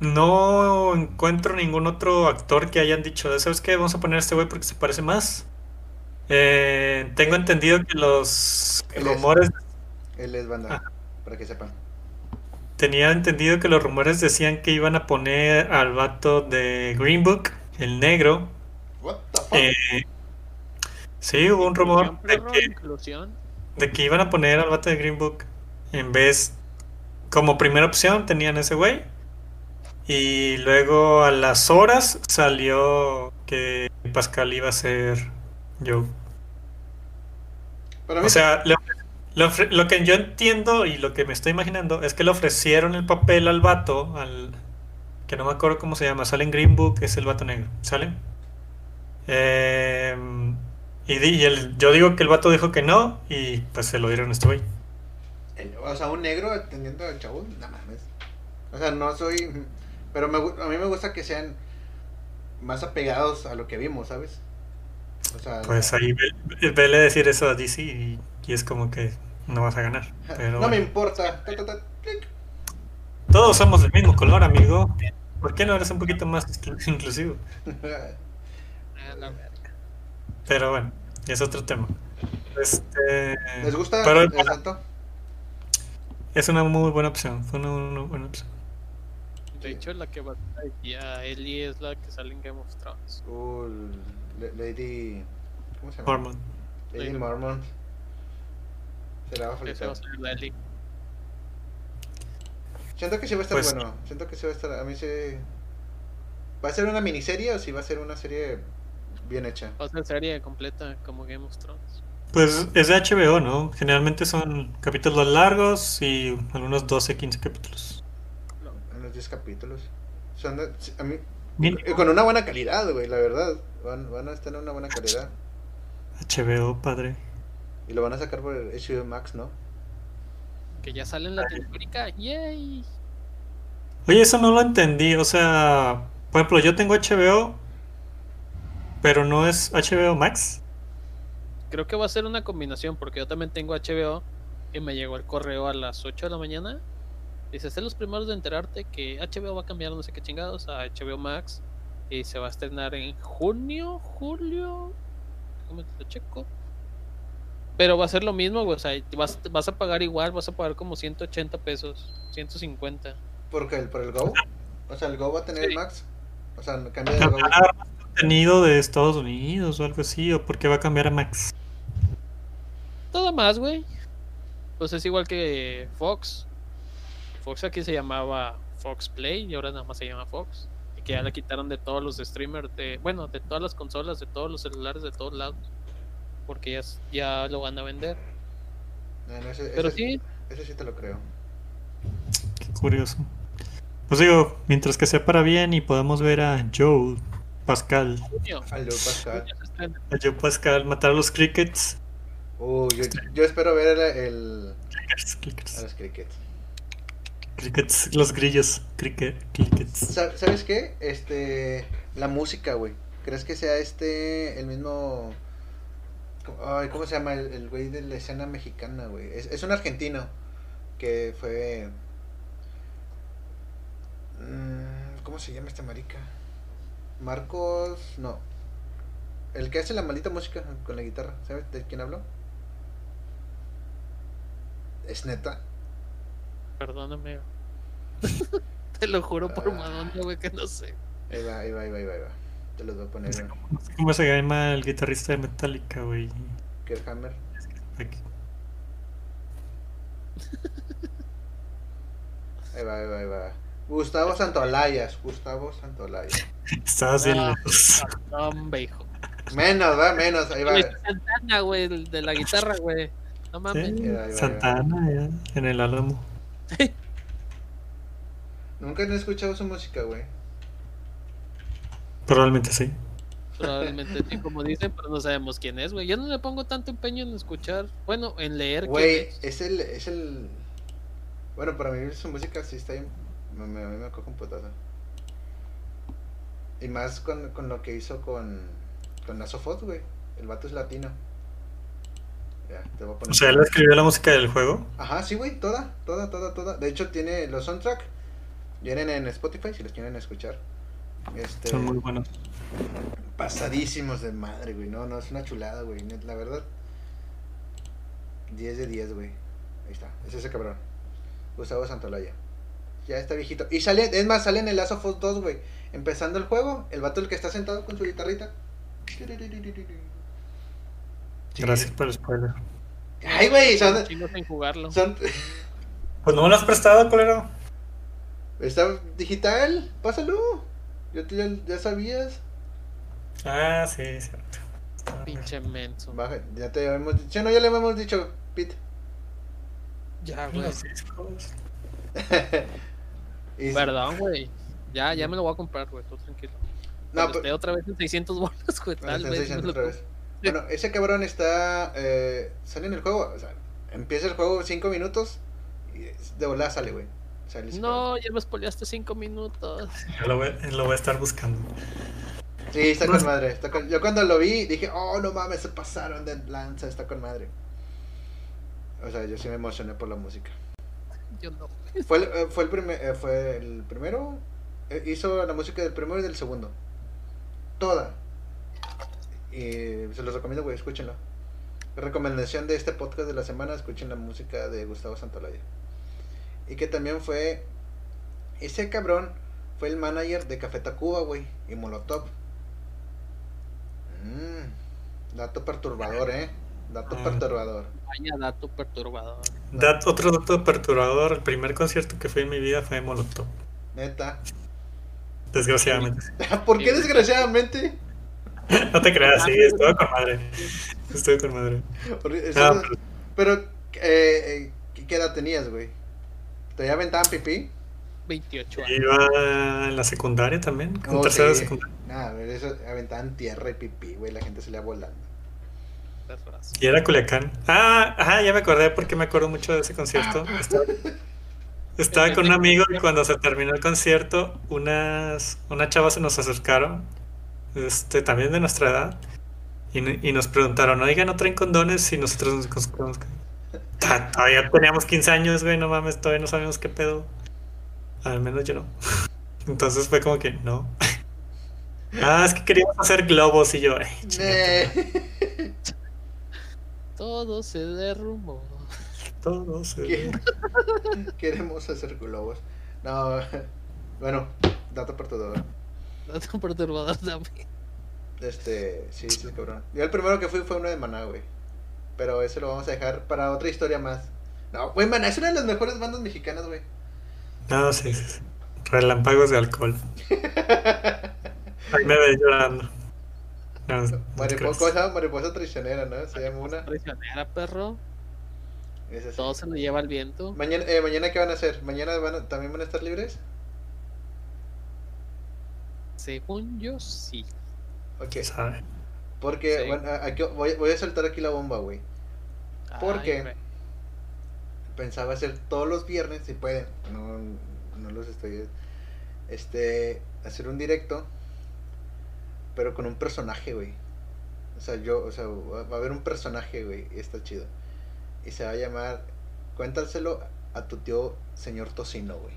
S4: No encuentro ningún otro actor que hayan dicho, ¿sabes qué? Vamos a poner a este güey porque se parece más. Eh, tengo entendido que los
S1: Él es.
S4: rumores
S1: Él es banda,
S4: Ah.
S1: para que sepan.
S4: Tenía entendido que los rumores decían que iban a poner al vato de Green Book, el negro.
S1: What the fuck?
S4: Eh, sí, hubo un rumor
S2: Inclusión,
S4: de
S2: perro,
S4: que,
S2: inclusión.
S4: de que iban a poner al vato de Green Book en vez, como primera opción, tenían ese güey. Y luego a las horas salió que Pascal iba a ser Joe.
S1: Para mí,
S4: O sea, le ofre- le ofre- lo que yo entiendo y lo que me estoy imaginando es que le ofrecieron el papel al vato, al que no me acuerdo cómo se llama, sale en Green Book, es el vato negro, ¿sale? Eh, y di- y el- yo digo que el vato dijo que no y pues se lo dieron a este güey.
S1: el- o sea, un negro atendiendo al chavo, no mames. O sea, no soy. Pero me gu- a mí me gusta que sean más apegados a lo que vimos, ¿sabes? O sea,
S4: Pues ahí ve- vele decir eso a DC y, y es como que no vas a ganar. Pero
S1: no me
S4: bueno.
S1: importa. ta, ta, ta, clic.
S4: Todos somos del mismo color, amigo. ¿Por qué no eres un poquito más inclu- inclusivo?
S2: Ah, la verga.
S4: Pero bueno, es otro tema. Este,
S1: ¿Les gusta Eh.
S4: Pero
S1: el santo?
S4: es una muy buena opción. Fue una, una buena opción.
S2: De hecho, la que batalla a Ellie es la que sale en Game of Thrones.
S1: Uh, l- Lady. ¿Cómo se llama?
S4: Hormone.
S1: Lady
S2: Lady.
S1: Mormon. Se la va a
S2: Esa va
S1: felicitar.
S2: a ser la Ellie.
S1: Siento que sí va a estar
S4: Pues-
S1: bueno. Siento que sí va a estar. A mí sí. ¿Va a ser una miniserie o si va a ser una serie bien hecha?
S2: Va a ser serie completa como Game of Thrones.
S4: Pues es de HBO, ¿no? Generalmente son capítulos largos y algunos 12, 15 capítulos.
S1: En los 10 capítulos. Son de- sí, a mí,
S4: Bien,
S1: eh, con una buena calidad, güey, la verdad. Van, van a estar en una buena calidad.
S4: HBO, padre.
S1: Y lo van a sacar por el HBO Max, ¿no?
S2: Que ya sale en Latinoamérica. ¡Yay!
S4: Oye, eso no lo entendí. O sea, por ejemplo, yo tengo HBO, pero no es HBO Max.
S2: Creo que va a ser una combinación porque yo también tengo HBO y me llegó el correo a las 8 de la mañana. Dice, sé los primeros de enterarte que HBO va a cambiar no sé qué chingados a HBO Max y se va a estrenar en junio, julio. ¿Cómo te lo checo? Pero va a ser lo mismo, güey. O sea, vas, vas a pagar igual, vas a pagar como 180 pesos, 150.
S1: Porque el, por el Go. O sea, el Go va a tener
S2: Sí.
S1: el Max. O sea, cambia de
S4: Pero
S1: Go. Ah,
S4: van a dar más contenido de Estados Unidos o algo así, o por qué va a cambiar a Max.
S2: Nada más, güey. Pues es igual que Fox. Fox aquí se llamaba Fox Play y ahora nada más se llama Fox. Y que ya la quitaron de todos los streamers, de, bueno, de todas las consolas, de todos los celulares, de todos lados. Porque ya, es- ya lo van a vender.
S1: No, no, ese,
S2: Pero
S1: ese-
S2: sí,
S1: ese sí te lo creo.
S4: Qué curioso. Pues digo, mientras que sea para bien y podamos ver a Joe Pascal,
S2: junio.
S1: Al Joe Pascal.
S2: junio se estrena.
S4: a Joe Pascal matar a los crickets.
S1: Uh, yo, yo espero ver el, el- a
S4: Crickets, crickets,
S1: los crickets.
S4: crickets, los grillos, cricket, crickets.
S1: Sa- ¿Sabes qué? Este, la música, güey. ¿Crees que sea este el mismo? Ay, ¿cómo se llama el el güey de la escena mexicana, güey? Es, es un argentino que fue. Mm, ¿Cómo se llama este marica? Marcos, no. El que hace la maldita música con la guitarra, ¿sabes de quién hablo? Es neta.
S2: Perdóname. Te lo juro por
S1: Ah.
S2: Madonna, güey, que no sé.
S1: Ahí va, ahí va, ahí va, ahí va. ahí va. Te los voy a poner. güey.
S4: No sé ¿Cómo se llama el guitarrista de Metallica, güey?
S1: Kerhammer.
S4: Aquí.
S1: Ahí va, ahí va, ahí va. Gustavo Santolayas, Gustavo Santolayas.
S4: Estabas bien
S2: Ah.
S4: lejos.
S2: Hombre, hijo.
S1: Menos, va, menos, ahí va.
S2: Luis Santana, güey, el de la guitarra, güey. No mames.
S4: Sí,
S1: va, ahí va.
S4: Santana, ya, en el álamo.
S1: Nunca he escuchado su música, güey.
S4: Probablemente sí.
S2: Probablemente sí, como dicen, pero no sabemos quién es, güey. Yo no le pongo tanto empeño en escuchar, bueno, en leer. quién
S1: Güey,
S2: es.
S1: es el, es el. Bueno, para mí su música sí está bien. Me, me, a mí me coge un putazo. Y más con, con lo que hizo con. Con Nasofot, güey. El vato es latino. Ya, te voy a poner.
S4: O sea, él escribió la música del juego.
S1: Ajá, sí, güey, toda, toda, toda, toda. De hecho, tiene los soundtrack. Vienen en Spotify si los quieren escuchar. Este,
S4: Son muy buenos.
S1: Pasadísimos de madre, güey. No, no, es una chulada, güey. net, La verdad. 10 de 10, güey. Ahí está. Es ese cabrón. Gustavo Santolaya. Ya está viejito. Y sale, es más, sale en el Last of Us 2, güey. Empezando el juego, el vato el que está sentado con su guitarrita. Sí.
S4: Gracias por el spoiler.
S1: Ay, güey, son,
S2: Chingos en jugarlo.
S1: son-
S4: Pues no me lo has prestado, colero.
S1: Está digital, pásalo. Yo te- ya, ya sabías.
S4: Ah, sí, es cierto. Está-
S2: Pinche menso.
S1: Baja, ya te habíamos dicho. No, ya le habíamos dicho, Pete.
S2: Ya, güey.
S4: Los discos.
S1: Y-
S2: Perdón, güey. Ya, ya me lo voy a comprar, güey. Tú tranquilo.
S1: No, pues,
S2: Cuando
S1: pero-
S2: esté otra vez en 600 bolas, güey.
S1: Bueno,
S2: Tal
S1: está
S2: vez.
S1: enseñando
S2: me lo
S1: otra vez. Bueno, ese cabrón está. eh, sale en el juego. O sea, empieza el juego 5 minutos. Y es- de volada sale, güey. Sale
S2: compro.
S1: ese
S2: No, ya me spoileaste 5 minutos.
S4: Yo lo voy, lo voy a estar buscando.
S1: cabrón. Sí, está
S4: no
S1: con
S4: es-
S1: madre. está con- Yo cuando lo vi dije, oh, no mames, se pasaron de lanza. Está con madre. O sea, yo sí me emocioné por la música.
S2: Yo no.
S1: Fue el, eh, fue el, primer, eh, fue el primero. eh, hizo la música del primero y del segundo. Toda. Y se los recomiendo, güey, escúchenlo. Recomendación de este podcast de la semana, escuchen la música de Gustavo Santolaya. Y que también fue... Ese cabrón fue el manager de Café Tacuba, güey, y Molotov. Mm, dato perturbador, ¿eh? Dato
S4: Ah.
S1: perturbador.
S2: Vaya dato perturbador.
S4: Dat- otro dato perturbador: el primer concierto que fui en mi vida fue de Molotov.
S1: Neta.
S4: Desgraciadamente.
S1: ¿Por qué desgraciadamente?
S4: No te creas, sí, estuve con madre. Estuve con madre.
S1: Horri-
S4: Ah,
S1: eso- pero, eh, eh, ¿qué qué edad tenías, güey? ¿Te ya aventaban pipí?
S2: 28 años.
S4: Iba en la secundaria también, con
S1: Oh,
S4: tercero de
S1: sí.
S4: secundaria.
S1: Nada, güey, eso aventaban tierra y pipí, güey, la gente se le va volando.
S2: perras.
S4: Y era Culiacán. Ah, ajá, ya me acordé porque me acuerdo mucho de ese concierto. Estaba, estaba con un amigo y cuando se terminó el concierto, unas, unas chavas se nos acercaron, este, también de nuestra edad, y, n- y nos preguntaron, oiga, ¿no traen condones? Y nosotros nos cons- cons- Ta- Todavía teníamos 15 años, güey, no mames, todavía no sabemos qué pedo. Al menos yo no. Entonces fue como que, no. Ah, es que queríamos hacer globos y yo, "Ay, chinga,
S1: Eh,
S2: Todo se derrumbó.
S4: todo se-
S1: que- Queremos hacer globos. No, bueno, dato perturbador.
S2: Dato perturbador también.
S1: Este, sí, sí, cabrón. Yo el primero que fui fue uno de Maná, güey. Pero eso lo vamos a dejar para otra historia más. No, güey, Maná es una de las mejores bandas mexicanas, güey.
S4: No, sí, sí, sí. Relámpagos de alcohol. Ahí me ve llorando. No, no te creas.
S1: Mariposa, mariposa traicionera, ¿no? Se llama una.
S2: Traicionera, perro.
S1: Es así.
S2: Todo se lo lleva el viento.
S1: Mañana, eh, mañana qué van a hacer? Mañana van a- también van a estar libres.
S2: Según yo, sí.
S1: Ok.
S4: ¿Sabe?
S1: Porque
S2: Sí.
S1: bueno, a- aquí- voy, voy a soltar aquí la bomba, güey. ¿Por
S2: Ay,
S1: qué?
S2: güey.
S1: Pensaba hacer todos los viernes si pueden. No, no los estoy. Este, hacer un directo, pero con un personaje, güey. O sea, yo, o sea, va va a haber un personaje, güey, y está chido. Y se va a llamar. Cuéntaselo a tu tío, señor Tocino, güey.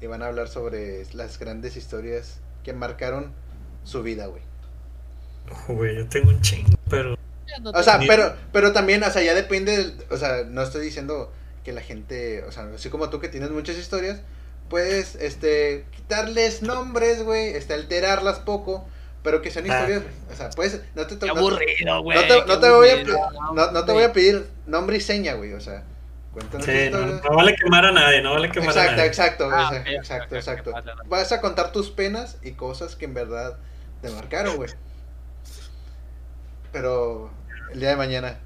S1: Y van a hablar sobre las grandes historias que marcaron su vida, güey.
S4: Güey, yo tengo un chingo, pero
S2: Ya no
S1: O sea,
S2: tengo-
S4: Ni-
S1: pero, pero también, o sea, ya depende, del- o sea, no estoy diciendo que la gente, o sea, así como tú que tienes muchas historias, puedes, este, quitarles nombres, güey, este, alterarlas poco, pero que sean
S4: Ah.
S1: historias, o sea, puedes, no te,
S2: Qué
S1: no te-
S2: aburrido, güey.
S1: no te-
S2: qué
S1: no te voy a
S2: aburrido,
S1: no, no te
S2: hombre.
S1: voy a pedir nombre y seña, güey, o sea, cuéntanos
S4: sí, no,
S1: historias.
S4: no vale quemar a nadie, no vale quemar a
S1: Exacto,
S4: nadie.
S1: exacto,
S2: Ah,
S1: exacto,
S2: ok, ok,
S1: exacto,
S2: ok,
S1: exacto.
S2: vale, vale.
S1: Vas a contar tus penas y cosas que en verdad te marcaron, güey. Pero el día de mañana.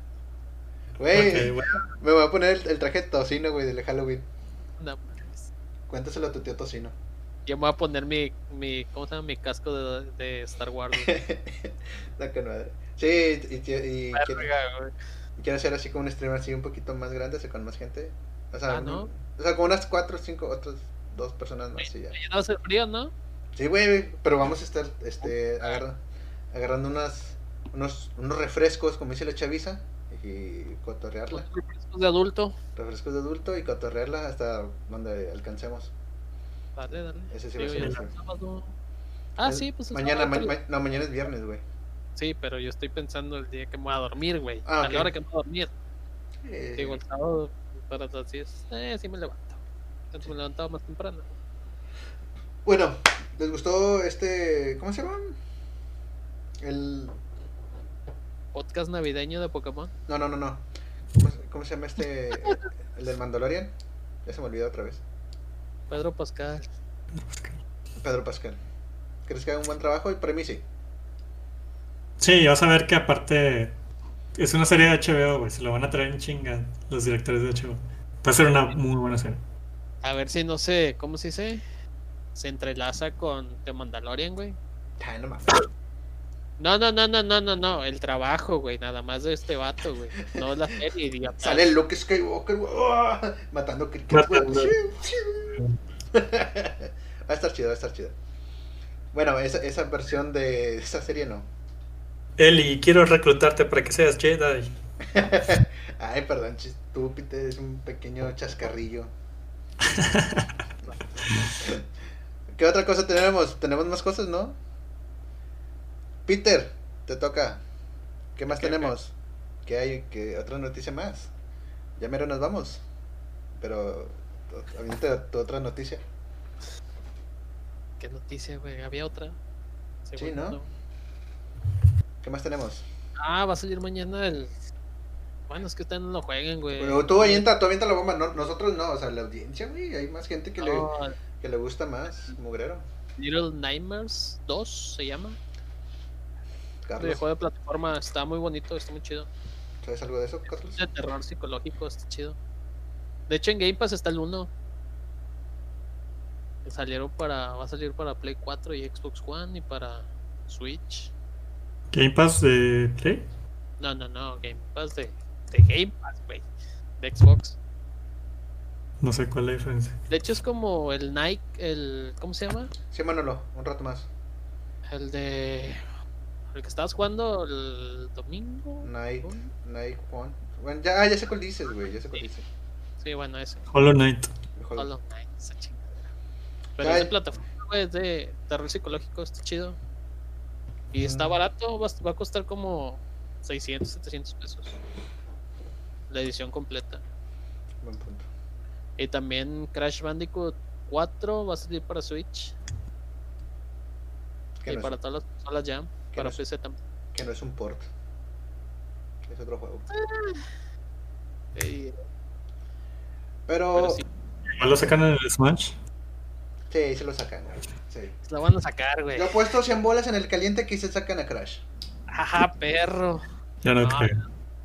S1: Güey,
S4: Ok, bueno,
S1: me voy a poner el, el traje tocino, güey, del Halloween.
S2: No, mames.
S1: Cuéntaselo a tu tío tocino.
S2: Yo me voy a poner mi, mi ¿cómo se llama? Mi casco de, de Star Wars. güey.
S1: La con madre. Sí, y, y- y- y quiere,
S2: Verga, güey.
S1: quiere hacer así como un stream así un poquito más grande, así con más gente. O sea,
S2: Ah, ¿no?
S1: o sea, como unas cuatro o cinco, otras dos personas más y ya.
S2: Ya no hace frío, ¿no?
S1: Sí, güey, pero vamos a estar este, agarra- agarrando unas, unos, unos refrescos, como dice la chaviza, y cotorrearla.
S2: Los refrescos Pues, de adulto.
S1: Refrescos de adulto y cotorrearla hasta donde alcancemos.
S2: Dale, dale.
S1: Ese sí va a
S2: Digo,
S1: ser
S2: ya
S1: el
S2: es sábado. Ah,
S1: Es-
S2: sí, pues el
S1: Mañana,
S2: sábado
S1: ma-
S2: te-
S1: ma- no, mañana es viernes, güey.
S2: Sí, pero yo estoy pensando el día que me voy a dormir, güey.
S1: Ah,
S2: A
S1: ok.
S2: la hora que me voy a dormir.
S1: Eh,
S2: Digo, el sábado para las 10. Eh, sí me levanto. Antes me levantaba más temprano.
S1: Bueno, ¿les gustó este. ¿Cómo se llama? El.
S2: Podcast navideño de Pokémon.
S1: No, no, no, no. ¿Cómo, se- cómo se llama este? El del Mandalorian. Ya se me olvidó otra vez.
S2: Pedro Pascal.
S1: Pedro Pascal. ¿Crees que haga un buen trabajo? Y para mí sí.
S4: Sí, vas a ver que aparte es una serie de HBO, güey. Se lo van a traer en chinga los directores de HBO. Va a ser una muy buena serie.
S2: A ver si no sé, ¿cómo se dice? Se entrelaza con The Mandalorian, güey.
S1: Ay, no mames.
S2: No, no, no, no, no, no, no. El trabajo, güey. Nada más de este vato, güey. No la serie, idiota.
S1: Sale Luke Skywalker, güey. ¡Ah! matando cricket.
S4: Matando.
S1: va a estar chido, va a estar chido. Bueno, esa, esa versión de esa serie no.
S4: Eli, quiero reclutarte para que seas Jedi.
S1: Ay, perdón, chis- tú, Peter, es un pequeño chascarrillo. ¿Qué otra cosa tenemos? Tenemos más cosas, ¿no? Peter, te toca. ¿Qué más
S2: Ok, ok.
S1: tenemos? ¿Qué hay? ¿Qué otra noticia más? Ya mero nos vamos. Pero o- avienta tu otra noticia.
S2: ¿Qué noticia, güey? Había otra. Según
S1: ¿no?
S2: yo,
S1: ¿Qué más tenemos?
S2: Ah, va a salir mañana el. Bueno, es que ustedes no lo jueguen, güey.
S1: Pero tú avienta, tú avienta la bomba. No, nosotros no, o sea, la audiencia, güey. Hay más gente que, le,
S2: No,
S1: que le gusta más, mugrero.
S2: Little Nightmares 2 se llama. El
S1: Carlos,
S2: juego de plataforma está muy bonito, está muy chido.
S1: ¿sabes algo de eso, Carlos?
S2: Es de terror psicológico, está chido. De hecho, en Game Pass está el 1. Que Salieron para. Va a salir para Play 4 y Xbox One y para Switch.
S4: Game Pass de Play.
S2: No, no, no, Game Pass de, de Game Pass, güey. De Xbox.
S4: No sé cuál es la diferencia.
S2: De hecho, es como el Nike, el. ¿Cómo se llama?
S1: Sí, Manolo, un rato más.
S2: El de. El que estabas jugando el domingo.
S1: Night, Night Juan. Bueno, ya, ah, ya sé cuál dices, güey. Ya sé cuál
S2: Sí.
S1: dices.
S2: Sí, bueno, ese.
S4: Hollow Knight.
S1: Mejor-
S2: Hollow Knight, esa chingadera. Pero
S1: Ay.
S2: es de plataforma, güey, es de terror psicológico, está chido. Y está
S1: Mm.
S2: barato, va, va a costar como 600, 700 pesos. La edición completa.
S1: Buen punto.
S2: Y también Crash Bandicoot 4 va a salir para Switch
S1: Que,
S2: y
S1: no
S2: para
S1: es,
S2: todas las consolas ya.
S1: que
S2: Para
S1: no es-
S2: PC también.
S1: que no es un port. Es otro juego.
S2: Eh, Y-
S1: Pero,
S2: pero sí,
S1: sí.
S4: Igual lo sacan en el Smash.
S1: se lo sacan. güey. Sí.
S2: la van a sacar, güey.
S1: Yo he puesto 100 bolas en el caliente que se sacan a Crash.
S2: Eh, Ajá, perro.
S4: Ya no
S2: No,
S4: creo.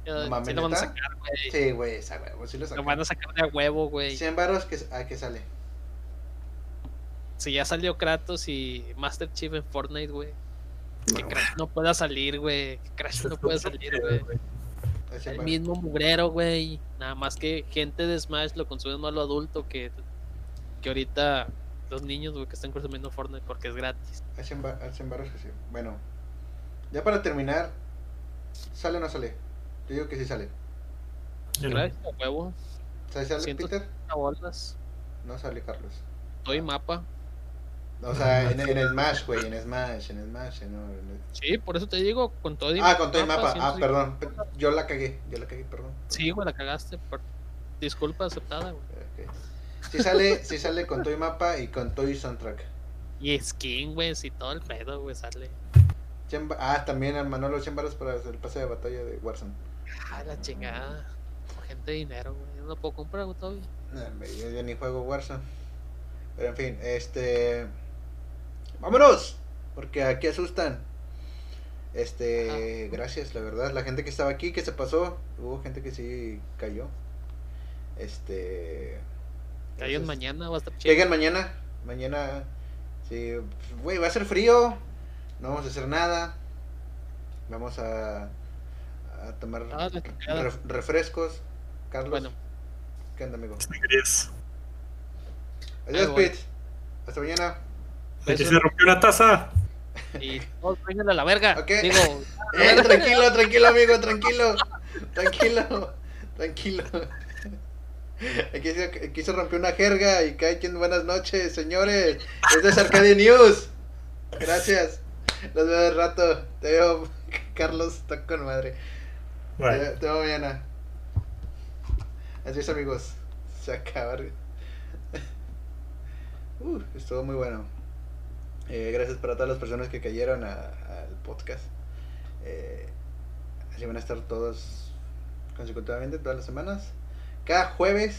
S2: Ya-
S1: No mames,
S2: sí lo van a
S1: ¿neta?
S2: sacar, güey.
S1: Sí, güey, esa, güey. pues Sí lo
S2: Lo
S1: sacan.
S2: van a sacar de a huevo, güey.
S1: 100 baros que, a que sale.
S2: Si ya salió Kratos y Master Chief en Fortnite, güey. Que Crash no pueda salir, güey. Que Crash no pueda salir, güey.
S1: Es 100
S2: El
S1: varos.
S2: mismo mugrero, güey. Nada más que gente de Smash lo consume más lo adulto que, que ahorita los niños, güey, que están consumiendo Fortnite porque es gratis.
S1: Es 100 ba- es 100 baros que sí. Bueno, ya para terminar, ¿sale o no sale? Yo digo que sí sale.
S4: Ya no.
S2: Crash, a huevo.
S1: ¿Sale, sale
S2: Siento-
S1: Peter?
S2: a bolas.
S1: No sale Carlos.
S2: Doy mapa.
S1: O sea, en, en Smash, güey, en Smash, en Smash, en- en-
S2: Sí, por eso te digo, con todo y
S1: Ah, con todo el mapa. Ah,
S2: 150.
S1: perdón. Yo la cagué, yo la cagué, perdón.
S2: Sí, güey, la cagaste. per- Disculpa aceptada, güey.
S1: Ok. Sí sale, sí sale con todo el mapa y con todo y soundtrack.
S2: Y skin, güey, y todo el pedo, güey, sale.
S1: Cien ba- Ah, también a Manolo 100 baros para el pase de batalla de Warzone.
S2: Ah, la chingada. Gente de dinero, güey. Yo no puedo comprar, güey, todavía.
S1: No, hombre, yo, yo ni juego Warzone. Pero en fin, este... ¡Vámonos! Porque aquí asustan. Este, gracias, la verdad. La gente que estaba aquí, que se pasó. Hubo gente que sí cayó. Este...
S2: Cayó
S1: gracias.
S2: mañana, va a estar chido.
S1: Lleguen mañana. Mañana Sí, güey, va a ser frío, no vamos a hacer nada, vamos a, a tomar
S2: Ah, la chingada.
S1: ref- refrescos. Carlos,
S2: Bueno.
S1: ¿qué onda, amigo?
S4: Sangrías.
S1: Adiós,
S2: Ahí voy.
S1: Pete. Hasta mañana.
S4: Aquí
S2: Eso-
S4: se rompió una taza.
S2: Y todos vengan a la verga.
S1: Ok.
S2: Digo,
S1: Eh, tranquilo, tranquilo, amigo, tranquilo. Tranquilo, tranquilo. Aquí se, aquí se rompió una jerga y cae quien buenas noches, señores. Esto es Arcadia News. Gracias. Los veo de rato. Te veo, Carlos, está con madre. Te,
S4: Bueno,
S1: te veo mañana. eh. Así es, amigos. Se acaba. Uh, estuvo muy bueno. Eh, gracias para todas las personas que cayeron a- al podcast. Eh, así van a estar todos consecutivamente, todas las semanas. Cada jueves